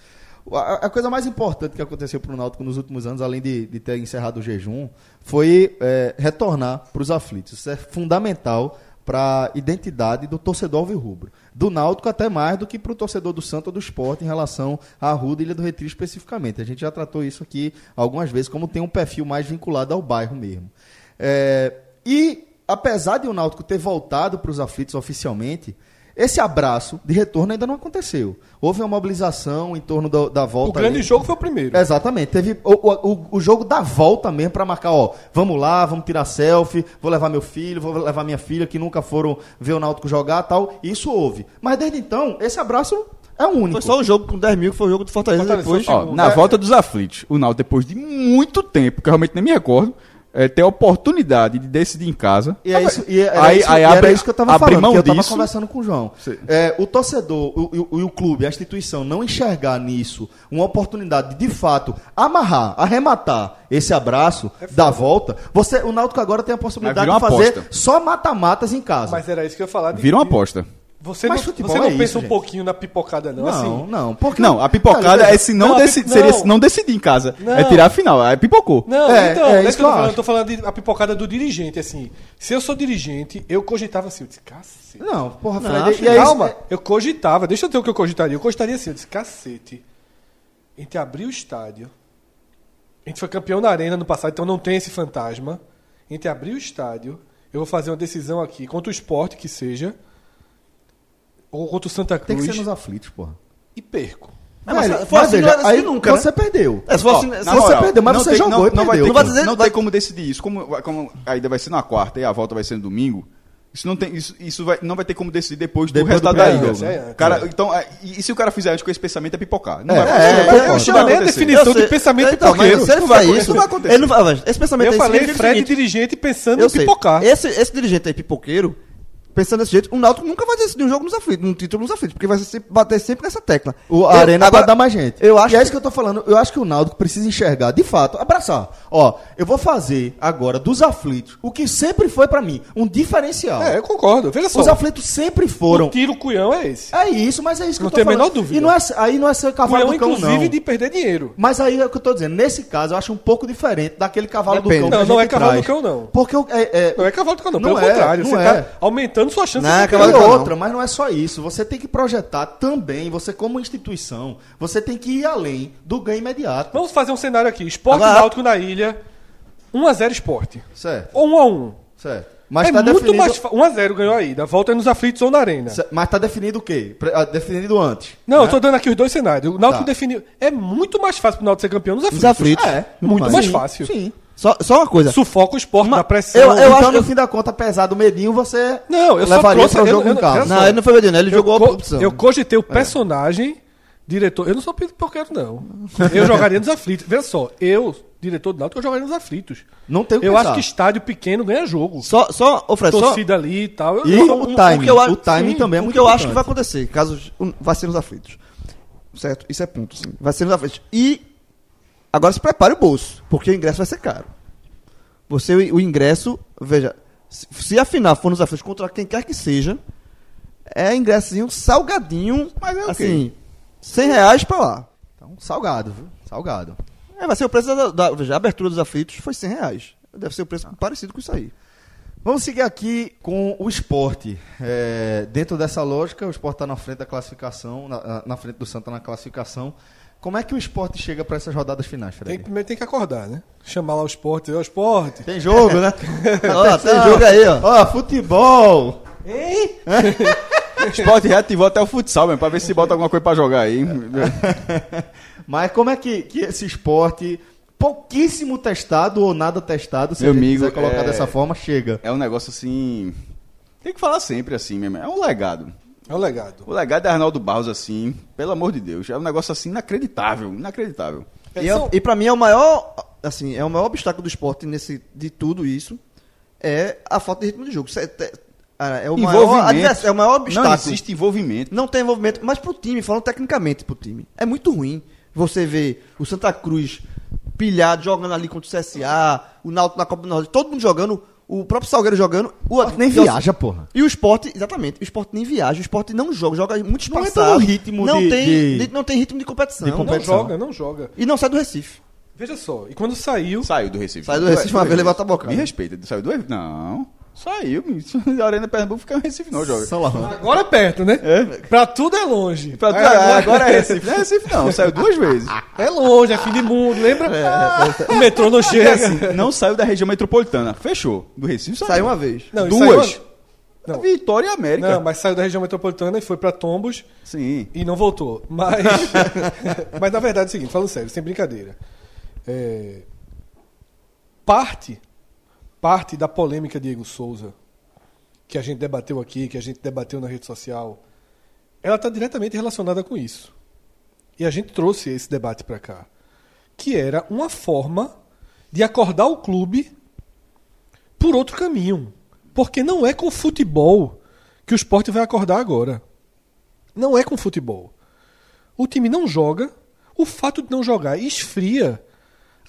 B: A, a coisa mais importante que aconteceu para o Náutico nos últimos anos, além de, de ter encerrado o jejum, foi é, retornar para os aflitos. Isso é fundamental para a identidade do torcedor alvirrubro. Do Náutico até mais do que para o torcedor do Santo ou do Esporte em relação à Arruda e Ilha do Retiro especificamente. A gente já tratou isso aqui algumas vezes, como tem um perfil mais vinculado ao bairro mesmo. É, e apesar de o Náutico ter voltado para os aflitos oficialmente, esse abraço de retorno ainda não aconteceu. Houve uma mobilização em torno da, da
C: O
B: volta.
C: grande
B: ali.
C: jogo foi o primeiro.
B: Exatamente. Teve o, o, o- o jogo da volta mesmo pra marcar, ó, vamos lá, vamos tirar selfie, vou levar meu filho, vou levar minha filha, que nunca foram ver o Náutico jogar tal. Isso houve. Mas desde então, esse abraço é único.
D: Foi só o jogo com 10 mil, que foi o jogo do Fortaleza,
C: Fortaleza,
D: depois.
C: foi o
E: Ó,
C: segundo.
E: na
C: É.
E: volta dos aflitos, o Náutico, depois de muito tempo, que eu realmente nem me recordo, é, ter a oportunidade de decidir em casa.
B: E é isso, e era
E: Aí-
B: isso,
E: aí
B: e era
E: abre-
B: isso que eu tava
E: abre
B: falando,
E: mão
B: que eu tava
E: disso.
B: conversando com o João.
E: Sim.
B: É, o torcedor, o, o, o clube, a instituição não enxergar nisso uma oportunidade de, de fato, amarrar, arrematar esse abraço da volta, você, o Náutico agora tem a possibilidade
E: Mas
B: de
E: virou uma
B: fazer
E: aposta.
B: só mata-matas em casa.
C: Mas era isso que eu ia falar. de-
E: Vira uma
C: de-
E: aposta.
C: Você
B: Mas
C: não,
B: futebol
C: você não
B: é
C: pensa
B: isso,
C: um
B: gente.
C: pouquinho na pipocada, não.
B: não,
C: assim,
B: não. Porque, Tá
E: Não, a pipocada
B: Cara,
E: é se não,
C: Não, a
E: deci-
C: pi-
E: seria
C: não.
E: se não decidir em casa.
C: Não.
E: É tirar a final. Aí pipocou.
C: Não,
B: É,
C: então,
B: é
C: é,
B: isso
C: isso que
B: que eu
C: eu tô falando.
B: acho.
C: Eu tô falando de, a pipocada do dirigente, assim. Se eu sou dirigente, eu cogitava assim, eu disse, cacete.
B: Não, porra, Fred,
D: acho
B: e é isso-
C: Calma,
B: é-
C: eu cogitava, deixa eu ter o que eu cogitaria. Eu cogitaria assim, eu disse, cacete. A gente abriu o estádio. A gente foi campeão na arena no passado, então não tem esse fantasma. A gente abriu o estádio. Eu vou fazer uma decisão aqui, contra o esporte que seja, ou contra o Santa
B: tem
C: Cruz,
B: que ser nos aflitos, porra.
C: e perco.
D: É, mas
B: Velho,
D: se for assim, não era assim
B: aí
D: nunca, né?
B: Você perdeu.
D: É, se fosse-
E: Ó,
D: se
E: na
D: fosse-
B: você perdeu, mas
E: não
B: você
E: tem-
B: jogou
E: não,
B: e
E: não vai
B: perdeu.
E: ter
D: Não
E: como-
D: vai dizer-
E: não
D: vai-
E: tem como decidir isso. Como, vai- como ainda vai ser na quarta e a volta vai ser no domingo. Isso não tem, isso, isso vai, não vai ter como decidir depois,
B: Depois
E: do
B: do
E: resultado da
B: primeiro
E: ida.
C: jogo, né?
E: O cara, então, é, e, e se o cara fizer antes com esse pensamento é pipocar? Não
B: É,
E: vai
B: é,
E: acontecer.
B: eu
E: Isso não
B: chamo
E: vai
C: nem a
E: acontecer.
C: definição
D: Eu
C: de
D: sei.
C: pensamento
D: Então, mas
C: pipoqueiro.
D: Se ele
E: Não vai
D: fizer
E: acontecer.
D: isso,
E: Não vai acontecer.
D: ele não vai- vai- Esse pensamento
C: Eu
D: aí
C: falei
D: significa o
C: Fred
D: seguinte,
C: dirigente pensando
D: eu
C: em
D: sei.
C: pipocar.
D: Esse, esse dirigente aí pipoqueiro, pensando desse jeito, o Náutico nunca vai decidir um jogo nos aflitos, um título nos aflitos, porque vai ser- bater sempre nessa tecla.
B: O
D: Eu-
B: a Arena
D: agora-
B: vai dar mais gente.
D: eu
B: e
D: acho
B: é
D: que-
B: isso que eu tô falando. Eu acho que o Náutico precisa enxergar, de fato, abraçar. Ó, eu vou fazer agora dos aflitos o que sempre foi pra mim, um diferencial.
C: É, eu concordo. Veja só.
B: Os aflitos sempre
C: O
B: foram.
C: tiro cuião é esse.
B: É isso, mas é isso que
C: Não
B: eu tô
C: tem a
B: falando.
C: menor dúvida.
B: E não é, aí não é ser cavalo
C: Cuião,
B: do cão,
C: inclusive,
B: não.
C: de perder dinheiro.
B: Mas aí é o que eu tô dizendo. Nesse caso, eu acho um pouco diferente daquele cavalo do
D: Depende.
B: cão. que
C: Não,
B: a
C: não
B: gente
C: é cavalo do
B: traz.
C: cão, não.
B: Porque o- é, é,
C: Não é cavalo de cão, não.
B: Não
C: Pelo
B: é,
C: contrário,
B: não
C: você
B: é.
C: tá aumentando sua chance
D: Não é
C: de
D: cavalo
B: e
D: de cão,
B: outra, mas não é só isso. Você tem que projetar também, você como instituição, você tem que ir além do ganho imediato.
C: Vamos fazer um cenário aqui. Esporte
D: Agora-
C: náutico na ilha. 1x0 esporte.
B: Certo,
C: Ou 1x1.
B: certo. Mas
C: é
B: tá
C: muito
B: definido...
C: mais fácil. 1x0 ganhou a ida. Volta é nos aflitos ou na arena.
B: Cê- Mas tá definido o quê? Pre- ah, Definido antes.
C: Não, eu tô dando aqui os dois cenários. O Náutico
B: Tá.
C: definiu. É muito mais fácil pro Náutico ser campeão nos aflitos. É,
D: Nos aflitos.
C: Muito mais
B: Sim,
C: fácil.
B: Sim.
D: Só, só uma coisa.
C: Sufoca o esporte na pressão.
D: eu- eu
B: então,
D: acho-
B: no fim da conta, apesar do medinho, você
C: Não, eu só
B: levaria
C: trouxe-
B: para o
C: eu-
B: jogo
C: eu-
B: em casa. É.
C: eu-
D: Não, ele não foi Godinho, ele jogou a
C: co-
D: opção.
C: eu cogitei o personagem, diretor. Eu não sou pipoqueiro, não. Eu jogaria nos aflitos. Veja só, eu, diretor do Náutico, eu jogaria nos aflitos.
B: Não tem o que
C: Eu
B: pensar.
C: acho que estádio pequeno ganha jogo.
D: Só, só, ô Fred, só...
C: Torcida ali e tal. Eu-
B: E
C: eu- um-
B: o timing,
D: que eu acho-
B: o timing
D: Sim,
B: também é
D: o
B: muito
D: que eu acho que vai
B: importante.
D: acontecer, caso um, vai ser nos aflitos. Certo? Isso é ponto, sim. Vai ser nos aflitos. E agora se prepare o bolso, porque o ingresso vai ser caro. Você, o, o ingresso, veja, se, se a final for nos aflitos contra quem quer que seja, é ingressinho salgadinho,
E: Mas é o
D: assim, 100 reais pra lá.
B: Então, salgado, viu? Salgado.
D: É, vai ser o preço da, da- veja, a abertura dos aflitos foi 100 reais. Deve ser o preço parecido com isso aí.
B: Vamos seguir aqui com o esporte. É, dentro dessa lógica, o esporte está na frente da classificação, na, na frente do Santa na classificação. Como é que o esporte chega para essas rodadas finais,
C: Tem,
B: Fred?
C: primeiro tem que acordar, né? Chamar lá o esporte, ó, esporte.
B: Tem jogo, né?
D: Ó, tem jogo aí, ó.
B: Ó, futebol!
E: O esporte reativou até o futsal, mesmo, pra ver se bota alguma coisa pra jogar aí.
B: Mas como é que, que esse esporte, pouquíssimo testado ou nada testado, se
E: Meu
B: a gente
E: amigo,
B: quiser colocar
E: é-
B: dessa forma, chega.
E: É um negócio assim. Tem que falar sempre assim mesmo. É um legado.
C: É o legado.
E: O legado é Arnaldo Barros, assim, pelo amor de Deus. É um negócio assim inacreditável, inacreditável.
D: E, eu- e para mim é o maior, assim, é o maior obstáculo do esporte nesse de tudo isso é a falta de ritmo de jogo. Cê- te- cara, É, o maior
E: Envolvimento.
D: advers- é o maior obstáculo.
E: Não existe envolvimento.
D: Não tem envolvimento, mas pro time, falando tecnicamente pro time, é muito ruim. Você vê o Santa Cruz pilhado jogando ali contra o CSA, o Náutico na Copa do Norte, todo mundo jogando, o próprio Salgueiro jogando, o
B: Esporte nem
D: e o-
B: viaja, porra.
D: E o esporte, exatamente, o esporte nem viaja, o esporte não joga, joga muito
B: Não entra no
D: espaçado.
B: ritmo
D: não
B: de-
D: tem,
B: de-
D: de- não tem ritmo de competição.
B: de
D: Não-
C: Não
B: competição.
C: joga, não joga.
D: e não sai do Recife.
C: Veja só, e quando saiu,
E: Saiu do Recife.
D: Saiu do Recife uma
E: Duas
D: vez, levou a
E: vezes.
D: tabocada.
E: Me respeita. Saiu do Recife? Não. Saiu. me- A Arena Pernambuco fica no Recife, não, joga.
B: São Laurent.
C: agora é perto, né? Pra tudo é longe.
E: Pra tu-
C: É,
E: agora, é Recife. Não é Recife, não. Saiu duas vezes.
C: É longe, é fim de mundo, lembra? O metrô não
E: É
C: chega.
E: assim, não saiu da região metropolitana. Fechou. Do Recife saiu.
D: Saiu uma vez.
C: Não, e
E: Duas.
C: saiu- não.
E: Vitória e América.
C: Não, mas saiu da região metropolitana e foi pra Tombos
E: Sim.
C: e não voltou. Mas, mas na verdade é o seguinte, falando sério, sem brincadeira. É, parte, parte da polêmica Diego Souza, que a gente debateu aqui, que a gente debateu na rede social, ela está diretamente relacionada com isso. E a gente trouxe esse debate para cá, que era uma forma de acordar o clube por outro caminho. Porque não é com futebol que o esporte vai acordar agora. Não é com futebol. O time não joga, o fato de não jogar esfria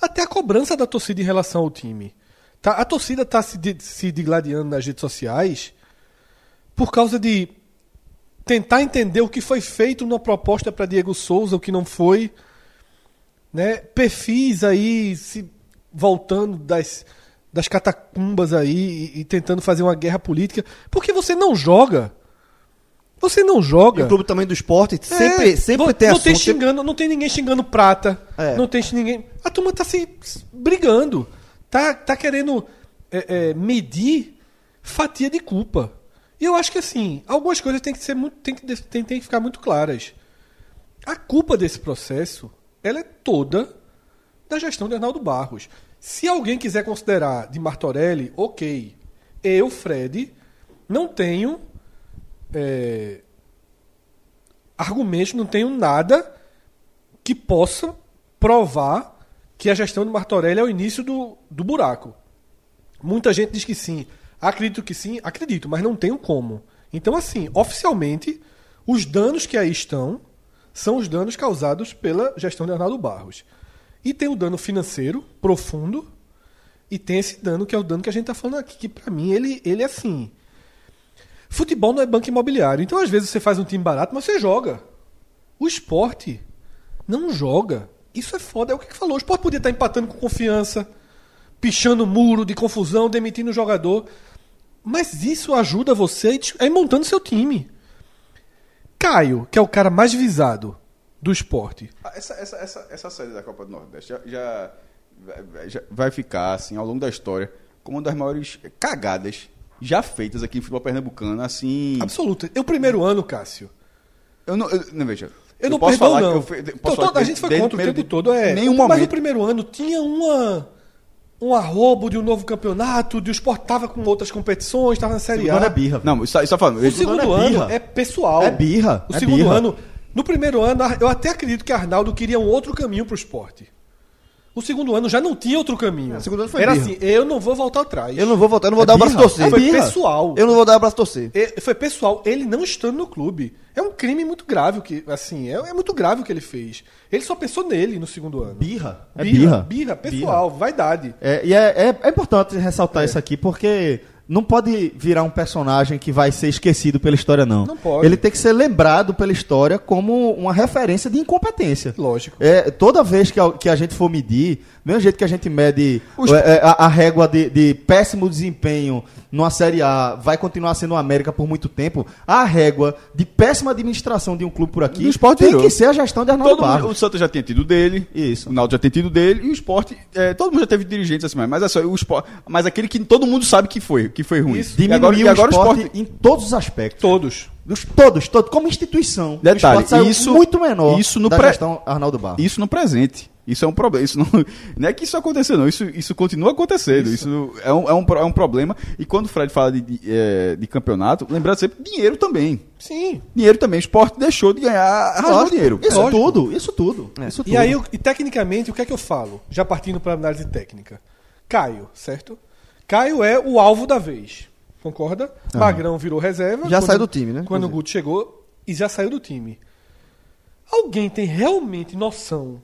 C: até a cobrança da torcida em relação ao time. Tá, a torcida está se, de- se digladiando nas redes sociais por causa de tentar entender o que foi feito numa proposta para Diego Souza, o que não foi. Né? Perfis aí se voltando das, das catacumbas aí e, e tentando fazer uma guerra política. Porque você não joga. Você não joga.
D: E o clube também do esporte sempre,
C: É,
D: sempre
C: não,
D: tem
C: não
D: assunto.
C: tem
D: sempre-
C: xingando, não tem ninguém xingando prata.
D: É.
C: Não tem ninguém. A turma tá se se brigando. Tá, tá querendo é, é, medir fatia de culpa. E eu acho que assim, algumas coisas têm que ser muito, tem que, de- tem, tem que ficar muito claras. A culpa desse processo, ela é toda da gestão de Arnaldo Barros. Se alguém quiser considerar de Martorelli, ok. Eu, Fred, não tenho é, argumentos, não tenho nada que possa provar que a gestão de Martorelli é o início do, do buraco. Muita gente diz que sim. Acredito que sim, acredito, mas não tenho como. Então, assim, oficialmente, os danos que aí estão são os danos causados pela gestão de Arnaldo Barros. E tem o dano financeiro profundo e tem esse dano que é o dano que a gente está falando aqui, que para mim ele, ele é assim. Futebol não é banco imobiliário. Então, às vezes, você faz um time barato, mas você joga. O esporte não joga. Isso é foda. É o que que falou. O esporte podia estar empatando com confiança, pichando muro de confusão, demitindo o jogador. Mas isso ajuda você a ir- a ir montando seu time. Caio, que é o cara mais visado do esporte.
E: Ah, Essa, essa, essa, essa série da Copa do Nordeste já, já, vai- já vai ficar, assim, ao longo da história, como uma das maiores cagadas já feitas aqui no futebol pernambucano, assim...
C: Absoluto. É o primeiro ano, Cássio.
E: Eu não, eu, não veja.
C: Eu, não
E: posso
C: perdoo,
E: falar
C: não.
E: que eu fe- posso
C: Então,
E: falar
C: toda-
E: que
C: a gente foi
E: desde o
C: contra o
E: primeiro
C: tempo
E: de-
C: todo. É,
E: Nenhum
C: Mas no
E: momento.
C: primeiro ano tinha uma... Um arrobo de um novo campeonato, de o esporte tava com outras competições, tava na Série A.
B: Agora é birra.
E: Não, isso, isso tá falando.
C: O
E: eu-
C: segundo
B: ano é
C: ano
B: birra.
C: é pessoal.
B: É birra,
C: O
B: é
C: segundo
B: birra.
C: ano. No primeiro ano, eu até acredito que Arnaldo queria um outro caminho pro esporte. O segundo ano já não tinha outro caminho.
D: o segundo ano foi
C: Era
D: birra.
C: assim, eu não vou voltar atrás.
D: Eu não vou voltar, eu não vou
B: É
D: dar o
B: birra,
D: braço a torcer.
B: é
C: Foi
B: birra.
C: pessoal.
D: Eu não vou dar o braço a torcer.
C: E- É, Foi pessoal, ele não estando no clube. É um crime muito grave o que, assim, é, é muito grave o que ele fez. Ele só pensou nele no segundo ano.
B: Birra. É
C: birra,
B: birra.
C: birra, pessoal, vaidade.
B: É, e é, é- é importante ressaltar isso aqui, porque não pode virar um personagem que vai ser esquecido pela história, não.
C: Não pode.
B: Ele tem que ser lembrado pela história como uma referência de incompetência.
C: Lógico.
B: É, toda vez que a, que a gente for medir, mesmo jeito que a gente mede é, é, a, a régua de, de péssimo desempenho numa Série A vai continuar sendo o América por muito tempo, a régua de péssima administração de um clube por aqui
E: Do esporte
B: tem
E: virou.
B: que ser a gestão de Arnaldo
E: Todo mundo-
B: Barros.
E: o Santos já tinha tido dele,
B: Isso.
E: o Náutico já tinha tido dele, e o esporte, é, todo mundo já teve dirigentes assim, mas- mas, é só, o esporte, mas aquele que todo mundo sabe que foi, que foi ruim. E
B: Diminuiu
E: agora, e agora o esporte...
B: em todos os aspectos.
E: Todos.
B: Dos, todos, todos, como instituição. o
E: Detalhe,
B: esporte saiu
E: isso-
B: muito menor
E: isso no
B: da
E: pré-
B: gestão Arnaldo Barros.
E: Isso no presente. Isso é um problema. Isso não, não é que isso aconteceu, não. Isso, isso continua acontecendo. Isso, é, um, é, um, pro- é um problema. E quando o Fred fala de, de, eh, de campeonato, lembrando sempre, dinheiro também.
C: Sim.
E: Dinheiro também. O esporte deixou de ganhar, arrasou
B: Lógico.
E: dinheiro.
B: Isso
E: Lógico. É.
B: tudo, isso tudo. Isso tudo.
C: E aí, eu- e tecnicamente, o que é que eu falo? Já partindo para análise técnica. Caio, certo? Caio é o alvo da vez. Concorda? Magrão virou reserva.
D: Já saiu do time, né?
C: Quando o
D: Inclusive.
C: Guto chegou e já saiu do time. Alguém tem realmente noção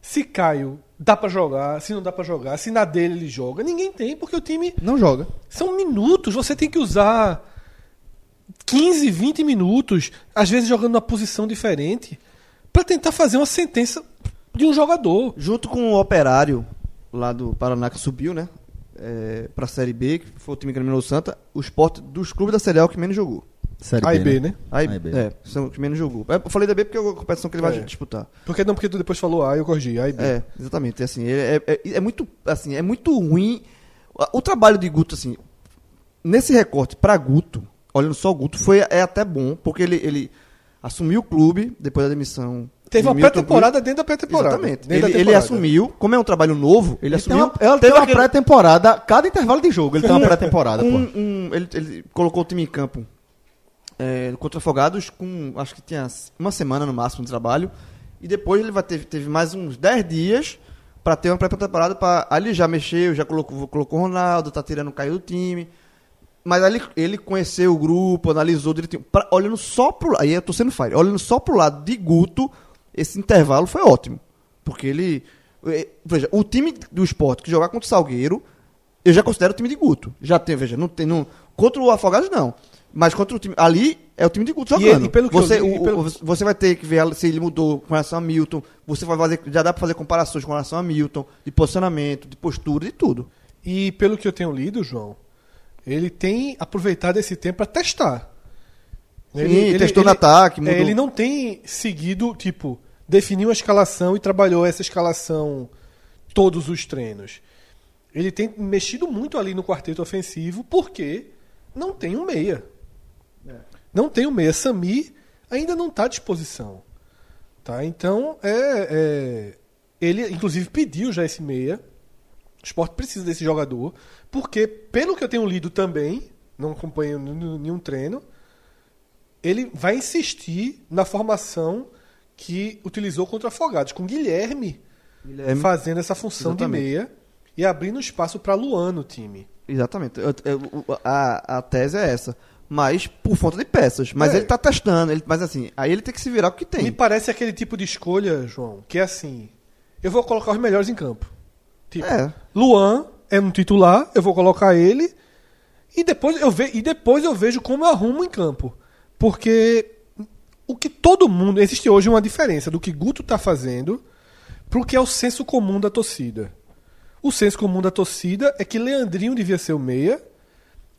C: se Caio dá pra jogar, se não dá pra jogar, se na dele ele joga? Ninguém tem, porque o time
B: não joga.
C: são minutos, você tem que usar 15, 20 minutos, às vezes jogando numa posição diferente, pra tentar fazer uma sentença de um jogador.
D: Junto com o Operário, lá do Paraná, que subiu, né? É, pra Série B, que foi o time que eliminou o Santa, o esporte dos clubes da Série A é o que menos jogou.
B: Série
C: A e B, né?
D: Aí,
B: A e B.
D: É, são os que menos jogou. É, Eu falei da B porque é a competição que ele vai
C: É.
D: disputar.
C: Porque não, porque tu depois falou A, eu corrigi, A e B.
D: É, exatamente. Assim, é, é- é- é muito, assim, é muito ruim. O trabalho de Guto, assim, nesse recorte pra Guto, olhando só o Guto, foi, é até bom, porque ele, ele assumiu o clube depois da demissão.
C: Teve
D: de
C: uma
D: Milton
C: pré-temporada
D: Cruz.
C: dentro da pré-temporada.
D: Exatamente.
C: Dentro da
D: Ele, ele
C: temporada.
D: assumiu, como é um trabalho novo, ele,
B: Ele tem
D: assumiu.
B: uma, ela tem
D: teve
B: uma
D: aquele-
B: pré-temporada, cada intervalo de jogo ele tem uma pré-temporada, pô.
D: um- um- ele, ele colocou o time em campo é, contra Afogados com, acho que tinha uma semana no máximo de trabalho. E depois ele vai ter, teve mais uns 10 dias para ter uma pré-temporada. pra- Aí ele já mexeu, já colocou, colocou o Ronaldo, tá tirando o Caio do time. Mas aí ele, ele conheceu o grupo, analisou direitinho. Pra- olhando só pro lado. Aí eu tô sendo fire. Olhando só pro lado de Guto, esse intervalo foi ótimo. Porque ele. eh, Veja, o time do esporte que jogar contra o Salgueiro, eu já considero o time de Guto. Já tem, veja, não tem. Não, contra o Afogados, não. Mas contra o time. Ali é o time de Guto
C: E
D: jogando.
C: ele- e pelo que eu
D: você,
C: li- e
D: o-
C: pelo-
D: o- você vai ter que ver se ele mudou com relação a Milton. Você vai fazer. Já dá pra fazer comparações com relação a Milton, de posicionamento, de postura, de tudo.
C: E pelo que eu tenho lido, João, ele tem aproveitado esse tempo pra testar.
D: Sim, testou no ataque,
C: é,
D: mudou.
C: Ele não tem seguido, tipo, definiu a escalação e trabalhou essa escalação todos os treinos. Ele tem mexido muito ali no quarteto ofensivo porque não tem um meia. Não tem um meia. Sami ainda não está à disposição. Tá? Então, é, é, ele inclusive pediu já esse meia. O esporte precisa desse jogador, porque, pelo que eu tenho lido também, não acompanho n- n- nenhum treino, ele vai insistir na formação que utilizou contra Afogados, com Guilherme, fazendo essa função
D: Exatamente.
C: de meia e abrindo espaço para Luan no time.
D: Exatamente. Eu- eu- o- a, a tese é essa. Mas por falta de peças. Mas
C: É.
D: ele tá testando. Ele, mas assim, aí ele tem que se virar com o que
C: Me
D: tem.
C: parece aquele tipo de escolha, João, que é assim: eu vou colocar os melhores em campo. Tipo,
D: É.
C: Luan é um titular, eu vou colocar ele e depois eu ve e depois eu vejo como eu arrumo em campo. Porque o que todo mundo existe hoje uma diferença do que Guto tá fazendo pro que é o senso comum da torcida. O senso comum da torcida é que Leandrinho devia ser o meia,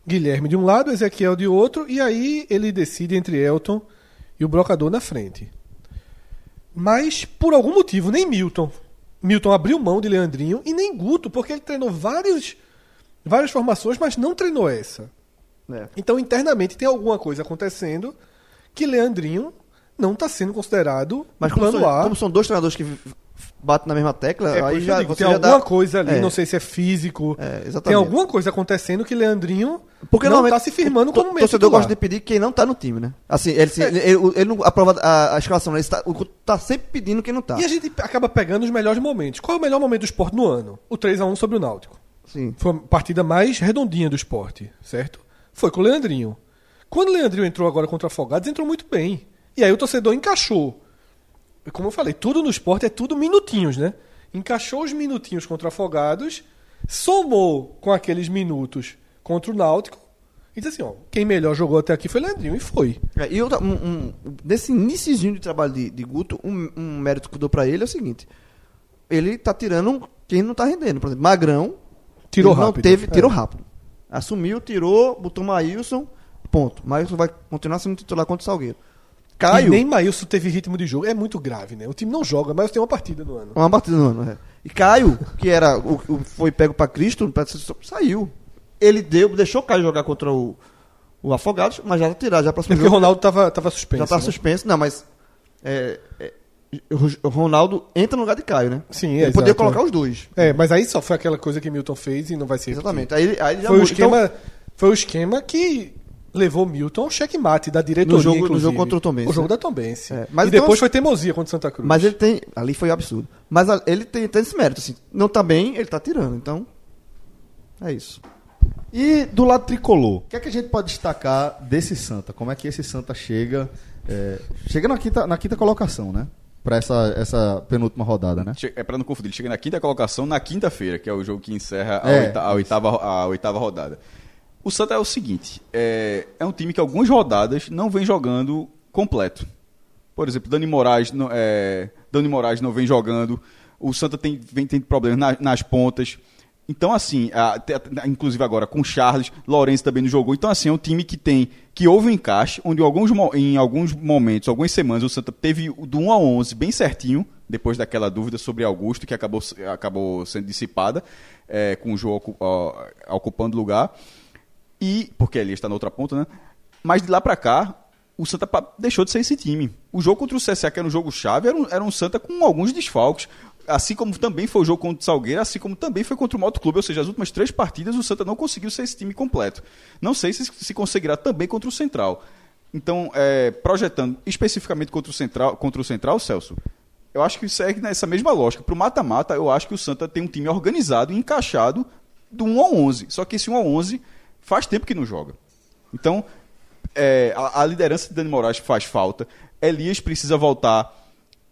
C: Guilherme de um lado, Ezequiel de outro, e aí ele decide entre Elton e o brocador na frente. Mas, por algum motivo, nem Milton. Milton abriu mão de Leandrinho e nem Guto, porque ele treinou vários, várias formações, mas não treinou essa.
D: É.
C: Então, internamente, tem alguma coisa acontecendo que Leandrinho não está sendo considerado
D: Mas
C: no
D: como
C: plano
D: são,
C: A.
D: como são dois treinadores que v- batem na mesma tecla,
C: É, por
D: aí
C: isso que eu
D: já,
C: digo,
D: você
C: tem
D: já
C: alguma
D: dá.
C: coisa ali,
D: É.
C: não sei se é físico.
D: É, exatamente.
C: tem alguma coisa acontecendo que Leandrinho
D: Porque
C: não
D: normalmente
C: está se firmando
D: o to-
C: como É. meio
D: torcedor
C: titular.
D: gosta de pedir quem não tá no time, né? Assim, ele, assim, ele, ele- ele não aprova a, a escalação, né? Ele tá, o Guto tá sempre pedindo quem não tá.
C: E a gente acaba pegando os melhores momentos. Qual é o melhor momento do esporte no ano? O 3x1 sobre o Náutico.
D: Sim.
C: Foi a partida mais redondinha do esporte, certo? Foi com o Leandrinho. Quando o Leandrinho entrou agora contra o Afogados, entrou muito bem. E aí o torcedor encaixou. E Como eu falei, tudo no esporte é tudo minutinhos, né? Encaixou os minutinhos contra o Afogados, somou com aqueles minutos contra o Náutico e disse assim, ó, quem melhor jogou até aqui foi o Leandrinho. E foi.
D: É, E eu, ta- um, um- nesse iniciozinho de trabalho de, de Guto, um, um mérito que eu dou pra ele é o seguinte: ele tá tirando quem não tá rendendo. Por exemplo, Magrão.
C: Tirou
D: ele
C: rápido.
D: Não teve,
C: É.
D: tirou rápido. Assumiu, tirou, botou Maílson, ponto. Maílson vai continuar sendo titular contra o Salgueiro.
C: E
D: Caio.
C: nem Maílson teve ritmo de jogo. É muito grave, né? O time não joga, mas tem uma partida no ano.
D: Uma batida no ano, é. E Caio, que era o, o foi pego pra Cristo, pra- saiu. Ele deu, deixou o Caio jogar contra o, o Afogados, mas já tirar, já
C: É
D: próximo
C: porque o
D: jogo.
C: Ronaldo tava, tava suspenso.
D: Já tá
C: né?
D: suspenso, não, mas é, é, o Ronaldo entra no lugar de Caio, né?
C: Sim, é,
D: Ele poderia
C: exato,
D: colocar
C: é.
D: os dois.
C: É, mas aí só foi aquela coisa que Milton fez e não vai ser.
D: Exatamente. Aí, ele- aí ele já
C: Foi o,
D: muda. Então,
C: esquema, foi o esquema que levou Milton ao checkmate da diretoria.
D: No jogo- no
C: inclusive.
D: jogo contra o Tombense,
C: O jogo
D: né?
C: da Tombense.
D: É, mas
C: e
D: então-
C: depois foi teimosia contra o Santa Cruz.
D: mas ele tem. Ali foi absurdo. Mas a- ele tem, tem esse mérito, assim. Não tá bem, ele tá tirando, então. É isso.
B: E do lado tricolor, o que é que a gente pode destacar desse Santa? Como é que esse Santa chega? é, chega na quinta, na quinta colocação, né? Pra essa, essa penúltima rodada, né?
E: Che- É pra não confundir, ele chega na quinta colocação na quinta-feira, que é o jogo que encerra a,
B: É,
E: oita- a oitava, a oitava rodada. O Santa é o seguinte: é, é um time que algumas rodadas não vem jogando completo. Por exemplo, Dani Moraes não, é, Dani Moraes não vem jogando. O Santa tem, vem tendo problemas na- nas pontas. Então, assim, a- te- a- inclusive agora com o Charles, Lourenço também não jogou. Então, assim, é um time que tem que houve um encaixe, onde em alguns, mo- em alguns momentos, algumas semanas, o Santa teve o do 1 a 11 bem certinho, depois daquela dúvida sobre Augusto, que acabou, se- acabou sendo dissipada, é, com o João ocu- ó, ocupando lugar. E, porque ele está na outra ponta, né? Mas de lá pra cá, o Santa pa- deixou de ser esse time. O jogo contra o CSA, que era um jogo chave, era um, era um Santa com alguns desfalques. Assim como também foi o jogo contra o Salgueiro, assim como também foi contra o Moto Clube. Ou seja, as últimas três partidas o Santa não conseguiu ser esse time completo. Não sei se se conseguirá também contra o Central. Então, é, projetando especificamente contra o Central, contra o Central, Celso, eu acho que segue nessa mesma lógica. Para o mata-mata, eu acho que o Santa tem um time organizado e encaixado do 1 ao 11. Só que esse 1 ao 11 faz tempo que não joga. Então, é, a, a liderança de Dani Moraes faz falta. Elias precisa voltar.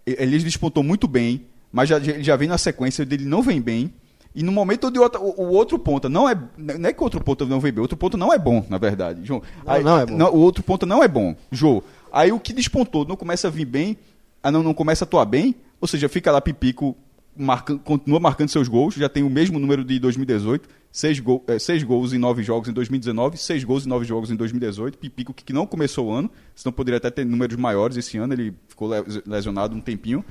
E: E- Elias despontou muito bem, mas já, já- ele já vem na sequência, o dele não vem bem. E no momento onde o, outra- o- o outro ponta não é. Não é que o outro ponta não vem bem, o outro ponta não é bom, na verdade, João.
D: Não, não é bom.
E: o outro ponta não é bom, João. Aí o que despontou não começa a vir bem, ah, não, não começa a atuar bem, ou seja, fica lá pipico, marca- continua marcando seus gols, já tem o mesmo número de 2018, seis, gol- eh, seis gols em nove jogos em 2019, seis gols em nove jogos em 2018, pipico que que não começou o ano, senão poderia até ter números maiores esse ano, ele ficou le- lesionado um tempinho.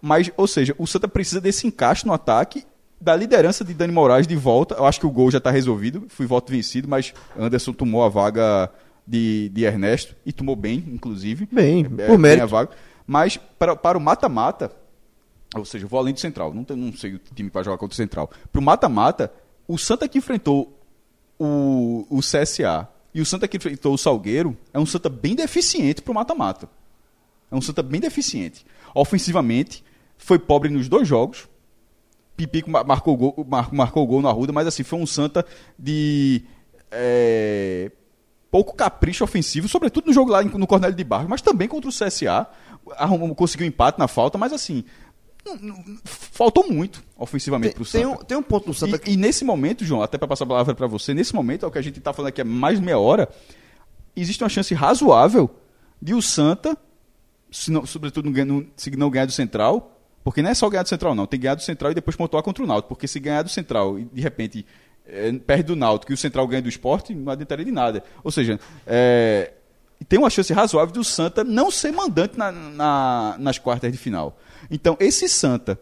E: Mas, ou seja, o Santa precisa desse encaixe no ataque, da liderança de Dani Moraes de volta. Eu acho que o gol já está resolvido, fui voto vencido, mas Anderson tomou a vaga de, de Ernesto e tomou bem, inclusive. É,
D: Bem, por
E: a
D: mérito.
E: vaga. Mas para, para o mata-mata, ou seja, eu vou além do Central, não, tem- não sei o time que vai jogar contra o Central. Para o mata-mata, o Santa que enfrentou o, o CSA e o Santa que enfrentou o Salgueiro é um Santa bem deficiente para o mata-mata. É um Santa bem deficiente. Ofensivamente, foi pobre nos dois jogos. Pipico ma- marcou gol, mar- marcou gol no Arruda, mas assim, foi um Santa de é, pouco capricho ofensivo, sobretudo no jogo lá em- no Cornélio de Barros, mas também contra o CSA. Arrumou, conseguiu um empate na falta, mas assim, não- não- faltou muito ofensivamente
D: Tem,
E: para o Santa.
D: tem um, tem um ponto no Santa que
E: E, e nesse momento, João, até para passar a palavra para você, nesse momento, é o que a gente está falando aqui há mais de meia hora, existe uma chance razoável de o Santa, se não- sobretudo não ganha- não- se não ganhar do Central, porque não é só ganhar do Central, não, tem que ganhar do Central e depois pontuar contra o Náutico, porque se ganhar do Central e de repente eh, perde do Náutico e o Central ganha do esporte, não adiantaria de nada. Ou seja, eh, tem uma chance razoável do Santa não ser mandante na- na- nas quartas de final. Então, esse Santa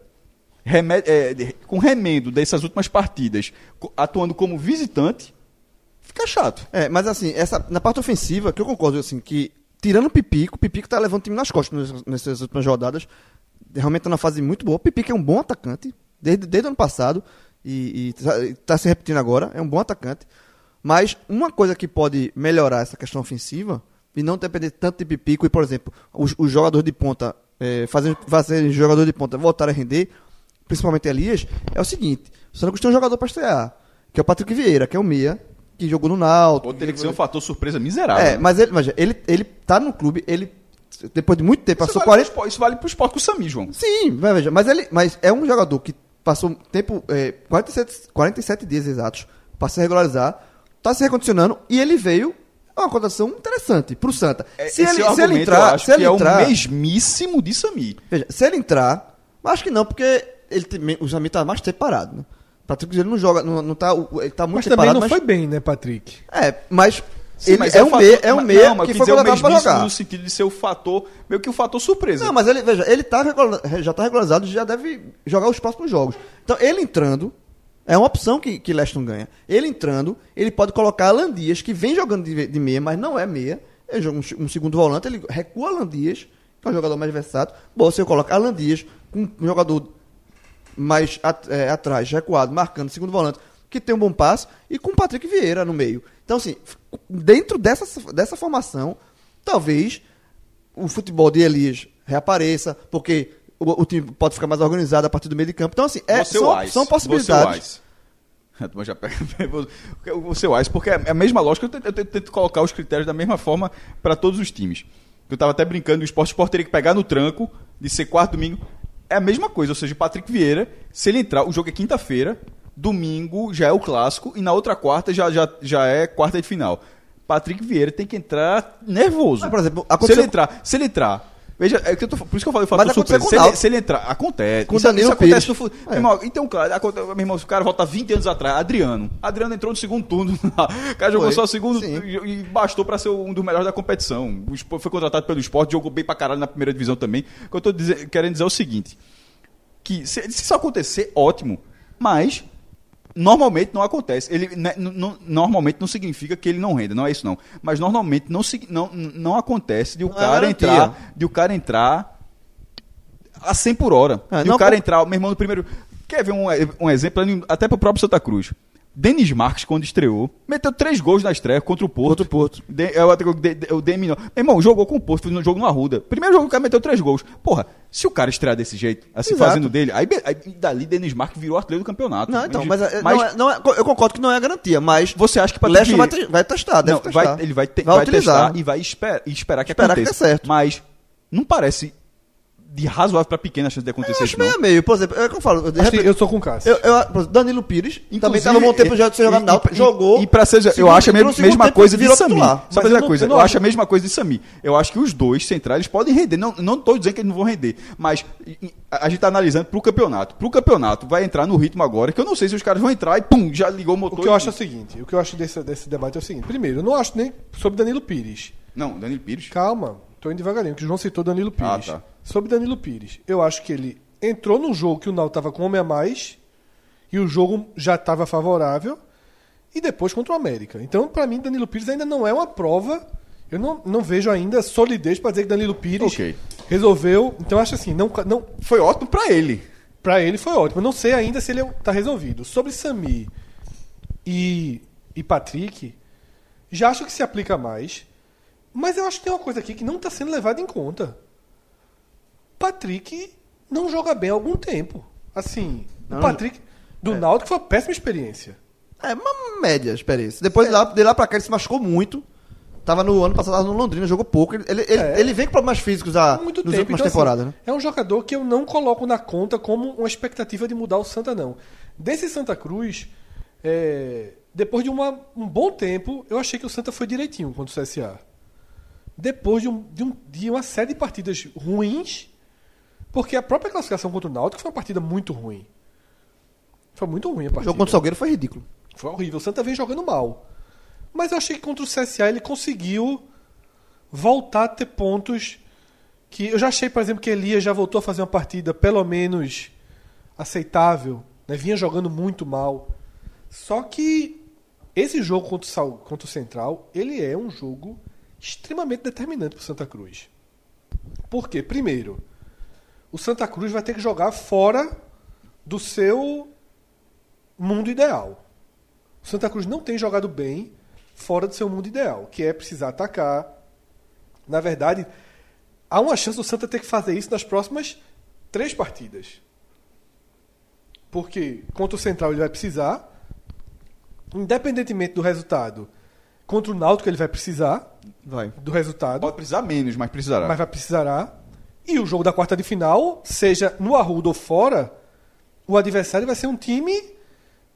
E: Reme- é, de- com remendo dessas últimas partidas, co- atuando como visitante, fica chato.
D: É, mas assim, essa, na parte ofensiva, que eu concordo, assim, que tirando o Pipico, o Pipico tá levando o time nas costas nessas, nessas últimas rodadas. Realmente tá na fase muito boa. O Pipico é um bom atacante, desde, desde o ano passado, e, e tá, e tá se repetindo agora, é um bom atacante. Mas uma coisa que pode melhorar essa questão ofensiva, e não depender tanto de Pipico, e por exemplo, os, os jogadores de ponta, é, fazendo, fazendo jogador de ponta voltar a render, principalmente Elias, é o seguinte: o Santos tem um jogador para estrear, que é o Patrick Vieira, que é o meia, que jogou no Náutico.
E: Ou teria que ser um fator surpresa miserável.
D: É,
E: né?
D: mas ele, mas ele, ele tá no clube, ele depois de muito tempo
E: isso,
D: passou
E: vale pro
D: 40
E: esporte, isso vale pro esporte com o Sami, João.
D: Sim, mas veja, mas ele, mas é um jogador que passou tempo é, 47, 47 dias exatos para se regularizar, tá se recondicionando e ele veio é uma cotação interessante pro Santa.
E: É,
D: se
E: esse
D: ele, se
E: argumento
D: ele
E: eu
D: entrar,
E: acho é um
D: se ele
E: que
D: entrar,
E: é o mesmíssimo de Sami.
D: Veja, se ele entrar, mas acho que não, porque ele tem, men- o Samir tá mais tempo parado, né? O Patrick Cruzeiro não joga, não, não tá, o- ele tá muito
C: Mas também
D: tempo parado,
C: não
D: mas...
C: foi bem, né, Patrick?
D: É, mas
E: Sim,
D: ele
E: mas
D: é,
E: o
D: um
E: fator-
D: meia, é um
E: mas-
D: meia
E: não, mas
D: que
E: eu quis
D: foi
E: dizer o
D: colocado pra
E: mesmice
D: jogar.
E: No sentido de ser o fator, meio que o fator surpresa.
D: Não, mas ele, veja, ele tá regula- já tá regularizado, já deve jogar os próximos jogos. Então, ele entrando, é uma opção que, que Leston ganha. Ele entrando, ele pode colocar Alan Dias, que vem jogando de, de meia, mas não é meia. Ele joga um, se- um segundo volante, ele recua Alan Dias, que é um jogador mais versátil. Bom, você coloca Alan Dias, um um jogador mais at- é, atrás, recuado, marcando segundo volante, que tem um bom passo, e com o Patrick Vieira no meio. Então, assim, f- dentro dessa, dessa formação, talvez o futebol de Elias reapareça, porque o, o time pode ficar mais organizado a partir do meio de campo. Então, assim, é,
E: Você
D: são,
E: Wise.
D: são
E: Você é
D: possibilidades.
E: Wise. A turma já pega- Você Wise, porque é a mesma lógica, eu tento, eu tento colocar os critérios da mesma forma para todos os times. Eu tava até brincando, o esporte esporte teria que pegar no tranco de ser quarto domingo. É a mesma coisa, ou seja, o Patrick Vieira, se ele entrar, o jogo é quinta-feira, domingo já é o clássico e na outra quarta já, já, já é quarta de final. Patrick Vieira tem que entrar nervoso.
D: Mas, por exemplo,
E: se
D: aconteceu-
E: ele entrar, se ele entrar, veja, é que eu tô, por isso que eu falei, eu falo
D: Mas aconteceu
E: surpresa.
D: com o
E: Se ele,
D: Náutico.
E: se ele entrar, acontece.
D: Com o
E: isso,
D: Danilo
E: isso acontece
D: Pires.
E: no futebol.
D: É.
E: Irmão, então, claro, aconte- meu irmão, se o cara volta 20 anos atrás, Adriano. Adriano entrou no segundo turno. o cara jogou
D: Foi.
E: só o segundo
D: Sim.
E: e e bastou pra ser um dos melhores da competição. O Sport- Foi contratado pelo esporte, jogou bem pra caralho na primeira divisão também. O que eu tô dize- querendo dizer é o seguinte: que se, se isso acontecer, ótimo. Mas normalmente não acontece. Ele né, n- n- normalmente não significa que ele não renda, não é isso não. Mas normalmente não sig- não, não acontece de o
D: Não é
E: cara
D: garantia.
E: entrar, de o cara entrar a 100 por hora.
D: É,
E: e
D: não
E: o cara
D: com-
E: entrar, meu irmão, no primeiro. Quer ver um, um exemplo, até pro próprio Santa Cruz? Denis Marques, quando estreou, meteu três gols na estreia contra o Porto.
D: Contra o Porto.
E: De- é o Atlético- de- de- o Demi, não. Meu irmão, jogou com o Porto, fez um jogo no Arruda. Primeiro jogo o cara meteu três gols. Porra, se o cara estrear desse jeito, assim,
D: Exato.
E: fazendo dele, aí, be- aí dali Denis Marques virou artilheiro do campeonato.
D: Não, então, mas, é-
E: mas
D: não é- não é- eu concordo que não é a garantia, mas
E: você acha que Patrick
D: Leston vai,
E: Vieira-
D: te- vai testar, ah, deve
E: não,
D: testar.
E: vai- ele vai, te-
D: Vai
E: vai
D: utilizar.
E: testar e vai esper- e esperar que
D: Esperar que
E: aconteça.
D: dê certo.
E: Mas não parece de razoável pra pequena chance de
D: Eu
E: acontecer
D: acho
E: isso, não.
D: meio a meio. Por exemplo, é o que eu falo. de
C: Acho que
D: repente-
C: eu sou com o Cássio.
D: Eu, eu- por exemplo, Danilo Pires também
E: Inclusive,
D: estava um bom tempo
E: e-
D: já de ser jogado
E: e-
D: na Alpa,
E: e-
D: jogou.
E: E pra ser, eu
D: segundo-
E: acho a
D: entrou
E: mesma,
D: no segundo
E: mesma
D: tempo,
E: coisa de
D: virou
E: Samir.
D: titular.
E: Só
C: eu
E: pra dizer
C: não-
E: uma coisa,
C: eu não
E: eu
C: acho-
E: acho a mesma coisa de Samir. Eu acho que os dois centrais podem render. Não, não tô dizendo que eles não vão render, mas e- e- a a gente tá analisando pro campeonato. Pro campeonato vai entrar no ritmo agora, que eu não sei se os caras vão entrar e pum, já ligou o
C: O
E: motor.
C: que eu
E: e-
C: acho é o seguinte, o que eu acho desse, desse debate é o seguinte. Primeiro, eu não acho nem sobre Danilo Pires.
E: Não, Danilo Pires.
C: Calma, tô indo devagarinho, que o João citou Danilo Pires.
E: Ah, tá.
C: Sobre Danilo Pires, eu acho que ele entrou num jogo que o Náutico tava com homem a mais e o jogo já estava favorável e depois contra o América. Então, pra mim, Danilo Pires ainda não é uma prova. Eu não, não vejo ainda solidez pra dizer que Danilo Pires
E: Ok.
C: resolveu. Então, eu acho assim, não, não,
E: Foi ótimo pra ele.
C: Pra ele foi ótimo. Eu não sei ainda se ele tá resolvido. Sobre Sami e, e Patrick, já acho que se aplica mais. Mas eu acho que tem uma coisa aqui que não tá sendo levada em conta. Patrick não joga bem há algum tempo. Assim, o Patrick do Náutico foi uma péssima experiência.
D: É, uma média experiência. Depois de, lá, de lá pra cá ele se machucou muito. Tava no ano passado tava no Londrina, jogou pouco. Ele, ele, ele-
C: É.
D: ele vem com problemas físicos há,
C: Há muito
D: nas
C: tempo.
D: últimas
C: então, assim,
D: temporadas, né?
C: É um jogador que eu não coloco na conta como uma expectativa de mudar o Santa, não. Desse Santa Cruz, é, depois de uma- um bom tempo, eu achei que o Santa foi direitinho contra o CSA. Depois de, um- de um- de uma série de partidas ruins, porque a própria classificação contra o Náutico foi uma partida muito ruim. Foi muito ruim a
D: O
C: partida.
D: jogo contra o Salgueiro foi ridículo.
C: Foi horrível. O Santa vem jogando mal. Mas eu achei que contra o CSA ele conseguiu voltar a ter pontos que eu já achei, por exemplo, que Elias já voltou a fazer uma partida pelo menos aceitável, né? Vinha jogando muito mal. Só que esse jogo contra o, Sal- contra o Central, ele é um jogo extremamente determinante para o Santa Cruz. Por quê? Primeiro, o Santa Cruz vai ter que jogar fora do seu mundo ideal. O Santa Cruz não tem jogado bem fora do seu mundo ideal, que é precisar atacar. Na verdade, há uma chance do Santa ter que fazer isso nas próximas três partidas. Porque contra o Central ele vai precisar, independentemente do resultado, contra o Náutico ele vai precisar
D: Vai.
C: do resultado
E: Pode precisar menos, mas precisará.
C: mas vai precisará. E o jogo da quarta de final, seja no Arruda ou fora, o adversário vai ser um time,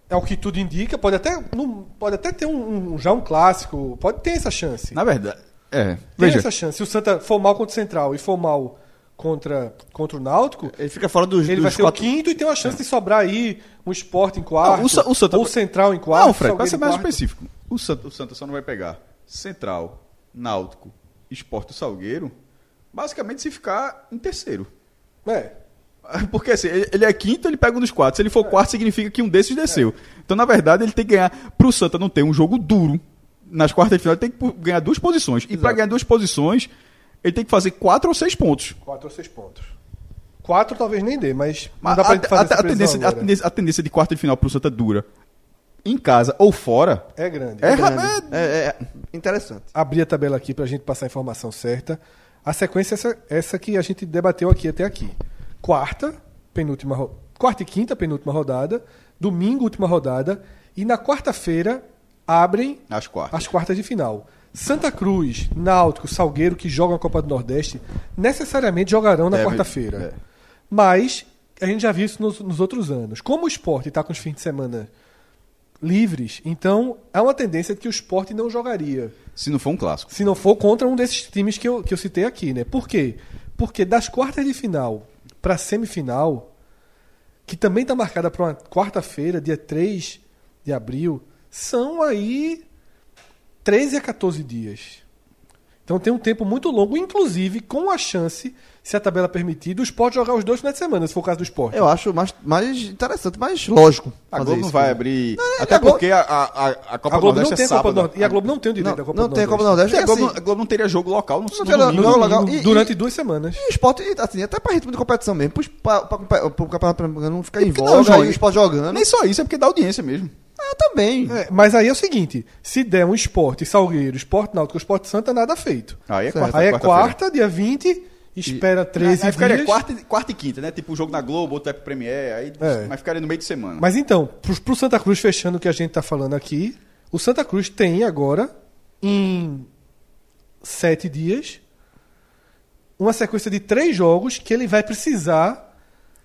C: é o que tudo indica, pode até, não- pode até ter um, um- já um clássico, pode ter essa chance.
E: Na verdade, é.
C: Tem
E: Veja,
C: essa chance. Se o Santa for mal contra o Central e for mal contra, contra o Náutico,
E: É,
D: Ele fica fora dos,
C: ele
D: dos
C: vai ser
D: quatro-
C: o quinto e tem uma chance de sobrar aí um esporte em quarto,
E: Não, o Sa- o Santa-
C: ou central em quarto.
E: Não, Fred,
C: Salgueiro
E: para ser
C: em
E: mais
C: quarto.
E: específico, o Santa, o Santa só não vai pegar Central, Náutico, Esporte e Salgueiro, basicamente se ficar em terceiro.
C: É.
E: Porque assim, ele ele é quinto, ele pega um dos quatro. Se ele for quarto, significa que um desses desceu. Então, na verdade, ele tem que ganhar. Pro Santa não ter um jogo duro nas quartas de final, ele tem que pu- ganhar duas posições. E para ganhar duas posições, ele tem que fazer quatro ou seis pontos.
C: Quatro ou seis pontos. Quatro talvez nem dê, mas,
E: Mas
C: não dá pra
E: a,
C: gente fazer
E: a- a
C: essa previsão
E: tendência, a,
C: agora.
E: tendência, a tendência de quarta de final pro Santa dura em casa ou fora
C: É grande.
E: é, ra-
D: grande.
E: é-
D: É, é interessante.
C: abrir a tabela aqui para a gente passar a informação certa. A sequência é essa, essa que a gente debateu aqui até aqui. Quarta, penúltima ro- quarta e quinta, penúltima rodada, domingo, última rodada, e na quarta-feira abrem
E: as quartas.
C: as quartas de final. Santa Cruz, Náutico, Salgueiro, que jogam a Copa do Nordeste, necessariamente jogarão na
E: Deve-
C: quarta-feira.
E: é.
C: Mas a gente já viu isso nos, nos outros anos. Como o esporte está com os fins de semana livres, então há uma tendência de que o esporte não jogaria
E: Se não for um clássico.
C: se não for contra um desses times que eu, que eu citei aqui, né? Por quê? Porque das quartas de final para semifinal, que também está marcada para uma quarta-feira, dia 3 de abril, são aí 13 a 14 dias. Então tem um tempo muito longo, inclusive com a chance, se a tabela permitir, do esporte jogar os dois finais de semana, se for o caso do esporte.
D: Eu acho mais, mais interessante, mais lógico.
E: A
D: fazer
E: Globo não
D: isso. né?
E: vai abrir. Até
D: a Globo-
E: porque a, a, a, a Copa
C: A
E: do
C: Globo
E: Nordeste
C: não tem
E: é
C: a Copa do
E: sábado.
C: Nordeste. E a Globo não tem o direito
D: Não,
C: da Copa
D: não
C: do
D: tem a Copa do
C: Nordeste.
D: Nordeste.
E: E a
D: é
E: Globo,
D: assim,
E: a Globo não teria jogo local no,
D: Não
E: no
D: teria-
E: domingo.
D: Não,
C: No
D: legal.
C: domingo,
D: E-
C: Durante
D: e-
C: duas semanas.
D: E o esporte, assim, até para ritmo de competição mesmo, para o campeonato pernambucano não
C: É
D: ficar em
E: porque não,
D: voga,
E: João?
D: e o esporte jogando.
E: Nem só isso, é porque dá audiência mesmo.
D: Ah, também.
C: É, mas aí é o seguinte: se der um esporte Salgueiro, esporte Náutico, esporte Santa, nada feito.
E: Aí é
D: Certo.
E: quarta.
C: aí é
E: quarta-feira.
C: quarta, dia 20, espera 13
E: aí ficaria
C: dias.
E: quarta, e- quarta e quinta, né? Tipo o jogo na Globo, outro vai pro Premier, aí,
C: É.
E: mas ficaria no meio de semana.
C: Mas então, pro, pro Santa Cruz, fechando o que a gente tá falando aqui, o Santa Cruz tem agora, em sete dias, uma sequência de três jogos que ele vai precisar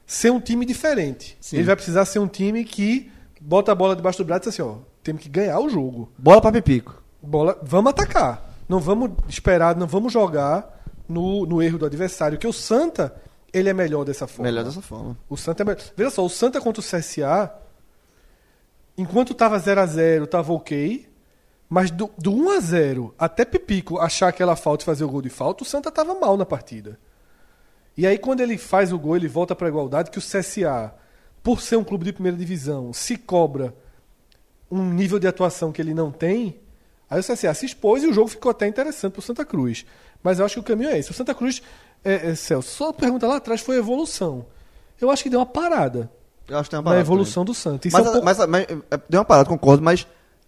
C: ser um time diferente. Ele vai precisar ser um time que bota a bola debaixo do braço e diz assim, ó, temos que ganhar o jogo.
D: Bola para pipico.
C: bola, vamos atacar. Não vamos esperar, não vamos jogar no, no erro do adversário. Que o Santa, ele é melhor dessa forma.
D: Melhor dessa forma.
C: O Santa é melhor. Veja só, o Santa contra o CSA, enquanto tava 0 a 0 tava ok. Mas do, do 1 a 0 até Pipico achar aquela falta e fazer o gol de falta, o Santa tava mal na partida. E aí quando ele faz o gol, ele volta para igualdade, que o CSA, por ser um clube de primeira divisão, se cobra um nível de atuação que ele não tem, aí o CSA se expôs e o jogo ficou até interessante pro Santa Cruz. Mas eu acho que o caminho é esse. O Santa Cruz, é, é, Celso, só a pergunta lá atrás foi evolução. Eu acho que deu uma parada
D: Eu acho que tem uma
C: na
D: parada
C: evolução do Santa. Isso
D: também.
C: é um pouco-
D: Mas, a- mas, mas, é, deu uma parada, concordo, mas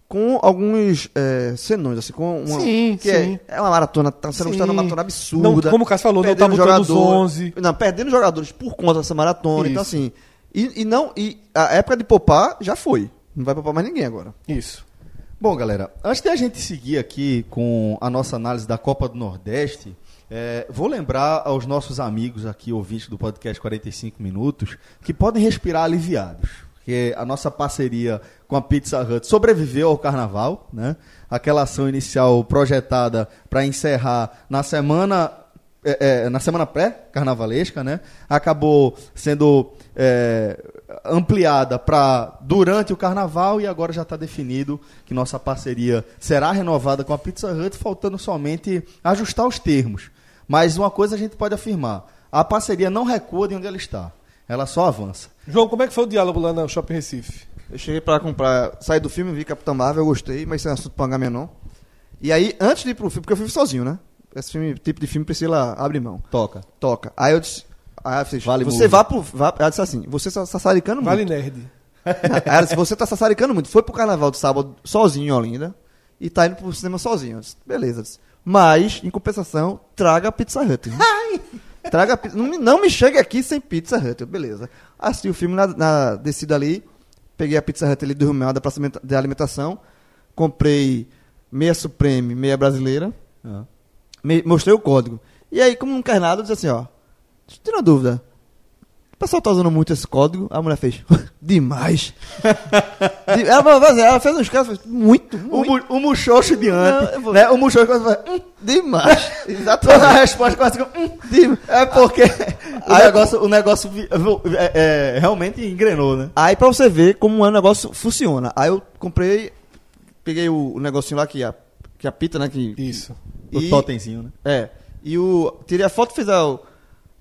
D: com alguns é, senões, assim, com uma,
C: Sim,
D: que é-
C: sim.
D: É, uma maratona, tá, você não está
C: Sim.
D: numa maratona
C: Não,
D: absurda.
C: como o Cássio falou, não tá
D: perdendo
C: botando os
D: jogador-
C: 11.
D: Não, perdendo jogadores por conta dessa maratona, então
C: Isso.
D: assim, e, e não, e a época de poupar já foi, não vai poupar mais ninguém agora.
C: Isso.
B: Bom, galera, antes de a gente seguir aqui com a nossa análise da Copa do Nordeste, eh, vou lembrar aos nossos amigos aqui, ouvintes do podcast 45 Minutos, que podem respirar aliviados. Porque a nossa parceria com a Pizza Hut sobreviveu ao carnaval, né? Aquela ação inicial projetada para encerrar na semana é, é, na semana pré-carnavalesca, né? Acabou sendo é, ampliada para durante o carnaval e agora já está definido que nossa parceria será renovada com a Pizza Hut, faltando somente ajustar os termos. Mas uma coisa a gente pode afirmar: a parceria não recua de onde ela está, ela só avança.
C: João, como é que foi o diálogo lá no Shopping Recife?
D: Eu cheguei pra comprar, saí do filme, vi Capitão Marvel, eu gostei, mas isso é um assunto pra H menor. E aí, antes de ir pro filme, porque eu fui sozinho, né? Esse filme- tipo de filme Priscila abre mão.
B: Toca.
D: Toca. Aí eu disse. Aí ela fez,
B: Vale
D: você
B: movie.
D: vai pro. Vá, ela disse assim, você tá sassaricando
C: Vale
D: muito.
C: Nerd.
D: Aí ela disse, você tá sassaricando muito. Foi pro carnaval de sábado sozinho em Olinda e tá indo pro cinema sozinho. Eu disse, beleza. Eu disse, Mas, em compensação, traga a Pizza Hut. Traga a pizza. Não, me- não me chegue aqui sem Pizza Hut. Eu, beleza. Assisti o filme na, na descida ali. Peguei a Pizza Hut ali do Rumel, da praça alimenta- de alimentação. Comprei meia Supreme, meia brasileira.
B: Ah.
D: Me- mostrei o código. E aí, como não quer nada, eu disse assim, ó. Tira uma dúvida. pessoal tá usando muito esse código. A mulher fez, demais. De- ela, falou, "Mas é, ela fez uns caras, fez, muito,
B: O,
D: muito.
B: mu- o muxoxo de antes,
D: Não, eu vou-
B: né? O muxoxo quase faz... "Hum",
D: Demais.
B: Toda a resposta quase que... "Hum".
D: Demais.
B: É porque o
D: Aí eu-
B: negócio, o negócio vi- vi- é- é, realmente engrenou, né?
D: Aí pra você ver como é o negócio funciona. Aí eu comprei, peguei o, o negocinho lá que, a, que apita, né? Que,
C: Isso.
B: O
D: E-
B: totemzinho, né?
D: É. E o. Tirei a foto, fiz a,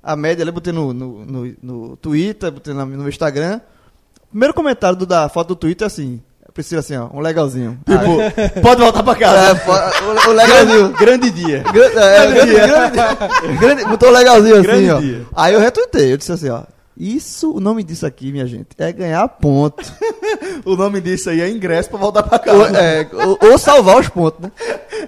D: a média ali, botei no, no, no, no Twitter, botei na- no meu Instagram. Primeiro comentário do- da foto do Twitter é assim. Priscila assim, ó, um legalzinho.
B: Tipo, pode voltar pra
D: Ah,
B: casa.
D: é, fo- o, o legalzinho.
B: Grande dia.
D: Grande, é, grande, grande- grande- botou legalzinho assim,
B: Grande
D: ó.
B: dia.
D: Aí eu retuitei, eu disse assim, ó. Isso, o nome disso aqui, minha gente, é ganhar ponto.
B: O nome disso aí é ingresso pra voltar pra
D: ou,
B: casa.
D: é, ou- ou salvar os pontos, né?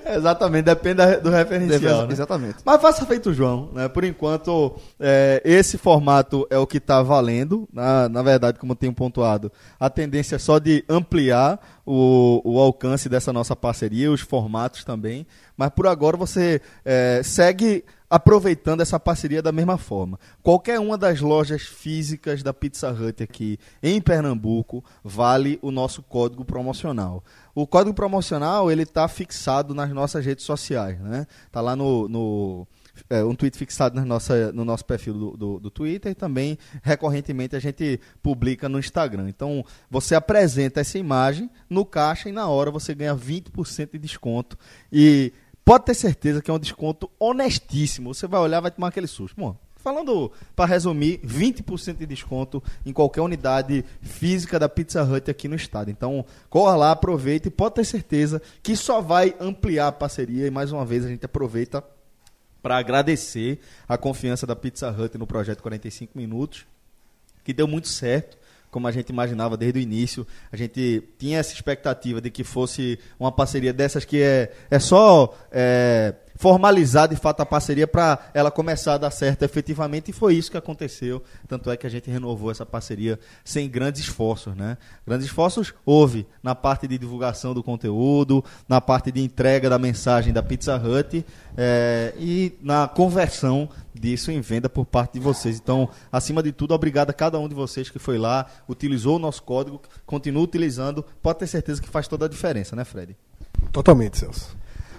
B: Exatamente, depende da- do referencial. né?
D: Exatamente.
B: Mas faça feito o João, né? Por enquanto, é, esse formato é o que está valendo. Na, na verdade, como eu tenho pontuado, a tendência é só de ampliar o, o alcance dessa nossa parceria, os formatos também. Mas por agora você é, segue aproveitando essa parceria da mesma forma. Qualquer uma das lojas físicas da Pizza Hut aqui em Pernambuco vale o nosso código promocional. O código promocional ele está fixado nas nossas redes sociais, né? Tá lá no, no é, um tweet fixado na nossa, no nosso perfil do, do, do Twitter e também recorrentemente a gente publica no Instagram. Então você apresenta essa imagem no caixa e na hora você ganha 20% de desconto e pode ter certeza que é um desconto honestíssimo. Você vai olhar, vai tomar aquele susto. Bom, falando para resumir, 20% de desconto em qualquer unidade física da Pizza Hut aqui no estado. Então, corra lá, aproveita e pode ter certeza que só vai ampliar a parceria e mais uma vez a gente aproveita para agradecer a confiança da Pizza Hut no projeto 45 minutos que deu muito certo, como a gente imaginava desde o início. A gente tinha essa expectativa de que fosse uma parceria dessas que é, é só é, formalizar de fato a parceria para ela começar a dar certo efetivamente, e foi isso que aconteceu. Tanto é que a gente renovou essa parceria sem grandes esforços. Né? Grandes esforços houve na parte de divulgação do conteúdo, na parte de entrega da mensagem da Pizza Hut é, e na conversão disso em venda por parte de vocês. Então, acima de tudo, obrigado a cada um de vocês que foi lá, utilizou o nosso código, continua utilizando. Pode ter certeza que faz toda a diferença, né, Fred?
C: Totalmente, Celso.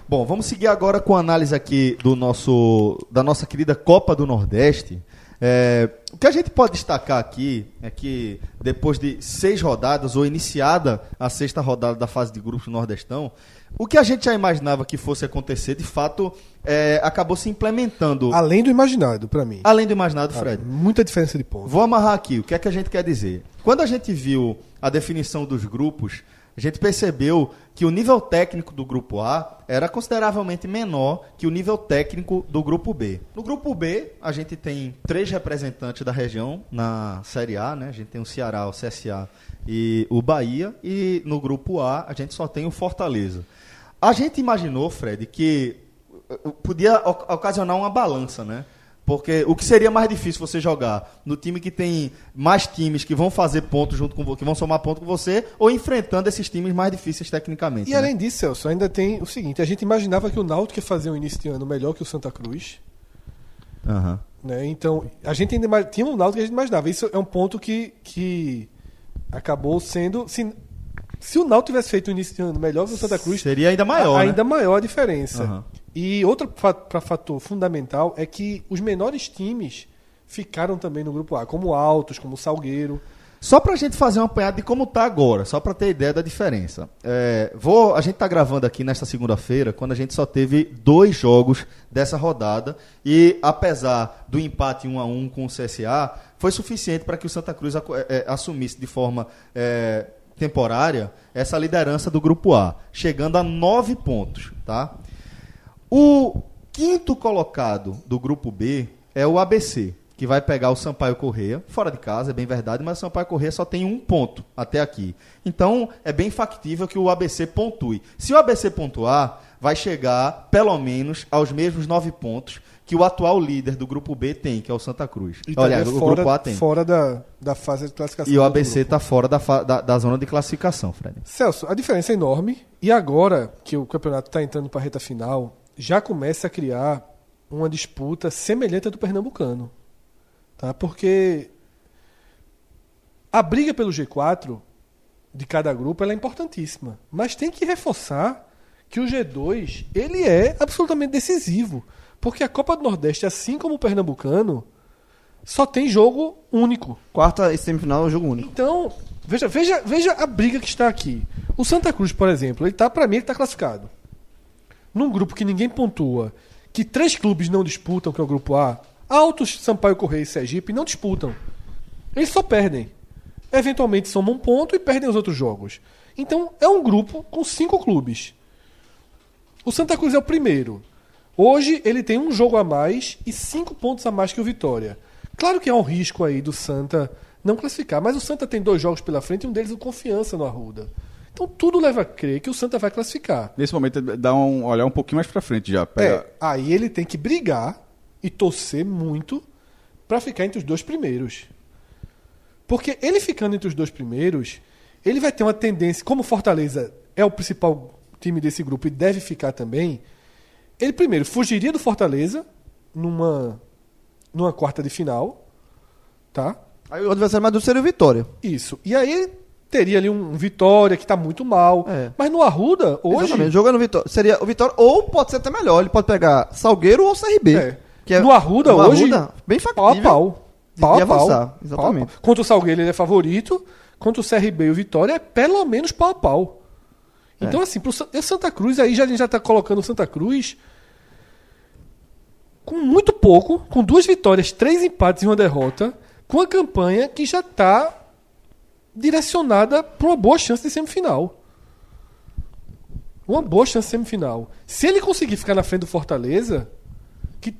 B: Bom, vamos seguir agora com a análise aqui do nosso, da nossa querida Copa do Nordeste. É, o que a gente pode destacar aqui é que depois de seis rodadas, ou iniciada a sexta rodada da fase de grupos do Nordestão, o que a gente já imaginava que fosse acontecer, de fato, é, acabou se implementando.
C: Além do imaginado, pra
D: Ah,
C: mim.
B: Além do imaginado,
C: Tá.
B: Fred.
C: Muita diferença de ponto.
B: Vou amarrar aqui. O que é que a gente quer dizer? Quando a gente viu a definição dos grupos, a gente percebeu que o nível técnico do grupo A era consideravelmente menor que o nível técnico do grupo B. No grupo B, a gente tem três representantes da região na Série A, né? A gente tem o Ceará, o CSA e o Bahia. E no grupo A, a gente só tem o Fortaleza. A gente imaginou, Fred, que podia oc- ocasionar uma balança, né? Porque o que seria mais difícil você jogar no time que tem mais times que vão fazer pontos junto com você, que vão somar ponto com você, ou enfrentando esses times mais difíceis tecnicamente.
C: E
B: né?
C: além disso, Celso, ainda tem o seguinte: a gente imaginava que o Náutico ia fazer um início de ano melhor que o Santa Cruz.
B: Aham.
C: Né? Então, a gente ainda ima- tinha um Náutico que a gente imaginava. Isso é um ponto que, que acabou sendo. Se, se o Náutico tivesse feito o início de ano melhor que o Santa Cruz,
B: Seria ainda maior.
C: a-
B: né?
C: ainda maior a diferença.
B: Aham.
C: E outro fa- pra- fator fundamental é que os menores times ficaram também no grupo A, como o Altos, como o Salgueiro.
B: Só pra gente fazer um apanhado de como tá agora, só pra ter ideia da diferença. É, vou, a gente tá gravando aqui nesta segunda-feira, quando a gente só teve dois jogos dessa rodada e apesar do empate 1 a 1 com o CSA, foi suficiente para que o Santa Cruz acu- é, é, assumisse de forma é, temporária essa liderança do grupo A, chegando a nove pontos, tá? O quinto colocado do grupo B é o ABC, que vai pegar o Sampaio Correia, fora de casa, é bem verdade, mas o Sampaio Correia só tem um ponto até aqui. Então é bem factível que o ABC pontue. Se o ABC pontuar, vai chegar pelo menos aos mesmos nove pontos que o atual líder do grupo B tem, que é o Santa Cruz.
C: E também
B: Aliás, o
C: Então, fora,
B: grupo A tem.
C: fora da, da fase de classificação.
B: E o
C: do
B: ABC
C: grupo.
B: está tá fora da, fa- da- da zona de classificação, Fred.
C: Celso, a diferença é enorme. E agora que o campeonato está entrando para a reta final, já começa a criar uma disputa semelhante à do Pernambucano. Tá? Porque A briga pelo G4 de cada grupo ela é importantíssima, mas tem que reforçar que o G2 ele é absolutamente decisivo, porque a Copa do Nordeste, assim como o Pernambucano, só tem jogo único.
D: Quarta e semifinal é um jogo único.
C: Então, veja, veja, veja a briga que está aqui. O Santa Cruz, por exemplo, ele tá para mim ele tá classificado. Num grupo que ninguém pontua, que três clubes não disputam, que é o grupo A, Altos, Sampaio Correia e Sergipe não disputam. Eles só perdem. Eventualmente somam um ponto e perdem os outros jogos. Então, é um grupo com cinco clubes. O Santa Cruz é o primeiro. Hoje ele tem um jogo a mais e cinco pontos a mais que o Vitória. Claro que há um risco aí do Santa não classificar, mas o Santa tem dois jogos pela frente e um deles o Confiança no Arruda. Então tudo leva a crer que o Santa vai classificar.
E: Nesse momento, dá um olhar um pouquinho mais pra frente já. Pega-
C: É, aí ele tem que brigar e torcer muito pra ficar entre os dois primeiros. Porque ele ficando entre os dois primeiros, ele vai ter uma tendência, como o Fortaleza é o principal time desse grupo e deve ficar também, ele primeiro fugiria do Fortaleza numa numa quarta de final, tá?
D: Aí o adversário mais duro seria o Vitória.
C: Isso. E aí teria ali um Vitória que tá muito mal,
D: É.
C: mas no Arruda hoje
D: Exatamente, jogando o Vitória. Seria o Vitória, ou pode ser até melhor, ele pode pegar Salgueiro ou CRB.
C: É.
D: Que é-
C: no Arruda
D: no
C: hoje,
D: bem
C: pau a
D: factível.
C: pau.
D: de-
C: Pau
D: de
C: a pau.
D: avançar,
C: Pau a
D: exatamente.
C: pau. Contra o Salgueiro ele é favorito, contra o CRB e o Vitória é pelo menos pau a pau.
D: É.
C: Então assim, pro Sa- e o Santa Cruz aí já a gente já tá colocando o Santa Cruz com muito pouco, com duas vitórias, três empates e uma derrota, com a campanha que já tá direcionada para uma boa chance de semifinal. Uma boa chance de semifinal. Se ele conseguir ficar na frente do Fortaleza, que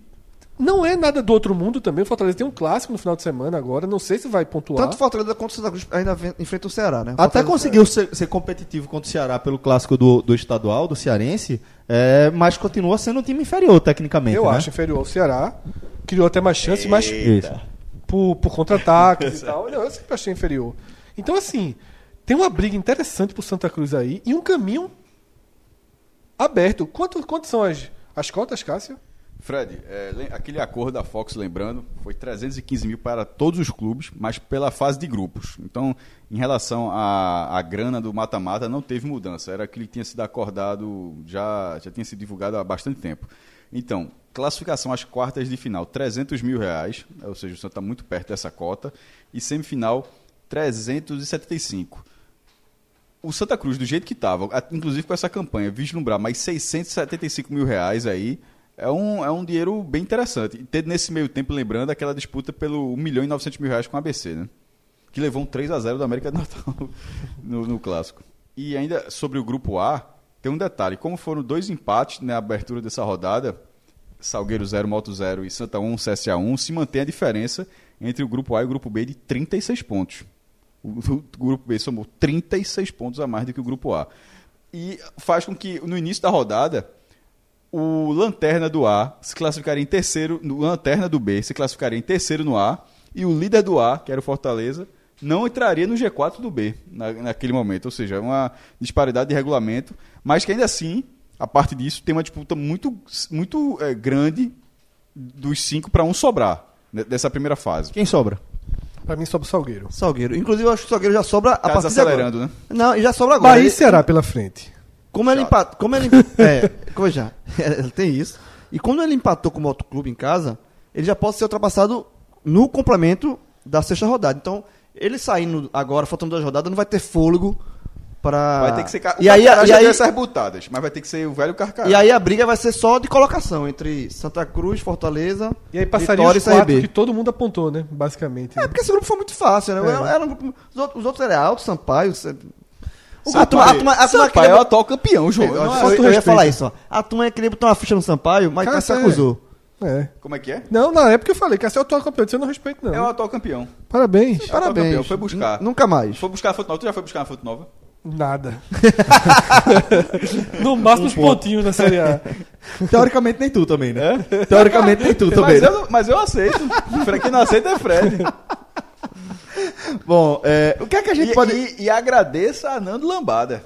C: não é nada do outro mundo também, o Fortaleza tem um clássico no final de semana agora, não sei se vai pontuar.
D: Tanto Fortaleza quanto Santa Cruz ainda ven- enfrenta o Ceará, né?
E: é.
B: Até
D: Fortaleza-
B: conseguiu ser, ser competitivo contra o Ceará pelo clássico do, do estadual, do cearense, é, mas continua sendo um time inferior tecnicamente.
C: eu
B: né?
C: acho inferior ao Ceará. Criou até mais chance, mas
B: Isso.
C: por, por contra-ataques e tal. Não, eu sempre achei inferior. Então, assim, tem uma briga interessante pro Santa Cruz aí e um caminho aberto. Quanto, quanto são as, as cotas, Cássio?
E: Fred, é, lem- aquele acordo da Fox, lembrando, foi 315 mil para todos os clubes, mas pela fase de grupos. Então, em relação à, à grana do mata-mata, não teve mudança. Era aquilo que tinha sido acordado, já, já tinha sido divulgado há bastante tempo. Então, classificação às quartas de final, 300 mil reais, ou seja, o Santos está muito perto dessa cota, e semifinal, 375 o Santa Cruz, do jeito que estava, inclusive com essa campanha, vislumbrar mais 675 mil reais aí, é um, é um dinheiro bem interessante. E ter nesse meio tempo, lembrando, aquela disputa pelo 1 milhão e 900 mil reais com a ABC, né? Que levou um 3 a 0 da América do Natal no, no Clássico. E ainda sobre o Grupo A, tem um detalhe. Como foram dois empates na abertura dessa rodada, Salgueiro 0, Moto 0 e Santa 1, CSA 1, se mantém a diferença entre o Grupo A e o Grupo B de 36 pontos. O, o grupo B somou 36 pontos a mais do que o grupo A. E faz com que, no início da rodada, o Lanterna do A se classificaria em terceiro, no Lanterna do B se classificaria em terceiro no A, e o líder do A, que era o Fortaleza, não entraria no G4 do B na- naquele momento. Ou seja, é uma disparidade de regulamento, mas que ainda assim, a parte disso, tem uma disputa muito, muito eh, grande dos cinco para um sobrar né, dessa primeira fase.
B: Quem sobra?
C: Pra mim, sobe o Salgueiro.
D: Salgueiro. Inclusive, eu acho que o Salgueiro já sobra a
E: Tá
D: partir de
E: desacelerando,
D: agora.
E: né?
D: Não, e já sobra agora.
C: Bahia e
D: Ele-
C: Ceará pela frente.
D: Como ele empatou. Como ele. É, como já. ele tem isso. E quando ele empatou com o motoclube em casa, ele já pode ser ultrapassado no complemento da sexta rodada. Então, ele saindo agora, faltando duas rodadas, não vai ter fôlego para.
E: Vai ter que ser. ca- O
D: E aí,
E: Carcará
D: e
E: já
D: aí,
E: deu essas butadas, mas vai ter que ser o velho Carcará.
D: e aí a briga vai ser só de colocação entre Santa Cruz, Fortaleza,
C: E aí passaria
D: Vitória
C: os quatro
D: CRB.
C: que todo mundo apontou, né? Basicamente.
D: É, porque esse grupo foi muito fácil, né?
C: É.
D: Era- era um grupo- os, outros, os outros eram Alto, Sampaio. Ce- O
E: Sampaio-
D: a turma- a turma- a
E: Sampaio
D: turma
E: é o
D: queria-
E: atual campeão,
D: Eu,
E: João.
D: eu-
E: Não é-
D: eu ia
C: respeito.
D: falar isso, ó. A turma queria botar uma ficha no Sampaio, mas
C: Cara,
D: Cássio
C: é.
D: acusou.
C: É.
E: Como é que é?
C: Não, na época eu falei, Cássio é o atual campeão, você não respeita, não.
E: É o atual campeão.
C: Parabéns.
E: É o atual
D: Parabéns. Hum.
E: campeão, Foi buscar.
D: N- Nunca mais.
E: Foi buscar a foto nova. Tu já foi buscar a foto nova?
C: Nada. no
D: Um
C: máximo os pontinhos na Série A.
B: Teoricamente nem tu também, né? Teoricamente nem tu também.
E: É? Mas
B: né?
E: eu, não- mas eu aceito. Pra quem não aceita é Fred.
B: Bom, é, o que é que a gente
E: E,
B: pode.
E: e, e agradeça a Nando Lambada.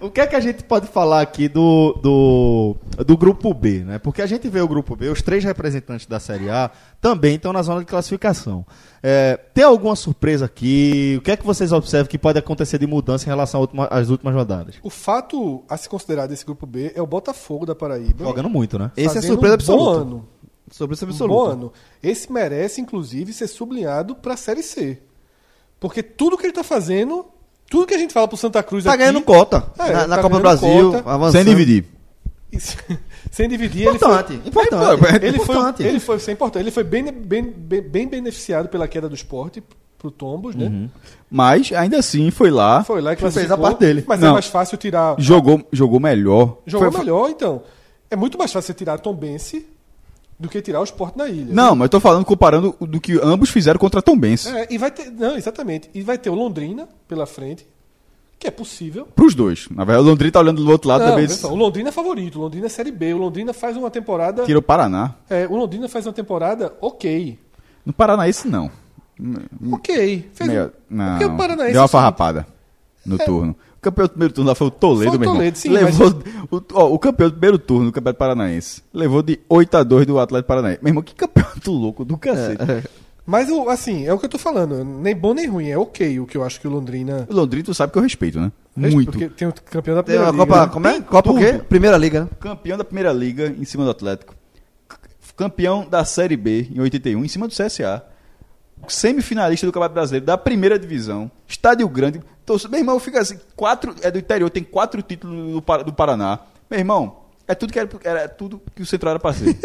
B: O que é que a gente pode falar aqui do, do do grupo B, né? Porque a gente vê o grupo B, os três representantes da Série A também estão na zona de classificação. É, tem alguma surpresa aqui? O que é que vocês observam que pode acontecer de mudança em relação à última- às últimas rodadas?
C: O fato a se considerar desse grupo B é o Botafogo da Paraíba.
B: Jogando muito, né?
D: Esse é
C: Fazendo
D: surpresa
C: Um bom
D: absoluta.
C: ano.
D: Surpresa
C: Um bom ano. Esse merece, inclusive, ser sublinhado pra Série C. Porque tudo que ele tá fazendo, tudo que a gente fala pro Santa Cruz
D: Tá
C: aqui...
D: ganhando cota.
C: É,
D: na na
C: tá
D: Copa do
C: ganhando
D: Brasil,
C: cota.
D: avançando.
C: Sem dividir, ele foi...
B: Importante, importante.
C: Ele
B: importante.
C: foi, ele foi, isso é importante. Ele foi bem, bem, bem, bem beneficiado pela queda do esporte pro Tombos, né?
E: Uhum. Mas ainda assim foi lá,
C: Foi lá que
B: Fez a
C: classificou,
B: parte dele.
C: Mas é
E: Não.
C: mais fácil tirar.
E: jogou, jogou melhor.
C: Jogou
E: Foi-
C: melhor, então. É muito mais fácil você tirar Tombense do que tirar o esporte na ilha.
E: Não, mas eu tô falando comparando do que ambos fizeram contra a Tombense.
C: É, e vai ter. Não, exatamente. E vai ter o Londrina pela frente, que é possível.
E: Pros dois. Na verdade, o Londrina tá olhando do outro lado
C: Não,
E: também.
C: vê só, o Londrina é favorito, o Londrina é Série B, o Londrina faz uma temporada.
E: Tira o Paraná.
C: é, o Londrina faz uma temporada ok.
E: No Paranaense, não.
C: Ok. Fez um-
E: Meio-
C: é
E: Não.
C: porque o Paranaense.
E: Deu uma farrapada no turno. O campeão do primeiro turno lá foi o Toledo,
C: É. Foi o
E: meu irmão.
C: Toledo, sim,
E: levou, o, ó, o campeão do primeiro turno do Campeonato Paranaense levou de 8 a 2 do Atlético Paranaense. Meu irmão, que campeonato louco do cacete.
C: É, Mas, o- assim, é o que eu tô falando. Nem bom nem ruim, é ok o que eu acho que o Londrina.
E: O Londrina, tu sabe que eu respeito, né? Muito.
C: Porque tem o campeão da
D: Tem
C: primeira
D: a
C: Liga,
D: Copa,
C: né?
D: como é? Copa o quê? Primeira Liga, né?
E: Campeão da primeira liga em cima do Atlético. C- Campeão da Série B em 81 em cima do CSA. Semifinalista do Campeonato Brasileiro da primeira divisão. Estádio Grande. Então, se- meu irmão, fica assim, quatro, é do interior, tem quatro títulos do, Pa- do Paraná. Meu irmão, é tudo que era, era tudo que o Central era pra ser.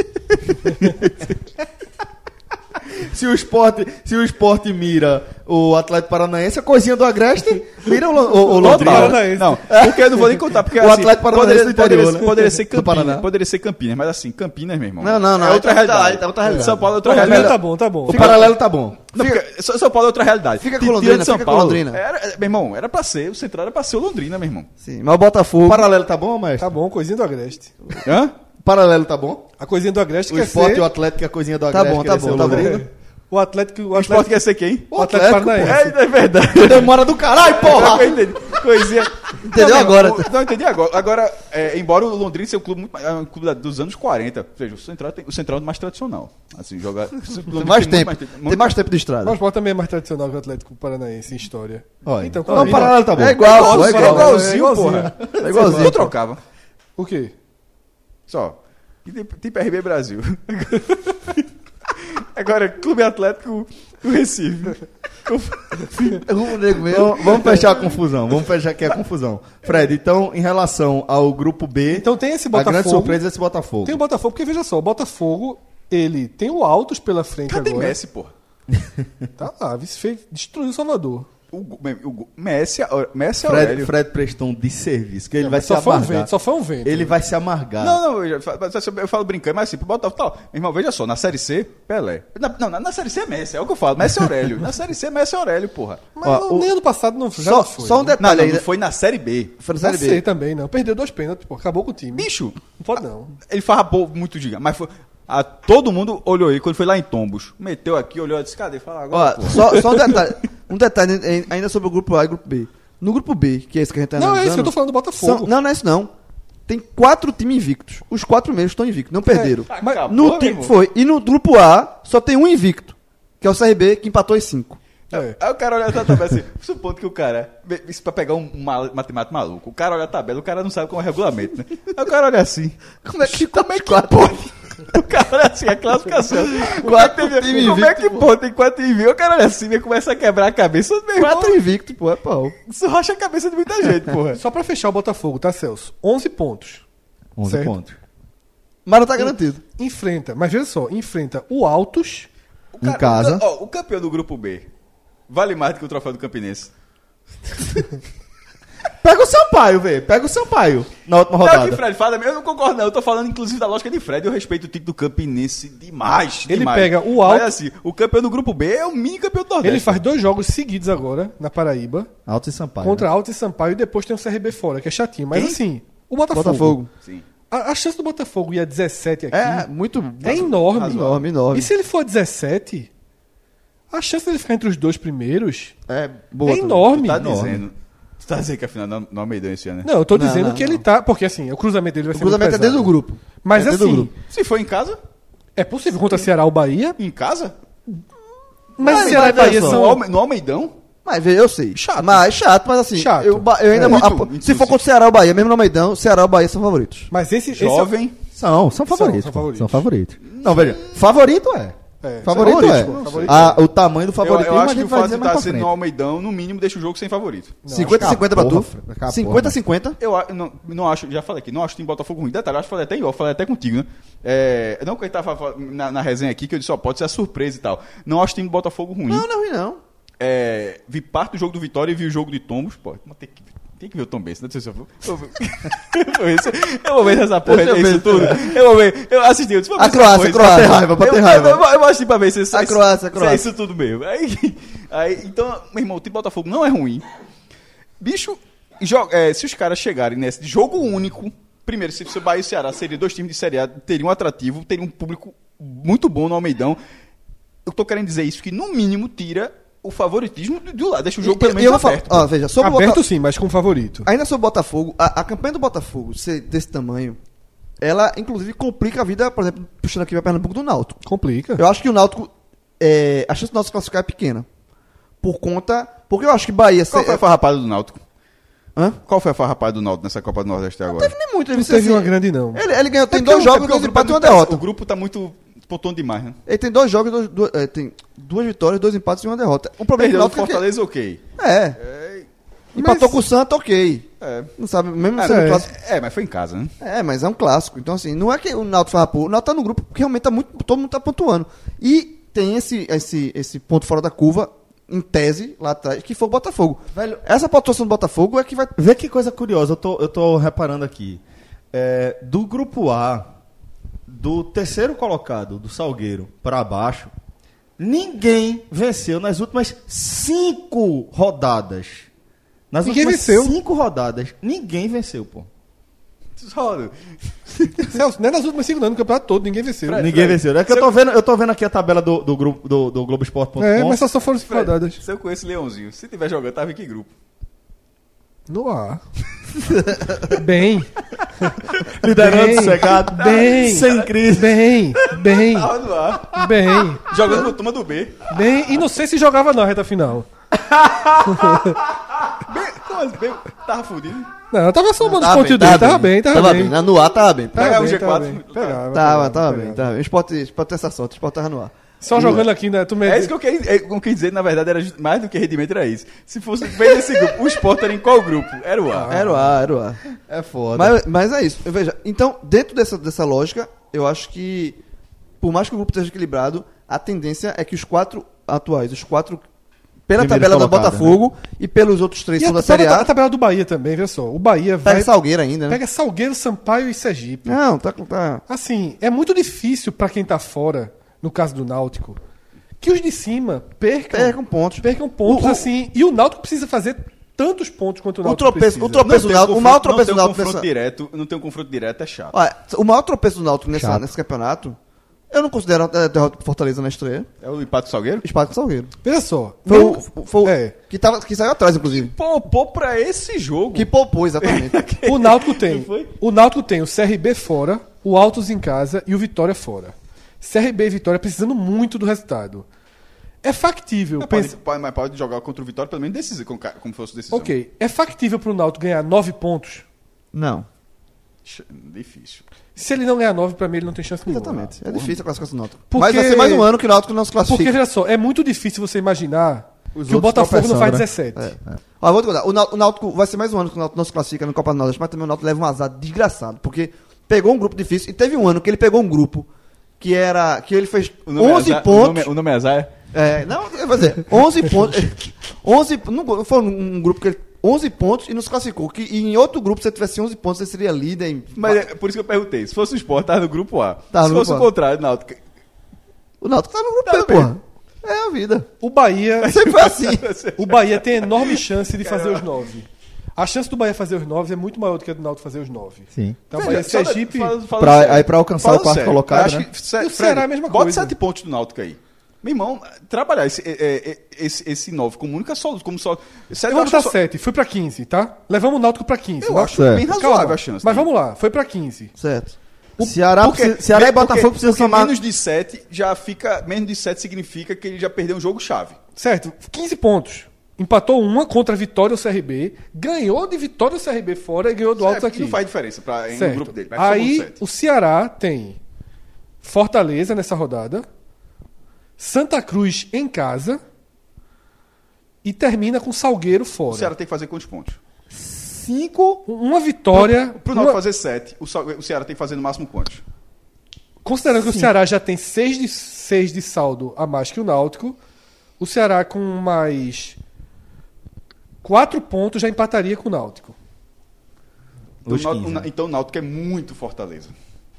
B: Se o esporte, se o esporte mira o Atlético Paranaense, a coisinha do Agreste mira o, Lo- o- o Londrina.
E: Total.
C: Paranaense.
E: Não, porque eu não vou nem contar, porque
B: O
E: assim,
B: Atlético Paranaense
E: poderia,
B: do interior,
E: poderia-
B: né?
E: poderia ser
B: Do Paraná.
E: Campinas, poderia ser Campinas, mas assim, Campinas, meu irmão.
D: Não, não, não,
E: É outra
D: aí tá-
E: realidade.
D: aí tá outra realidade.
E: São Paulo é outra
C: O Londrina tá
E: realidade.
C: bom, tá bom.
B: O paralelo tá bom.
E: Não, porque São São Paulo é outra realidade.
D: Fica com
E: Tira
D: Londrina,
E: de São
D: fica com
E: Paulo,
D: Londrina.
E: Era, é, meu irmão, era pra ser, o Central era pra ser o Londrina, meu irmão.
D: Sim. Mas o
B: O
D: Botafogo.
B: paralelo tá bom, mas
C: Tá bom, coisinha do Agreste.
E: Hã?
B: o paralelo tá bom.
C: A coisinha do Agreste
B: O
C: quer
B: esporte
C: ser...
B: e o Atlético, que é a coisinha do
D: Tá
B: Agreste.
D: bom, tá
B: querer ser né?
D: bom,
B: o
D: tá bom.
B: Londrina.
C: O Atlético... O
E: O esporte
C: Atlético,
E: quer ser quem?
C: o Atlético
D: Atlético,
C: Paranaense.
E: É, é verdade.
B: Demora do
C: É,
B: caralho,
E: Agora
B: porra!
E: eu entendi. Coisinha.
D: Entendeu
E: meu
D: agora.
E: irmão, o- Não, entendi agora. Agora, é, embora o Londrina seja um clube, muito, mais- é um clube da- dos anos 40, ou seja, o Central, tem, o Central é mais tradicional. Assim, joga.
D: Tem mais tempo.
E: muito-
D: Tem mais tempo de estrada.
C: Mas o esporte também é mais tradicional que o Atlético Paranaense em história.
B: Olha,
C: Então,
B: então o
C: Corinthians-
B: paralelo tá bom.
D: É igual, é
E: Nossa, é
D: igual.
E: igualzinho, porra.
D: É igualzinho.
E: Eu trocava.
C: O quê?
E: Só. E tipo, tem, tem PRB Brasil. Agora, Clube Atlético do Recife.
D: Um nego meu.
B: Então, vamos fechar a confusão, vamos fechar aqui a confusão. Fred, então, em relação ao grupo B,
C: Então tem esse
B: a
C: Botafogo...
B: grande surpresa é esse Botafogo.
C: Tem um o Botafogo, porque veja só, o Botafogo, ele tem o Altos pela frente
E: Cadê
C: agora.
E: Messi, porra?
C: Tá lá, vice fez- destruiu o Salvador.
E: O, go- o, go- Messi, Aure- Messi é
B: Fred,
E: Aurélio.
B: Fred prestou um desserviço, que ele vai se
C: Só foi um
B: amargar.
C: vento, só foi um vento.
B: Ele vai se amargar.
E: Não, não, eu, já falo- mas eu- eu falo brincando, mas assim, pro Botafogo, tal. Meu irmão, veja só, na Série C, Pelé. Na- não, na, na Série C é Messi, é o que eu falo, Messi e Aurélio. Na Série C, Messi e Aurélio, porra.
C: Mas
B: Ó,
C: não-
B: o-
C: nem ano passado não já
D: Só,
C: não foi.
D: só um
C: né?
E: Não,
D: detalhe
E: não,
D: aí.
E: não foi na Série B.
D: Foi na
C: Não
D: Série
C: sei
D: B.
C: também, não. Perdeu dois pênaltis, pô. Acabou com o time.
E: Bicho,
C: Não pode não.
E: ele farrapou muito de mas foi... A, todo mundo olhou ele quando foi lá em Tombos. Meteu aqui, olhou, disse, cadê? Fala agora,
D: Ó,
E: porra.
D: só, só um detalhe. Um detalhe em- ainda sobre o grupo A e o grupo B. No grupo B, que é esse que a gente tá
C: Não, é isso
D: analisando,
C: que eu tô falando do
D: são-
C: Botafogo.
D: não, não é isso não. Tem quatro times invictos. Os quatro mesmos estão invictos,
C: É,
D: não perderam.
C: tá,
E: Ah, acabou,
D: no
E: meu
D: ti-
E: irmão.
D: foi. E no grupo A, só tem um invicto, que é o CRB, que empatou em cinco.
C: É.
E: Aí o cara olha a tabela assim, supondo que o cara. Isso pra pegar um mal- matemático maluco. O cara olha a tabela, o cara não sabe qual é o regulamento, né? Aí o cara olha assim.
D: Como é que, como é que pode?
E: O cara olha assim, a classificação.
D: Quatro
E: Como é que-
D: times
E: Como é que
D: invicto,
E: pô, tem quatro times? invictos? O cara olha assim, né, começa a quebrar a cabeça. Meu irmão,
D: Quatro invictos, pô, é pau.
E: Isso rocha a cabeça de muita gente, porra.
C: Só pra fechar o Botafogo, tá, Celso? 11 pontos.
B: 11
C: Certo.
B: pontos.
D: Mas não tá garantido.
C: Enfrenta, mas veja só, enfrenta o Altos.
E: O
B: Em casa.
E: assim, ó, o campeão do grupo B vale mais do que o troféu do Campinense.
B: Pega o Sampaio, velho. Pega o Sampaio na última
E: Não, o que
B: rodada.
E: Fred fala, eu não concordo, não. Eu tô falando, inclusive, da lógica de Fred. Eu respeito o título do Campinense demais.
C: Ele
E: demais.
C: pega o alto-
E: Mas assim, o campeão do grupo B é o mini campeão do Nordeste.
C: Ele faz dois jogos seguidos agora, na Paraíba,
B: Alto e Sampaio.
C: contra Altos e Sampaio, e depois tem o CRB fora, que é chatinho. Mas
E: Quem?
C: assim, o Botafogo.
D: Botafogo.
E: Sim.
C: A, a chance do Botafogo ir a 17 aqui
D: É,
C: é,
D: muito.
C: enorme.
D: Enorme, enorme.
C: E se ele for a 17, a chance dele ficar entre os dois primeiros
D: É boa.
C: é
B: né?
D: também.
E: Tu
C: enorme.
E: tá
B: enorme.
E: dizendo. Tu tá dizendo que a final não, não é Almeidão esse ano, né?
C: Não, eu tô
D: Não,
C: dizendo
D: não,
C: que ele tá. Porque assim, o cruzamento dele vai
D: O
C: ser. muito
D: cruzamento é
C: pesado.
D: dentro do grupo.
C: Mas
D: É dentro do
C: assim,
D: grupo.
E: Se for em casa,
C: é possível contra Ceará ou Bahia.
E: em casa,
C: Mas
D: Mas
C: Ceará e
D: vai ver
C: Bahia
D: só.
E: no,
C: são.
E: Alme, no Almeidão,
D: Mas vê, eu sei. Chato. Mas chato, mas assim.
C: Chato.
D: Eu, ba- eu ainda.
E: É. Muito,
D: apo-
E: muito
D: se for
E: sim.
D: contra o Ceará ou Bahia, mesmo no Almeidão, Ceará ou Bahia são favoritos.
C: Mas esse. esse é-
E: jovem,
B: São, são favoritos.
C: são
B: pô,
C: favoritos.
B: São favoritos. Não, veja, favorito é.
C: É,
B: favorito é.
C: favorito, pô, favorito.
B: Ah, o tamanho do
E: eu,
B: favorito
E: eu acho que o
B: gente vai
E: fato de
B: dizer mais
E: estar
B: pra
E: sendo
B: frente.
E: no Almeidão, no mínimo, deixa o jogo sem favorito.
D: 50-50 pra tu.
B: porra, Fran, acabou,
D: 50-50.
E: Eu a- não, não acho, já falei aqui, não acho o time Botafogo ruim. Detalhe, eu acho que falei até em off, falei até contigo, né? É, não que eu tava fa- na, na resenha aqui, que eu disse, ó, pode ser a surpresa e tal. Não acho o time Botafogo ruim.
D: Não, não é ruim, não.
E: É, vi parte do jogo do Vitória e vi o jogo de Tombos, pô. Mas tem que, tem que ver o Tom Benz, não sei se eu vou. Eu vou, eu vou ver se- eu vou ver se essa porra
D: Deixa eu
E: é isso
D: ver.
E: tudo. Eu vou ver, eu assisti, eu disse, vou ver
D: A
E: essa
D: Croácia,
E: porra,
D: a Croácia.
E: isso-
D: Pra ter raiva, pra
E: Eu-
D: ter raiva.
E: Eu, eu, eu assisti pra ver se, se,
D: A Croácia, a
E: se é
D: Croácia.
E: isso tudo mesmo. Aí, aí, então, meu irmão, o time Botafogo não é ruim. Bicho, jo- é, se os caras chegarem nesse de jogo único, primeiro, se fosse Bahia e Ceará, seriam dois times de Série A, teriam um atrativo, teriam um público muito bom no Almeidão. Eu tô querendo dizer isso, que no mínimo tira o favoritismo do- do lado, deixa o jogo pelo
D: E- e eu
E: menos
D: vou falar-
E: aberto.
D: Ó, veja, sobre o
C: Aberto
D: Bota-
C: sim, mas com favorito.
D: Ainda sobre o Botafogo, a, a campanha do Botafogo ser desse tamanho, ela inclusive complica a vida, por exemplo, puxando aqui pra Pernambuco do Náutico.
C: Complica.
D: Eu acho que o Náutico, é, a chance do Náutico se classificar é pequena. Por conta. Porque eu acho que Bahia.
E: Qual foi a farrapada do Náutico?
D: Hã?
E: Qual foi a farrapada do Náutico nessa Copa do Nordeste até agora?
D: Teve nem muito, ele
C: Não
D: disse
C: teve
D: assim,
C: uma grande, não.
D: Ele, ele ganhou, tem
E: É porque
D: dois
E: o-
D: jogos,
E: porque o
D: dois
E: grupo é
D: empates e uma
E: muito péssimo.
D: derrota.
E: O grupo tá muito pontuando demais, né?
D: Ele tem dois jogos, dois, dois- é, tem duas vitórias, dois empates e uma derrota. O problema
E: Perdeu
D: do
E: do
D: Náutico é que-
E: Fortaleza, ok.
D: É. Empatou com o Santos, ok.
E: É.
D: Não sabe, mesmo
E: É,
D: sendo
E: é.
D: clássico.
E: É, mas foi em casa, né?
D: É, mas é um clássico. Então, assim, não é que o Náutico farrapou. O Náutico tá no grupo que realmente tá muito, todo mundo tá pontuando. E tem esse, esse, esse ponto fora da curva, em tese, lá atrás, que foi o Botafogo.
B: Velho-
D: Essa pontuação do Botafogo é que vai...
B: Vê que coisa curiosa, eu tô, eu tô reparando aqui. É, do grupo A, do terceiro colocado, do Salgueiro, pra baixo, ninguém venceu nas últimas cinco rodadas. Nas
C: Ninguém
B: últimas
C: venceu.
B: cinco rodadas, ninguém venceu, pô.
E: Só,
C: Celso, nem nas últimas cinco anos, no campeonato todo, ninguém venceu.
B: ninguém venceu. É que eu tô, vendo, eu tô vendo aqui a tabela do, do, grupo, do, do Globoesporte.com.
C: É, mas só, só foram cinco
E: Fred,
C: rodadas.
E: se eu conheço Leãozinho, se tiver jogando, tava em que grupo?
C: No ar. bem,
B: Liderando,
C: Bem,
B: secado,
C: bem.
B: sem crise.
C: bem, bem,
E: Tava Tá no ar,
C: bem,
E: jogando com a turma do B.
C: bem. E não sei se jogava na reta final.
E: B, como assim, B? Tava fudido.
C: Não, eu tava somando os pontos dele. Tava bem, tava, bem.
B: né?
D: Na- No ar tava bem.
C: Tava
E: Pegava
C: bem,
E: o
C: tava
E: G4.
C: bem. Pegava,
D: Tava,
C: pegava,
D: tava
C: pegava.
D: bem, tava bem. O Sport, o Sport tem essa sorte, o Sport tava no ar.
C: Só jogando aqui, né? Tu me...
E: É isso que eu queria, é, o que eu queria dizer, na verdade, era just- mais do que rendimento, era isso. Se fosse bem desse grupo, o Sport era em qual grupo? Era o A.
D: Era o ar, era o ar.
B: É foda.
D: Mas, mas é isso. Veja, então, dentro dessa, dessa lógica, eu acho que, por mais que o grupo esteja equilibrado, a tendência é que os quatro atuais, os quatro, pela
B: Primeiros
D: tabela da
B: colocados,
D: Botafogo e pelos outros três
C: E
D: são
C: a,
D: da
C: sabe
D: Série
C: a
D: A,
C: tabela do Bahia também, vê só. O Bahia vai...
D: pega Salgueira ainda, né?
C: pega Salgueiro, Sampaio e Sergipe.
D: Não, tá, tá...
C: Assim, é muito difícil pra quem tá fora, no caso do Náutico, que os de cima percam,
D: Percam pontos.
C: percam pontos,
D: O- o-
C: assim. E o Náutico precisa fazer tantos pontos quanto o
D: O
C: Náutico
D: tropeço,
C: precisa.
D: o tropeço do Náutico, o maior
E: não
D: tropeço
E: tem
D: do
E: um
D: Náutico
E: confronto
D: nessa...
E: direto, não tem um confronto direto, é chato.
D: Olha, o maior tropeço do Náutico nessa,
B: Chato.
D: nesse campeonato, eu não considero a derrota pro Fortaleza na estreia,
E: É o empate do Salgueiro?
D: Espaço com Salgueiro.
C: Veja só.
D: Foi
C: não-
D: o, foi o-
C: é,
D: que, tava, que saiu atrás, inclusive.
E: Poupou pra esse jogo.
D: Que poupou, exatamente.
C: o Náutico tem.
E: foi?
C: O Náutico tem o CRB fora, o Altos em casa e o Vitória fora. CRB e Vitória precisando muito do resultado. É factível.
E: Não,
C: pensa-
E: pode, pode- mas pode jogar contra o Vitória, pelo menos decisivo, como, ca- como fosse decisão.
C: Ok, é factível pro Náutico ganhar nove pontos?
D: não.
E: Ch- Difícil.
C: Se ele não ganhar nove, pra mim ele não tem chance nenhuma.
D: Exatamente. É difícil a classificação do Náutico.
C: Porque-
D: Mas vai ser mais um ano que o Náutico não se
C: Porque,
D: classifica.
C: veja só, é muito difícil você imaginar
B: Os
C: que o
B: outros
C: Botafogo não faz
B: tropeçando,
C: 17.
D: É, Ó, vou te contar. O Nau- o Náutico vai ser mais um ano que o Náutico não se classifica no Copa do Nordeste, mas também o Náutico leva um azar desgraçado. Porque pegou um grupo difícil. E teve um ano que ele pegou um grupo que era. que ele fez
E: O nome é
D: 11
E: azar- O
D: pontos.
E: nome, é- o nome é azar? é?
D: É, não, eu vou dizer, 11 pontos. 11, não go- foi um um grupo que ele. 11 pontos e nos classificou. Que e em outro grupo, se ele tivesse 11 pontos, ele seria líder. Em,
E: Mas é por isso que eu perguntei. Se fosse o Sport, tava no grupo A.
D: Tava
E: Se
D: no
E: fosse
D: grupo
E: o
D: A.
E: contrário, Náutico.
D: o Náutico tá no grupo,
E: Tá
D: aí, porra. É a vida.
C: O Bahia,
D: Sempre foi assim.
C: o Bahia tem enorme chance de fazer os nove. A chance do Bahia fazer os nove é muito maior do que a do Náutico fazer os nove.
B: Sim.
C: Então, o Bahia,
E: Só da-
C: Sergipe,
E: falando- falando
B: é Pra,
E: sério.
B: aí pra alcançar
E: Falando
B: o quarto
E: sério, eu
B: colocado,
E: acho
B: né?
E: que se-
C: E o
E: Fred,
C: Ceará é a mesma
E: bota
C: coisa.
E: sete pontos do Náutico aí. Meu irmão, trabalhar esse, é, é, esse, esse 9 como única solução. Como só,
C: Eu
E: sério,
C: vou
E: acho que
C: botar
E: só-
C: 7, fui pra 15, tá? Levamos o Náutico pra 15.
E: Eu
C: Náutico-
E: acho
B: É.
E: bem
C: Calma,
E: razoável a chance.
C: Mas
E: né?
C: vamos lá, foi pra 15.
B: Certo. Ceará, precisa- Ceará e
E: porque-
B: Botafogo precisam
E: porque
B: somar.
E: Menos de 7 já fica. Menos de 7 significa que ele já perdeu um jogo-chave.
C: Certo, 15 pontos. Empatou uma contra a Vitória o CRB, ganhou de Vitória o CRB fora e ganhou do Alto
E: É,
C: aqui.
E: Não faz diferença pra, em um
C: Certo.
E: grupo dele. Mas somou
C: Aí
E: sete.
C: o Ceará tem Fortaleza nessa rodada, Santa Cruz em casa e termina com Salgueiro
E: o
C: fora.
E: Ceará tem que fazer quantos pontos?
F: 5.
C: Uma vitória.
E: Pro
C: uma-
E: Náutico fazer 7, o, Sa- o Ceará tem que fazer no máximo quantos?
C: Considerando que o Ceará já tem 6 de, seis de saldo a mais que o Náutico, o Ceará com mais 4 pontos já empataria com o Náutico.
E: Do
B: Os
E: Náutico-
B: 15, né?
E: Então o Náutico é muito Fortaleza.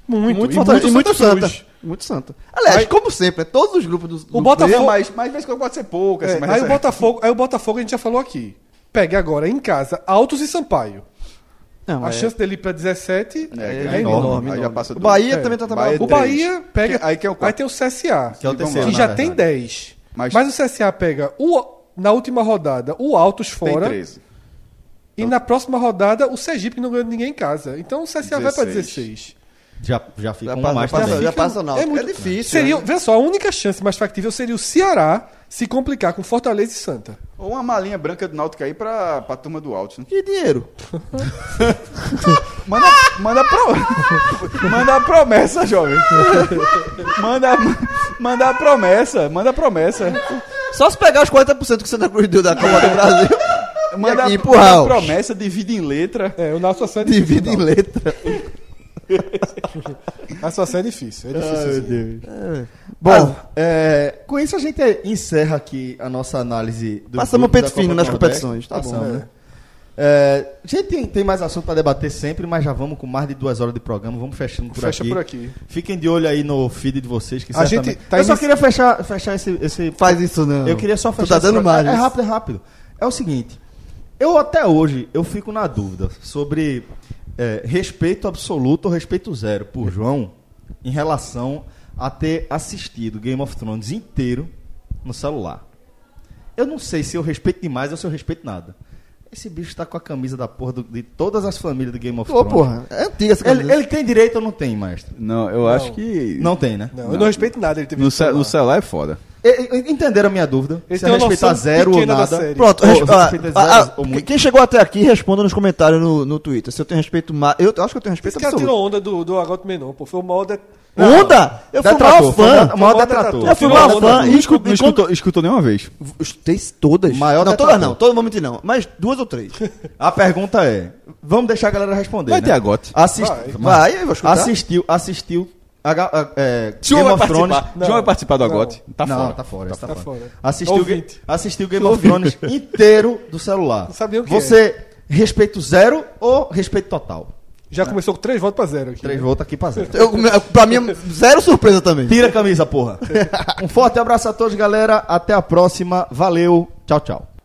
C: Muito,
B: Muito
C: e
B: Fortaleza e muito
C: Santa Cruz.
B: Santa. Muito Santa. Aliás, como sempre, é todos os grupos do.
C: O
B: do-
E: Não,
C: Botafogo,
E: mas, mas de vez em quando pode ser pouco. assim,
C: É,
E: mas
C: aí,
E: é-
C: o Botafogo, aí o Botafogo a gente já falou aqui. Pega agora em casa Altos e Sampaio.
B: Não,
C: a
B: é-
C: chance dele ir pra 17
E: É,
C: é,
E: é enorme,
C: enorme.
E: aí já passa
B: O
E: do-
B: Bahia
C: É.
B: também tá
E: Bahia-
B: trabalhando.
C: O
E: três.
C: Bahia pega.
E: Que- aí que é o
C: aí
E: quarto.
C: tem o CSA,
B: Que é o
E: vamos lá.
B: terceiro.
C: que
B: na
C: já tem
B: verdade.
C: 10. Mas,
E: Mas-
C: o CSA pega o, na última rodada o Altos
E: Tem
C: fora.
E: 13.
C: E
D: Então-
C: na próxima rodada o Sergipe que não ganha de ninguém em casa. Então o CSA vai pra 16.
E: 16.
B: Já, já fica
D: Já
B: um
D: passa-
B: mais
D: já
B: pra
D: passa-
B: frente.
D: já passa o Náutico.
C: muito-
D: É difícil,
C: Seria,
D: né?
C: Vê só, a única chance mais factível seria o Ceará se complicar com Fortaleza e Santa.
E: Ou uma malinha branca do Náutico aí pra, pra turma do Alto, né?
D: Que dinheiro?
E: Manda, manda, pro, manda a promessa, jovem. Manda, manda a promessa, manda a promessa.
D: Só se pegar os 40% que Santa Cruz deu da Copa do Brasil.
E: Manda,
D: aqui,
E: manda
D: empurrar.
E: a promessa, divide em letra.
C: É, o Náutico Santa
D: Divide em letra.
C: A situação é difícil. É difícil.
B: Ai, meu Deus. Bom, é, com isso a gente encerra aqui a nossa análise do
D: Passamos
B: grupo
D: o
B: da
D: pente
B: Copa
D: fino
B: do
D: nas
B: Nordeste.
D: competições, tá bom,
B: Passamos,
D: né?
B: né? É, a gente tem, tem mais assunto para debater sempre, mas já vamos com mais de duas horas de programa. Vamos fechando por
C: Fecha
B: aqui.
C: por aqui.
B: Fiquem de olho aí no feed de vocês. Que
C: A gente
B: certamente...
C: tá
B: Eu só
C: inici-
B: queria fechar, fechar esse, esse
D: Faz isso não.
B: eu queria só
D: Tu
B: fechar.
D: tá
B: esse
D: dando
B: programa.
D: margem.
B: É rápido, é rápido. É o seguinte. Eu até hoje eu fico na dúvida sobre é, respeito absoluto ou respeito zero por João em relação a ter assistido Game of Thrones inteiro no celular. Eu não sei se eu respeito demais ou se eu respeito nada. Esse bicho tá com a camisa da porra do- de todas as famílias do Game of
D: Ô,
B: Thrones.
D: porra. É antiga essa
B: Ele,
D: camisa.
B: ele tem direito ou não tem, maestro?
E: Não, eu acho que.
B: Não tem, né?
C: Não, eu não respeito nada. Ele teve que falar.
E: celular é foda.
B: E- e- Entenderam a minha dúvida?
C: Ele
B: se
C: tem
B: é
C: uma
B: respeitar
C: noção
B: zero ou
C: pequena da
B: nada.
C: série.
D: Pronto,
B: Ou
D: respe-
B: se respeita
D: ah,
B: zeros
D: ah,
B: ou
D: que-
B: muito.
D: quem chegou até aqui, responda nos comentários no, no Twitter. Se eu tenho respeito mais. Eu acho que eu tenho respeito
C: Esse é cara
D: absoluto.
C: tirou onda do, do Agoto Menon, pô. Foi o maior. De...
D: Onda? Eu fui o
B: Detrator,
D: maior
B: foi
D: fã.
B: o um maior
C: Eu
B: detrator.
D: Eu fui o maior
B: Onda,
D: fã
B: não.
D: e escutei.
E: escutou nenhuma vez.
D: Escutei todas.
B: Maior
D: não,
B: detrator.
D: todas não, todas vão mentir não. Mas duas ou três.
B: A pergunta é: vamos deixar a galera responder.
E: Vai
B: né?
E: ter a gote.
B: Assist...
D: Vai, eu vou escutar.
B: Assistiu, assistiu. A, ga- a, é,
E: João
B: Game
E: vai
B: of Thrones.
E: participar. João vai participar do Agote. Tá
B: não,
E: fora.
B: tá fora. esse Tá,
C: tá
B: fora.
C: fora.
B: Assistiu,
C: Ouvinte.
B: assistiu Game of Thrones inteiro do celular.
C: Não sabia o que é.
B: Você, respeito zero ou respeito total?
C: Já começou com 3 votos pra zero aqui.
B: Três voltas aqui pra zero.
D: Eu, pra mim, zero surpresa também.
B: Tira a camisa, porra. Um forte abraço a todos, galera. Até a próxima. Valeu. Tchau, tchau.